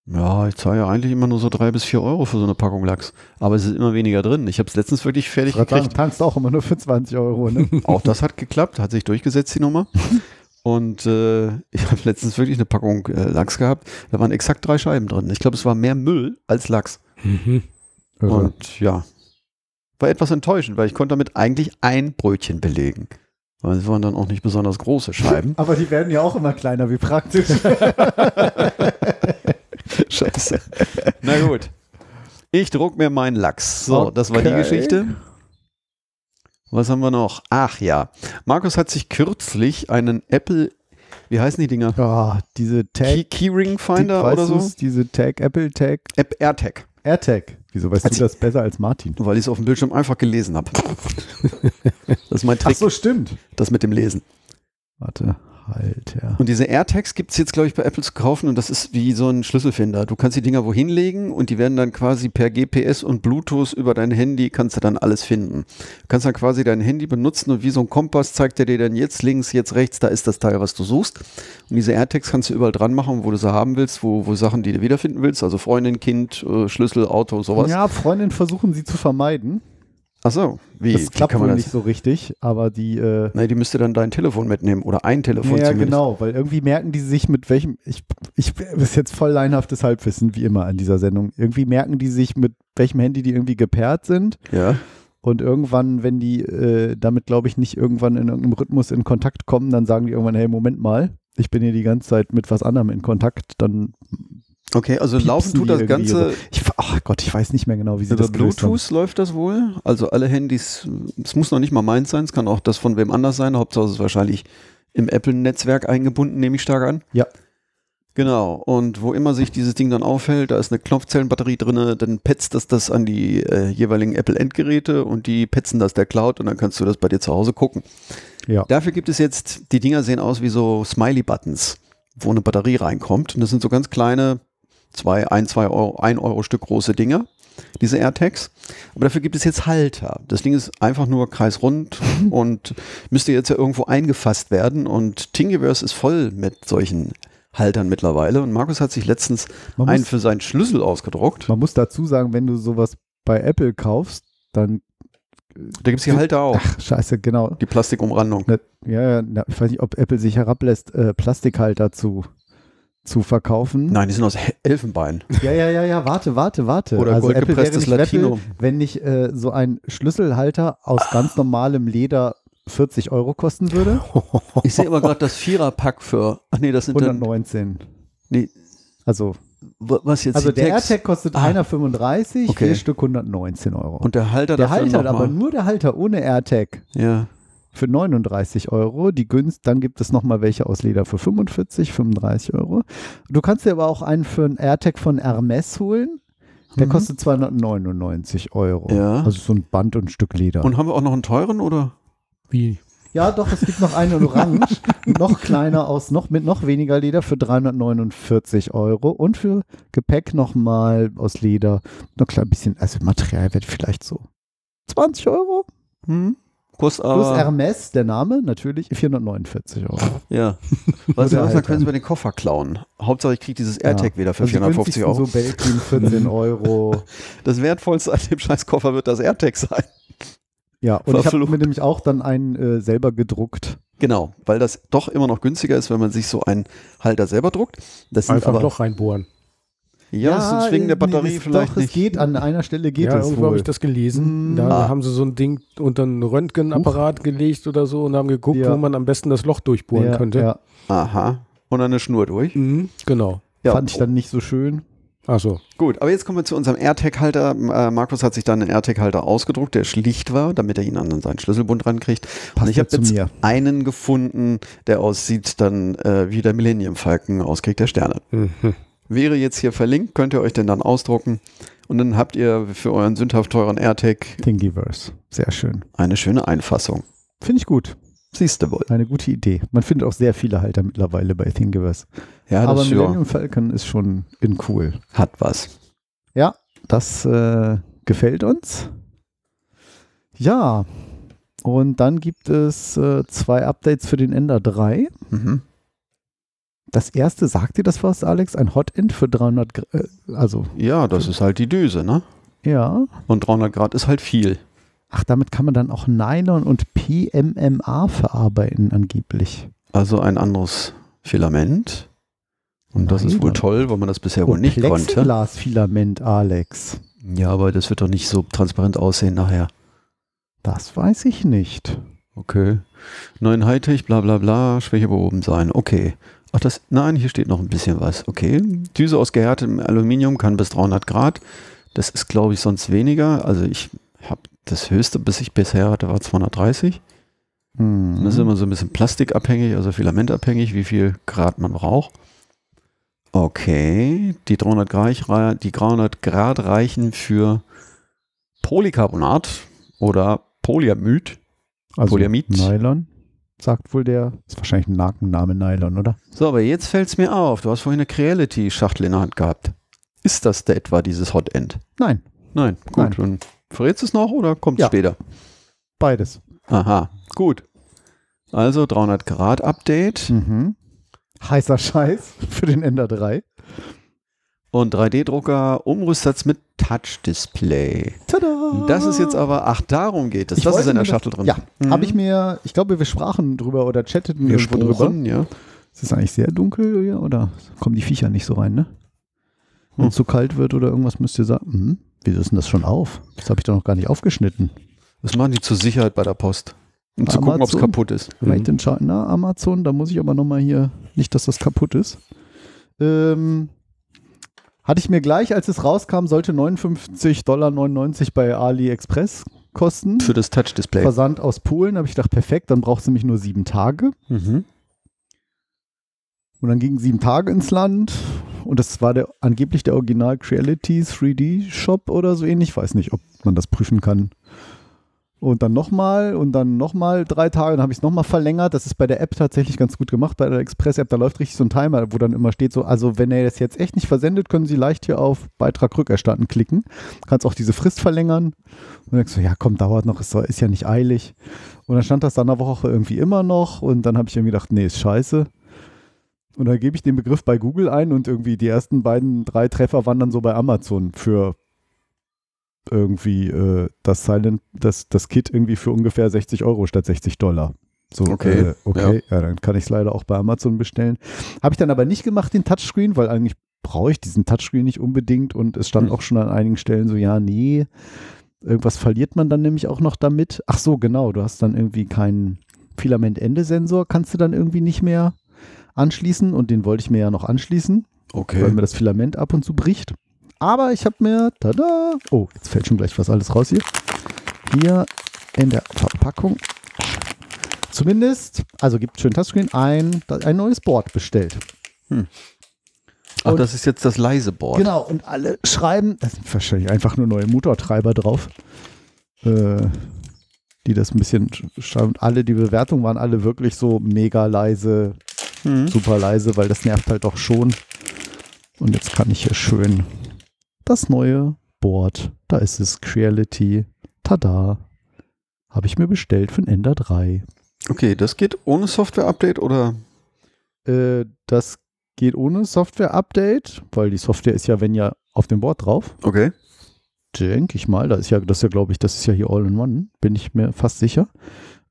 Ja, ich zahle ja eigentlich immer nur so drei bis vier Euro für so eine Packung Lachs. Aber es ist immer weniger drin. Ich habe es letztens wirklich fertig
Ich sagen,
gekriegt.
tanzt auch immer nur für 20 Euro, ne?
Auch das hat geklappt, hat sich durchgesetzt, die Nummer. Und äh, ich habe letztens wirklich eine Packung äh, Lachs gehabt. Da waren exakt drei Scheiben drin. Ich glaube, es war mehr Müll als Lachs.
Mhm.
Irre.
Und ja, war etwas enttäuschend, weil ich konnte damit eigentlich ein Brötchen belegen. Weil es waren dann auch nicht besonders große Scheiben.
Aber die werden ja auch immer kleiner, wie praktisch.
Scheiße. Na gut. Ich druck mir meinen Lachs. So, das war die
Okay.
Geschichte. Was haben wir noch? Ach ja. Markus hat sich kürzlich einen Apple, wie heißen die Dinger?
Ah, diese
Key,
Tag,
Keyring
die,
Finder
weißt
oder so?
du's? diese Tag, Apple Tag,
App AirTag,
AirTag. Wieso weißt
Hat
du das besser als Martin?
weil ich es auf dem Bildschirm einfach gelesen habe. das ist mein
Ach
Trick,
so, stimmt.
das mit dem Lesen.
Warte, halt, ja.
Und diese AirTags gibt es jetzt, glaube ich, bei Apple zu kaufen und das ist wie so ein Schlüsselfinder. Du kannst die Dinger wohin legen und die werden dann quasi per GPS und Bluetooth über dein Handy, kannst du dann alles finden. Du kannst dann quasi dein Handy benutzen und wie so ein Kompass zeigt er dir dann jetzt links, jetzt rechts, da ist das Teil, was du suchst. Und diese AirTags kannst du überall dran machen, wo du sie haben willst, wo, wo Sachen, die du wiederfinden willst, also Freundin, Kind, äh, Schlüssel, Auto, sowas.
Ja, Freundinnen versuchen sie zu vermeiden.
Ach so, wie,
Das
wie
klappt
kann
wohl
man
nicht
das?
so richtig, aber die. Äh,
Nein, die müsste dann dein Telefon mitnehmen oder ein Telefon
ja,
zumindest.
genau, weil irgendwie merken die sich mit welchem. Ich, ich ist jetzt voll leinhaftes Halbwissen, wie immer an dieser Sendung. Irgendwie merken die sich mit welchem Handy die irgendwie gepaart sind
Ja.
Und irgendwann, wenn die äh, damit, glaube ich, nicht irgendwann in irgendeinem Rhythmus in Kontakt kommen, dann sagen die irgendwann, hey, Moment mal, ich bin hier die ganze Zeit mit was anderem in Kontakt. Dann,
Okay, also
Piepsen
laufen tut
die
das
irgendwie
Ganze
ich, ach Gott, ich weiß nicht mehr genau, wie sie
Über
das gelöst haben.
Bluetooth läuft das wohl. Also alle Handys, es muss noch nicht mal meins sein, es kann auch das von wem anders sein. Hauptsache es ist wahrscheinlich im Apple-Netzwerk eingebunden, nehme ich stark an.
Ja.
Genau, und wo immer sich dieses Ding dann aufhält, da ist eine Knopfzellenbatterie drin, dann petzt das das an die äh, jeweiligen Apple-Endgeräte und die petzen das der Cloud und dann kannst du das bei dir zu Hause gucken.
Ja.
Dafür gibt es jetzt, die Dinger sehen aus wie so Smiley-Buttons, wo eine Batterie reinkommt. Und das sind so ganz kleine, zwei, ein, zwei Euro, ein Euro Stück große Dinger, diese AirTags. Aber dafür gibt es jetzt Halter. Das Ding ist einfach nur kreisrund und müsste jetzt ja irgendwo eingefasst werden. Und Thingiverse ist voll mit solchen Haltern mittlerweile. Und Markus hat sich letztens
Man
einen
muss,
für seinen Schlüssel ausgedruckt.
man muss dazu sagen, wenn du sowas bei Apple kaufst, dann äh,
Da gibt es die Halter auch,
Ach, scheiße, genau.
die Plastikumrandung.
Na, ja, ja, na, ich weiß nicht, ob Apple sich herablässt, äh, Plastikhalter zu, zu verkaufen.
Nein, die sind aus He- Elfenbein. Also
Ja, ja, ja, ja, warte, warte, warte. Also
Oder
Apple wäre
goldgepresstes
nicht
Latino.
Apple, wenn nicht äh, so ein Schlüsselhalter aus
Ah.
ganz normalem Leder 40 Euro kosten würde.
Ich sehe aber gerade das Viererpack für. Ach nee, das sind dann.
119.
Nee,
Also,
wa- was jetzt?
also
die
der
Tags?
AirTag kostet
Ah.
einer 35,
Okay.
vier Stück 119 Euro.
Und der Halter
der
dafür
Halter,
noch
aber
mal.
nur der Halter ohne AirTag
Ja.
für 39 Euro. Die günst, dann gibt es nochmal welche aus Leder für 45, 35 Euro. Du kannst dir aber auch einen für einen AirTag von Hermes holen. Der
Mhm.
kostet 299 Euro.
Ja.
Also so ein Band und ein Stück Leder.
Und haben wir auch noch einen teuren oder?
Wie?
Ja, doch, es gibt noch einen in Orange, noch kleiner aus, noch mit noch weniger Leder für 349 Euro und für Gepäck nochmal aus Leder, noch klein bisschen, also Materialwert vielleicht so 20 Euro.
Hm? äh, Kostet
Plus
aber.
Hermes, der Name natürlich, 449 Euro.
Ja. Weißt du
der
was,
Halter.
dann können sie mir den Koffer klauen. Hauptsache ich kriege dieses AirTag wieder für
halt, ähm, Also die
450
günstigsten
Euro.
So Belgien 14 Euro.
Das wertvollste an dem scheiß Koffer wird das AirTag sein.
Ja, und ich habe
Verflucht.
mir nämlich auch dann einen äh, selber gedruckt.
Genau, weil das doch immer noch günstiger ist, wenn man sich so einen Halter selber druckt. Das sind
Einfach
aber
doch reinbohren.
ja, das sind wegen der
äh,
Batterie
nee, das-
vielleicht
doch,
nicht.
es geht, an einer Stelle geht
ja,
es
irgendwo habe
wohl.
ich das gelesen. Da
Ah.
haben sie so ein Ding unter einen Röntgenapparat gelegt oder so und haben geguckt,
Ja.
wo man am besten das Loch durchbohren
ja,
könnte.
ja.
Aha. Und dann eine Schnur durch.
Mhm, genau.
Ja.
Fand ich dann nicht so schön.
Achso.
Gut, aber jetzt kommen wir zu unserem AirTag-Halter. Äh, Markus hat sich dann einen AirTag-Halter ausgedruckt, der schlicht war, damit er ihn an seinen Schlüsselbund rankriegt. und
Passt
ich habe
ja zu
jetzt
mir.
einen gefunden, der aussieht dann äh, wie der Millennium Falcon aus Krieg der Sterne.
Mhm.
Wäre jetzt hier verlinkt, könnt ihr euch den dann ausdrucken. Und dann habt ihr für euren sündhaft teuren AirTag
Thingiverse. Sehr schön.
eine schöne Einfassung.
Finde ich gut.
Siehst du wohl.
Eine gute Idee. Man findet auch sehr viele Halter mittlerweile bei Thingiverse.
Ja,
Aber
das ja,
Millennium Falcon ist schon in cool.
hat was.
Das äh, gefällt uns. Ja. Und dann gibt es äh, zwei Updates für den Ender 3.
Mhm.
Das erste, sagt dir das was, Alex? Ein Hotend für 300, Gr- äh, also
Ja, das ist halt die Düse, ne?
ja.
Und 300 Grad ist halt viel.
Ach, damit kann man dann auch Nylon und PMMA verarbeiten angeblich.
Also ein anderes Filament. Und das
Nein,
ist wohl
aber-
toll, weil man das bisher wohl
Und
nicht konnte.
Plexiglasfilament, Alex.
Ja, aber das wird doch nicht so transparent aussehen nachher.
Das weiß ich nicht.
Okay. Neuen Hightech, bla bla bla, Schwäche behoben sein. Okay. Ach, das, nein, hier steht noch ein bisschen was. Okay. Düse aus gehärtetem Aluminium kann bis 300 Grad. Das ist, glaube ich, sonst weniger. Also ich habe das höchste, bis ich bisher hatte, war 230.
Hm.
Das ist immer so ein bisschen plastikabhängig, also filamentabhängig, wie viel Grad man braucht. Okay. Die 300 Grad, die 300 Grad reichen für Polycarbonat oder Polyamid.
also
Polyamid.
Nylon, sagt wohl der. Ist wahrscheinlich ein Markenname Nylon, oder?
So, aber jetzt fällt es mir auf. Du hast vorhin eine Creality-Schachtel in der Hand gehabt. Ist das da etwa dieses Hotend?
Nein,
Nein,
Nein.
gut. Dann verrätst du es noch oder kommt es
Ja.
später?
beides.
Aha, gut. Also 300 Grad Update
Mhm. Heißer Scheiß für den Ender 3.
und 3D-Drucker Umrüstsatz mit Touch-Display.
Tada!
Das ist jetzt aber, ach, darum geht es.
Ich
Das ist
wollte
in der
mir das-
Schachtel drin.
Ja,
Mhm.
habe ich mir, ich glaube, wir sprachen drüber oder chatteten
wir
irgendwo drüber.
spuren, ja.
Es ist eigentlich sehr dunkel hier, oder kommen die Viecher nicht so rein, ne? Wenn es
Hm.
zu kalt wird oder irgendwas, müsst ihr sagen, hm, wieso ist denn das schon auf? Das habe ich doch noch gar nicht aufgeschnitten.
Das machen die zur Sicherheit bei der Post. Um zu gucken, ob es
Amazon?
kaputt ist.
Made in China, Amazon, da muss ich aber nochmal hier, nicht, dass das kaputt ist. Ähm, hatte ich mir gleich, als es rauskam, sollte 59,99 Dollar bei AliExpress kosten.
Für das Touch-Display.
Versand aus Polen, habe ich gedacht, perfekt, dann braucht sie mich nur sieben Tage.
Mhm.
Und dann gingen sieben Tage ins Land und das war der angeblich der Original Creality 3D Shop oder so ähnlich. Ich weiß nicht, ob man das prüfen kann. Und dann nochmal und dann nochmal drei Tage, dann habe ich es nochmal verlängert. Das ist bei der App tatsächlich ganz gut gemacht, bei der Express-App. Da läuft richtig so ein Timer, wo dann immer steht so, also wenn er das jetzt echt nicht versendet, können Sie leicht hier auf Beitrag rückerstatten klicken. Kannst auch diese Frist verlängern. Und dann denkst du, ja komm, dauert noch, ist, doch- ist ja nicht eilig. Und dann stand das dann eine Woche irgendwie immer noch und dann habe ich irgendwie gedacht, nee, ist scheiße. Und dann gebe ich den Begriff bei Google ein und irgendwie die ersten beiden, drei Treffer waren dann so bei Amazon für irgendwie äh, das Silent, das, das Kit irgendwie für ungefähr 60 Euro statt 60 Dollar. So,
Okay,
äh, okay, ja. dann kann ich es leider auch bei Amazon bestellen. Habe ich dann aber nicht gemacht, den Touchscreen, weil eigentlich brauche ich diesen Touchscreen nicht unbedingt und es stand auch schon an einigen Stellen so, ja, nee, irgendwas verliert man dann nämlich auch noch damit. Ach so, genau, du hast dann irgendwie keinen Filamentende-Sensor, kannst du dann irgendwie nicht mehr anschließen und den wollte ich mir ja noch anschließen, weil
Okay.
mir das Filament ab und zu bricht. Aber ich habe mir, tada, oh, jetzt fällt schon gleich was alles raus hier. Hier in der Verpackung zumindest, also gibt schön Touchscreen, ein, ein neues Board bestellt.
Ach, das ist jetzt das leise Board.
Genau, und alle schreiben, das sind wahrscheinlich einfach nur neue Motortreiber drauf, äh, die das ein bisschen sch- schreiben. Und alle, die Bewertungen waren alle wirklich so mega leise,
Mhm.
super leise, weil das nervt halt auch schon. Und jetzt kann ich hier schön das neue Board, da ist es, Creality, tada, habe ich mir bestellt für ein Ender 3.
Okay, das geht ohne Software-Update oder?
Äh, das geht ohne Software-Update, weil die Software ist ja, wenn ja, auf dem Board drauf.
Okay.
Denke ich mal. Da ist ja, das ist ja, glaube ich, das ist ja hier All-in-One. Bin ich mir fast sicher.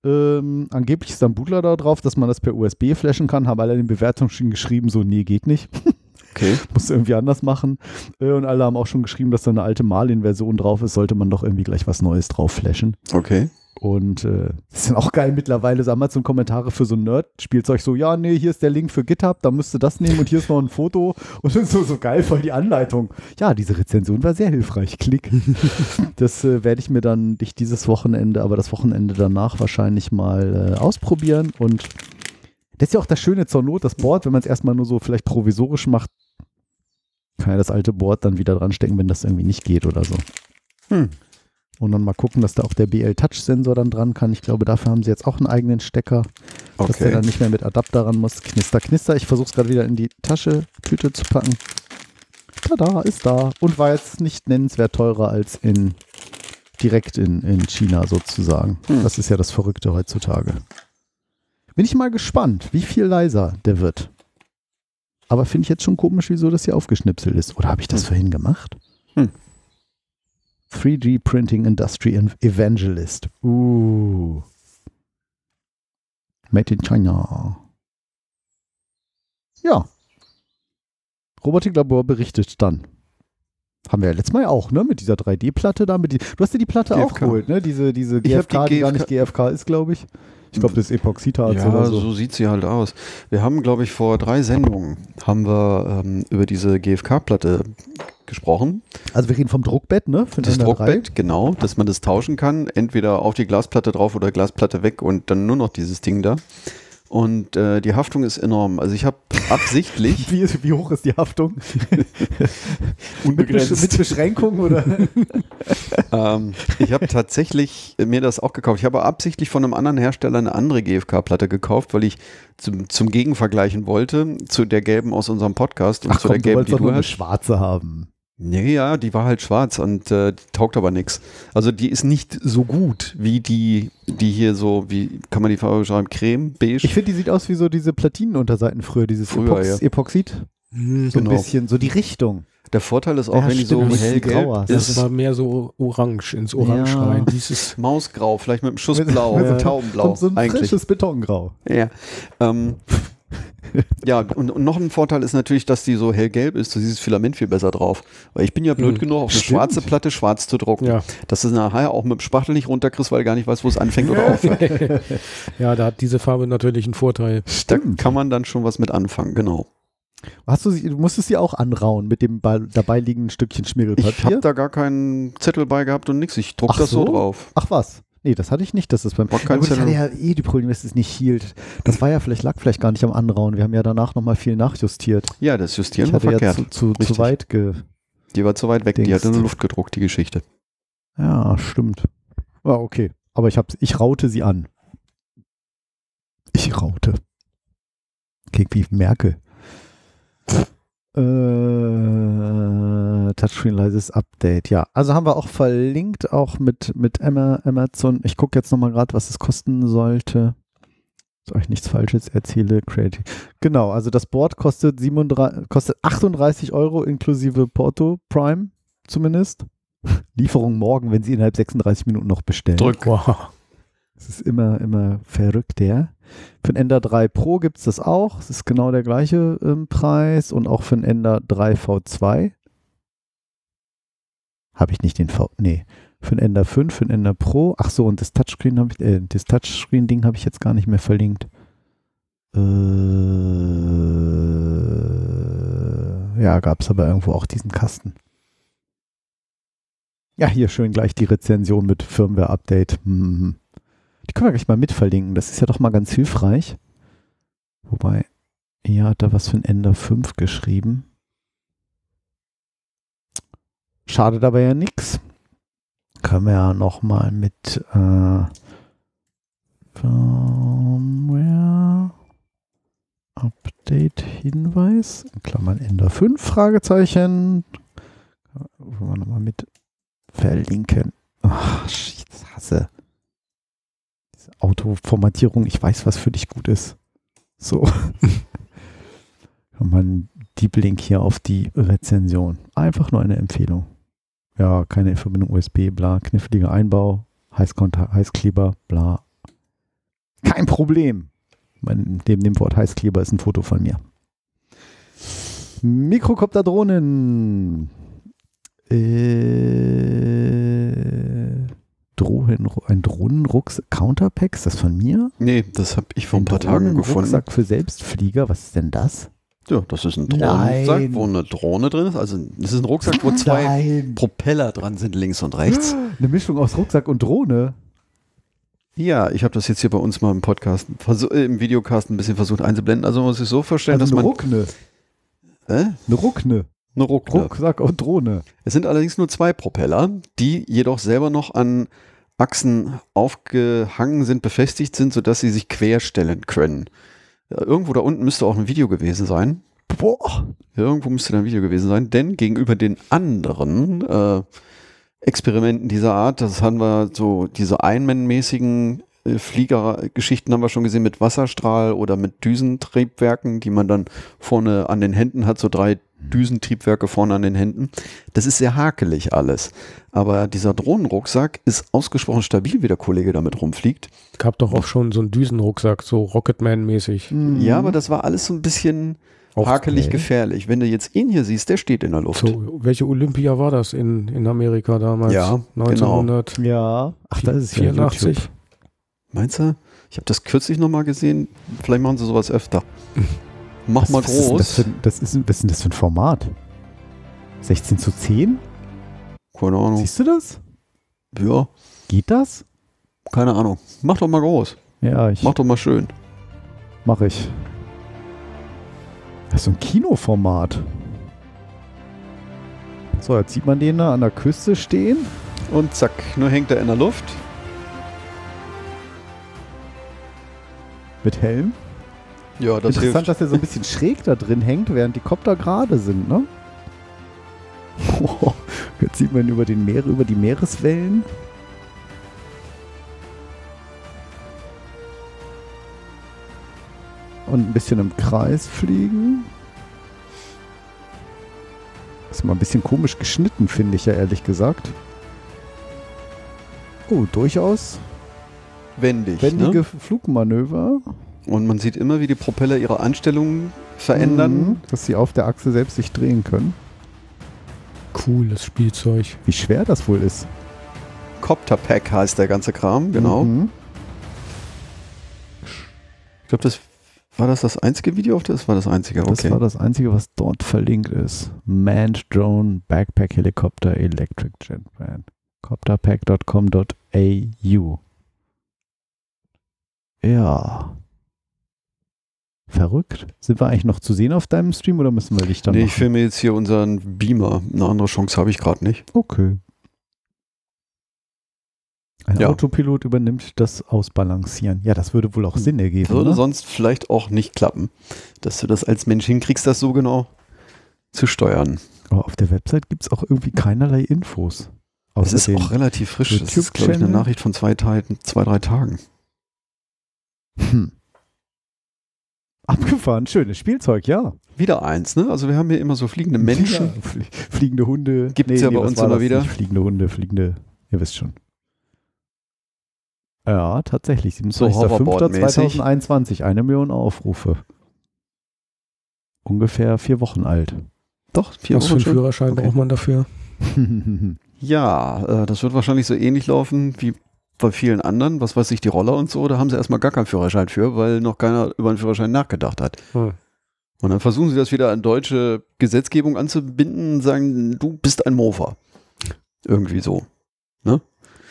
Ähm, angeblich ist dann Bootler da drauf, dass man das per USB flashen kann. Haben alle in den Bewertungen schon geschrieben, so, nee, geht nicht.
Okay.
Muss irgendwie anders machen. Äh, und alle haben auch schon geschrieben, dass da eine alte Marlin-Version drauf ist. Sollte man doch irgendwie gleich was Neues drauf flashen.
Okay.
Und äh, das ist dann auch geil mittlerweile, so Amazon-Kommentare für so ein Nerd-Spielzeug, so, ja, nee, hier ist der Link für GitHub, da müsst ihr das nehmen und hier ist noch ein Foto. Und dann so, so geil, voll die Anleitung. Ja, diese Rezension war sehr hilfreich, klick. das äh, werde ich mir dann nicht dieses Wochenende, aber das Wochenende danach wahrscheinlich mal äh, ausprobieren. Und das ist ja auch das Schöne zur Not, das Board, wenn man es erstmal nur so vielleicht provisorisch macht, kann ja das alte Board dann wieder dranstecken, wenn das irgendwie nicht geht oder so.
Hm.
Und dann mal gucken, dass da auch der BL-Touch-Sensor dann dran kann. Ich glaube, dafür haben sie jetzt auch einen eigenen Stecker, dass der
Okay.
dann nicht mehr mit Adapter ran muss. Knister, knister. Ich versuche es gerade wieder in die Tasche, Tüte zu packen. Tada, ist da. Und war jetzt nicht nennenswert teurer als in direkt in, in China sozusagen.
Hm.
Das ist ja das Verrückte heutzutage. Bin ich mal gespannt, wie viel leiser der wird. Aber finde ich jetzt schon komisch, wieso das hier aufgeschnipselt ist. Oder habe ich das vorhin gemacht?
Hm.
3D Printing Industry Ev- Evangelist. Uh. Made in China. Ja. Robotiklabor berichtet dann. Haben wir ja letztes Mal auch, ne? Mit dieser 3D-Platte da. Mit die, du hast dir die Platte auch
GFK.
geholt, ne? Diese, diese
Ich hab
GFK, die,
die
gar nicht GFK ist, glaube ich. Ich glaube, das ist Epoxidharz
Ja,
oder
so. sieht sie halt aus. Wir haben, glaube ich, vor drei Sendungen haben wir ähm, über diese GFK-Platte gesprochen.
Also wir reden vom Druckbett, ne? Für den
Das
NR3.
Druckbett, genau, dass man das tauschen kann, entweder auf die Glasplatte drauf oder Glasplatte weg und dann nur noch dieses Ding da. Und äh, die Haftung ist enorm. Also ich habe absichtlich
Wie, ist- wie hoch ist die Haftung? Mit, Besch mit Beschränkung oder?
Ähm, ich habe tatsächlich mir das auch gekauft. Ich habe absichtlich von einem anderen Hersteller eine andere GFK-Platte gekauft, weil ich zum, zum Gegenvergleichen wollte zu der gelben aus unserem Podcast und zu der gelben, die
doch
du
nur eine
hast.
schwarze haben.
Nee, ja, die war halt schwarz und äh, die taugt aber nix. Also die ist nicht so gut wie die, die hier so, wie kann man die Farbe schreiben? Creme, beige?
Ich finde, die sieht aus wie so diese Platinenunterseiten früher, dieses
Früher,
Epox Epoxid.
Mhm.
So
genau.
ein bisschen, so die Richtung.
der Vorteil ist auch,
Ja,
wenn die so
stimmt, ein bisschen grauer.
hellgrau
Das
ist,
war mehr so orange, ins Orange
Ja.
rein. Dieses
Mausgrau, vielleicht mit einem Schuss blau,
mit so einem
taubenblau
Kommt so ein
eigentlich.
frisches Betongrau.
Ja. Ähm, ja, und, und noch ein Vorteil ist natürlich, dass die so hellgelb ist, so dieses Filament viel besser drauf. Weil ich bin ja blöd
Hm,
genug, auf eine
stimmt.
schwarze Platte schwarz zu drucken.
Ja.
Dass du es nachher auch mit dem Spachtel nicht runterkriegst, weil du gar nicht weißt, wo es anfängt oder aufhört.
ja, da hat diese Farbe natürlich einen Vorteil.
Da kann man dann schon was mit anfangen, genau.
Hast du, sie- du musstest sie auch anrauen mit dem ba- dabei liegenden Stückchen
Ich habe
Schmirgelpapier.
da gar keinen Zettel bei gehabt und nix. Ich druck
Ach
das so,
so?
drauf.
Ach was. Nee, das hatte ich nicht. Das ist beim
War kein
Ja, gut, ich hatte
Zentrum.
ja eh die Probleme, dass es nicht hielt. Das war ja vielleicht, lag vielleicht gar nicht am Anrauen. Wir haben ja danach nochmal viel nachjustiert.
Ja, das Justieren
ich
war
hatte ja
verkehrt.
zu, zu,
Richtig.
zu weit ge.
die war zu weit weg, die hat in
Dingst.
der Luft gedruckt, die Geschichte.
Ja, stimmt. Ja, okay. Aber ich, hab's, ich raute sie an. Ich raute. Klingt wie Merkel. Äh, Touchscreen-leises Update, ja. Also haben wir auch verlinkt, auch mit, mit Emma, Amazon. Ich gucke jetzt nochmal gerade, was es kosten sollte. Dass ich nichts Falsches erzähle. Creative. Genau, also das Board kostet, 37, kostet 38 Euro inklusive Porto Prime zumindest. Lieferung morgen, wenn Sie innerhalb 36 Minuten noch bestellen.
Wow.
Es ist immer, immer verrückt, der. Für den Ender 3 Pro gibt es das auch. Es ist genau der gleiche ähm, Preis und auch für den Ender 3 V2. Habe ich nicht den V. Nee. Für den Ender 5, für den Ender Pro. Ach so, und das Touchscreen habe ich, äh, das Touchscreen-Ding habe ich jetzt gar nicht mehr verlinkt. Äh, ja, gab es aber irgendwo auch diesen Kasten. Ja, hier schön gleich die Rezension mit Firmware-Update. Mhm. Die können wir gleich mal mitverlinken. Das ist ja doch mal ganz hilfreich. Wobei, ja, hat da was für ein Ender 5 geschrieben. Schadet aber ja nix. Können wir ja nochmal mit äh, Firmware Update Hinweis, in Klammern Ender 5, Fragezeichen. Wollen wir nochmal mit verlinken. Ach, ich hasse. Autoformatierung, ich weiß, was für dich gut ist. So. Kann man Deep Link hier auf die Rezension. Einfach nur eine Empfehlung. Ja, keine Verbindung USB, bla, kniffliger Einbau, Heißkonter, Heißkleber, bla. Kein Problem. Mein, neben dem Wort Heißkleber ist ein Foto von mir. Mikrokopterdrohnen. Äh, Drohnen, ein Drohnenrucksack, Counterpacks, das von mir?
Nee, das habe ich vor ein
Ein
paar Tagen gefunden.
Drohnenrucksack für Selbstflieger, was ist denn das?
Ja, das ist ein Drohnenrucksack,
Nein.
wo eine Drohne drin ist. Also das ist ein Rucksack, wo zwei Propeller dran sind, links und rechts.
Eine Mischung aus Rucksack und Drohne.
Ja, ich habe das jetzt hier bei uns mal im Podcast, versu- äh, im Videocast ein bisschen versucht einzublenden. Also man muss sich so vorstellen,
Also eine
dass
Ruckne.
man... Äh?
Eine Ruckne.
Eine Ruckne.
Rucksack und Drohne.
Es sind allerdings nur zwei Propeller, die jedoch selber noch an Achsen aufgehangen sind, befestigt sind, sodass sie sich querstellen können. Ja, Irgendwo da unten müsste auch ein Video gewesen sein.
Boah.
Irgendwo müsste da ein Video gewesen sein, denn gegenüber den anderen äh, Experimenten dieser Art, das haben wir so, diese Einman-mäßigen äh, Fliegergeschichten haben wir schon gesehen mit Wasserstrahl oder mit Düsentriebwerken, die man dann vorne an den Händen hat, so drei Düsentriebwerke vorne an den Händen. Das ist sehr hakelig alles. Aber dieser Drohnenrucksack ist ausgesprochen stabil, wie der Kollege damit rumfliegt.
Gab doch auch schon so einen Düsenrucksack, so Rocketman-mäßig.
Hm.
Ja, aber das war alles so ein bisschen
Auch
hakelig
Mhm. okay.
gefährlich. Wenn du jetzt ihn hier siehst, der steht in der Luft.
So, welche Olympia war das in, in Amerika damals?
Ja, genau.
1984.
Ja. Ach, das ist ja YouTube.
Meinst du? Ich habe das kürzlich nochmal gesehen. Vielleicht machen sie sowas öfter. Mach mal
was Ist denn das,
groß.
für, ein- das ist, ein- was ist denn das für ein Format? 16 zu 10?
Keine Ahnung.
Siehst du das?
Ja,
Geht das?
keine Ahnung. Mach doch mal groß.
Ja, ich
Mach doch mal schön.
mach ich. Das ist so ein Kinoformat. So, jetzt sieht man den da an der Küste stehen.
Und zack, nur hängt er in der Luft.
Mit Helm.
Ja, das
Interessant,
hilft.
dass er so ein bisschen schräg da drin hängt, während die Kopter gerade sind, ne? jetzt sieht man über, den Meer, über die Meereswellen. Und ein bisschen im Kreis fliegen. Ist mal ein bisschen komisch geschnitten, finde ich ja ehrlich gesagt. Oh, durchaus
Wendig.
wendige
Ne?
Flugmanöver.
Und man sieht immer, wie die Propeller ihre Anstellungen verändern.
Mhm, Dass sie auf der Achse selbst sich drehen können.
Cooles Spielzeug.
Wie schwer das wohl ist.
Copter Pack heißt der ganze Kram, genau.
Mhm.
Ich glaube, das war das das einzige Video auf das? Das war das einzige,
Das
okay.
war das Einzige, was dort verlinkt ist. Manned Drone, Backpack Helicopter, Electric Jet Plan. Copterpack.com.au. Ja. Verrückt. Sind wir eigentlich noch zu sehen auf deinem Stream oder müssen wir dich dann
Nee, ich
noch?
filme jetzt hier unseren Beamer. Eine andere Chance habe ich gerade nicht.
Okay. Ein
Ja.
Autopilot übernimmt das Ausbalancieren. Ja, das würde wohl auch Sinn ergeben.
Hm. Würde
ne?
sonst vielleicht auch nicht klappen, dass du das als Mensch hinkriegst, das so genau zu steuern.
Aber auf der Website gibt es auch irgendwie keinerlei Infos.
Es ist
Außerdem-
auch relativ frisch. Das ist, glaube ich, eine
YouTube-Channel?
Nachricht von zwei, Teil- zwei, drei Tagen.
Hm. Abgefahren, schönes Spielzeug, ja.
Wieder eins, ne? Also wir haben hier immer so fliegende Menschen.
Ja, flie fliegende Hunde.
Gibt's ja bei
was
uns
war
immer
das?
wieder.
Nicht Fliegende Hunde, fliegende, ihr wisst schon. Ja, tatsächlich.
So
27.05.2021, eine Million Aufrufe. Ungefähr vier Wochen alt.
Doch, vier
Was für
Wochen
einen
schon.
Führerschein
Okay.
braucht man dafür?
Ja, äh, das wird wahrscheinlich so ähnlich laufen wie bei vielen anderen. Was weiß ich, die Roller und so. Da haben sie erstmal gar keinen Führerschein für, weil noch keiner über einen Führerschein nachgedacht hat.
Hm.
Und dann versuchen sie das wieder an deutsche Gesetzgebung anzubinden und sagen, du bist ein Mofa. Irgendwie so.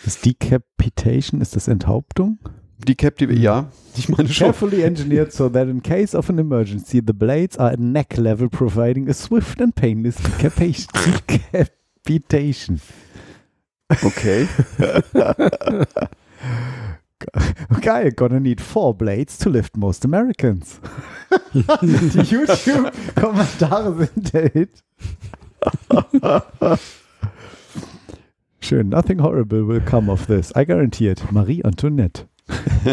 ist Decapitation, ist das Enthauptung?
Die Captive, ja, ich meine schon.
Carefully engineered so that in case of an emergency, the blades are at neck level, providing a swift and painless decapitation. decapitation.
Okay.
Geil, gonna need four blades to lift most Americans. Die YouTube-Kommentare sind der Hit. Schön, nothing horrible will come of this. I guarantee it. Marie Antoinette.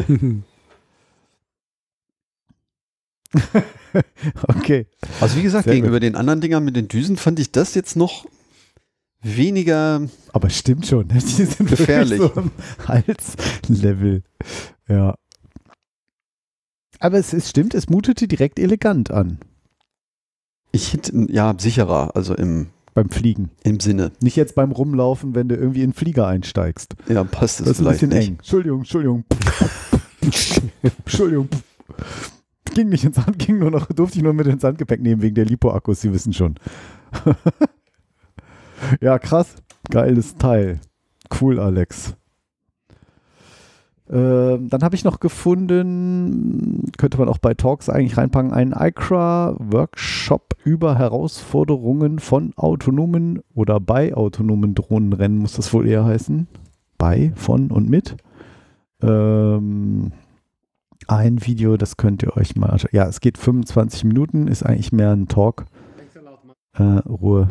okay.
Also wie gesagt,
Sehr gut.
gegenüber den anderen Dingern mit den Düsen fand ich das jetzt noch weniger
Aber stimmt schon, ne? die sind wirklich
Gefährlich.
So am Halslevel. Ja. Aber es, es stimmt, es mutete direkt elegant an
Ich hätte, ja, sicherer, also im,
beim Fliegen.
im Sinne.
Nicht jetzt beim Rumlaufen, wenn du irgendwie in den Flieger einsteigst.
Ja, passt es
Das, ist ein
vielleicht
bisschen
nicht.
eng. Entschuldigung, Entschuldigung. Entschuldigung. Ging nicht ins Hand, ging nur noch, durfte ich nur mit ins Handgepäck nehmen wegen der Lipo-Akkus, Sie wissen schon. ja, krass. Geiles Teil. Cool, Alex. Ähm, dann habe ich noch gefunden, könnte man auch bei Talks eigentlich reinpacken, einen ICRA-Workshop über Herausforderungen von autonomen oder bei autonomen Drohnenrennen, muss das wohl eher heißen bei, von und mit. Ähm, ein Video, das könnt ihr euch mal anschauen. Ja, es geht 25 Minuten, ist eigentlich mehr ein Talk. Äh, Ruhe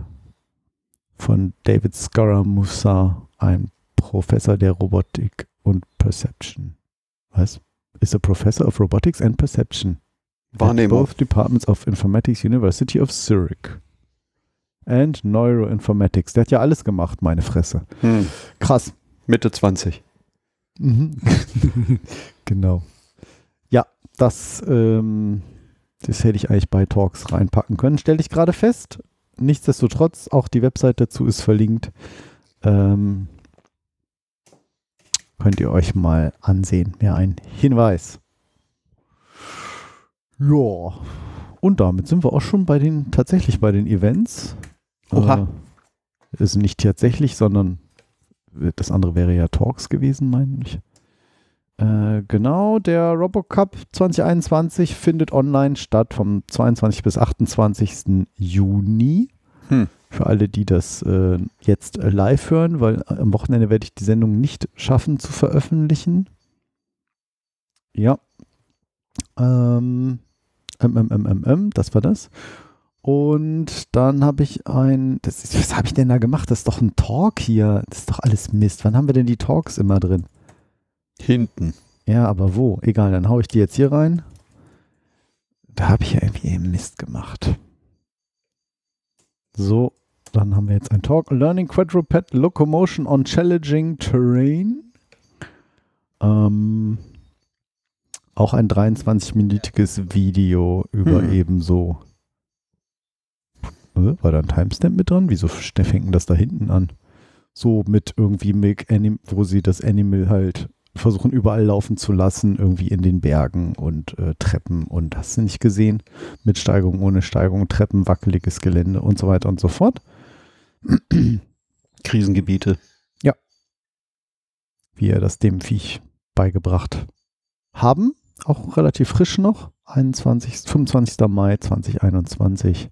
von David Scaramusa, ein Professor der Robotik und Perception. Was? Is a professor of robotics and perception at
Wahrnehmung.
both departments of Informatics University of Zurich and Neuroinformatics. Der hat ja alles gemacht, meine Fresse.
Hm.
Krass.
Mitte 20.
Mhm. genau. Ja, das, ähm, das hätte ich eigentlich bei Talks reinpacken können. Stelle ich gerade fest. Nichtsdestotrotz, auch die Website dazu ist verlinkt. Ähm, könnt ihr euch mal ansehen. Mehr ein Hinweis. Ja. Und damit sind wir auch schon bei den, tatsächlich bei den Events.
Oha.
Äh, ist nicht tatsächlich, sondern das andere wäre ja Talks gewesen, meine ich. Äh, genau, der RoboCup 2021 findet online statt vom 22 bis 28. Juni.
Hm.
Für alle, die das äh, jetzt äh, live hören, weil am Wochenende werde ich die Sendung nicht schaffen zu veröffentlichen. Ja. Ähm, MMMMM, das war das. Und dann habe ich ein, das ist, was habe ich denn da gemacht? Das ist doch ein Talk hier. Das ist doch alles Mist. Wann haben wir denn die Talks immer drin?
Äh, Hinten.
Ja, aber wo? Egal, dann haue ich die jetzt hier rein. Da habe ich ja irgendwie Mist gemacht. So, dann haben wir jetzt ein Talk. Learning Quadruped Locomotion on Challenging Terrain. Ähm, auch ein 23-minütiges Video über
Hm.
ebenso. Äh, War da ein Timestamp mit dran? Wieso st- fängt denn das da hinten an? So mit irgendwie, Milk Anim wo sie das Animal halt versuchen überall laufen zu lassen, irgendwie in den Bergen und äh, Treppen und hast du nicht gesehen, mit Steigung, ohne Steigung, Treppen, wackeliges Gelände und so weiter und so fort.
Krisengebiete.
Wie er das dem Viech beigebracht haben, auch relativ frisch noch, 21, 25. Mai 2021.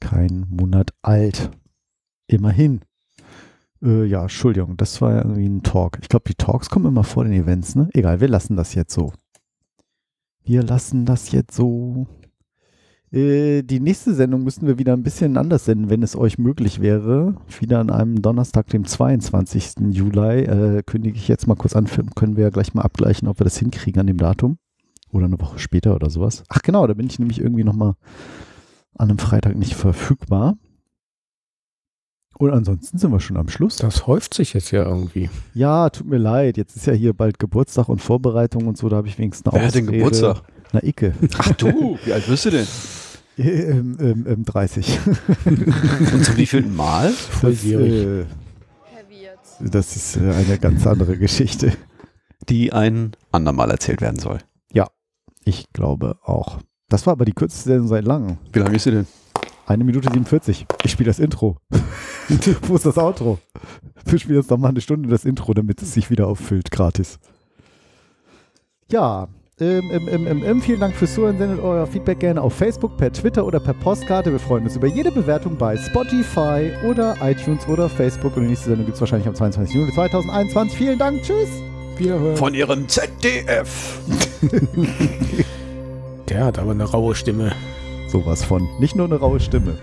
Kein Monat alt. Immerhin. Äh, ja, Entschuldigung, das war ja irgendwie ein Talk. Ich glaube, die Talks kommen immer vor den Events, ne? Egal, wir lassen das jetzt so. Wir lassen das jetzt so. Äh, die nächste Sendung müssen wir wieder ein bisschen anders senden, wenn es euch möglich wäre. Wieder an einem Donnerstag, dem 22. Juli, äh, kündige ich jetzt mal kurz an, können wir ja gleich mal abgleichen, ob wir das hinkriegen an dem Datum. Oder eine Woche später oder sowas. Ach genau, da bin ich nämlich irgendwie nochmal an einem Freitag nicht verfügbar. Und ansonsten sind wir schon am Schluss.
Das häuft sich jetzt ja irgendwie.
Ja, tut mir leid. Jetzt ist ja hier bald Geburtstag und Vorbereitung und so. Da habe ich wenigstens eine
Wer hat denn
Ausrede.
Geburtstag?
Na, Icke.
Ach du, wie alt bist du denn?
ähm, ähm, ähm, 30.
Und zum wievielten Mal?
Das, äh,
Heavy jetzt.
das ist äh, eine ganz andere Geschichte.
Die ein andermal erzählt werden soll.
Ich glaube auch. Das war aber die kürzeste Sendung seit langem.
Wie lange ist sie denn?
Eine Minute 47. Ich spiele das Intro. Wo ist das Outro? Wir spielen jetzt nochmal eine Stunde das Intro, damit es sich wieder auffüllt, gratis. Ja, ähm, ähm, ähm, ähm, ähm, vielen Dank fürs Zuhören. Sendet euer Feedback gerne auf Facebook, per Twitter oder per Postkarte. Wir freuen uns über jede Bewertung bei Spotify oder iTunes oder Facebook. Und die nächste Sendung gibt es wahrscheinlich am 22. Juli 2021. Vielen Dank, tschüss.
äh, Wiederhören.
Von ihrem ZDF.
Der hat aber eine raue Stimme.
Sowas von. Nicht nur eine raue Stimme.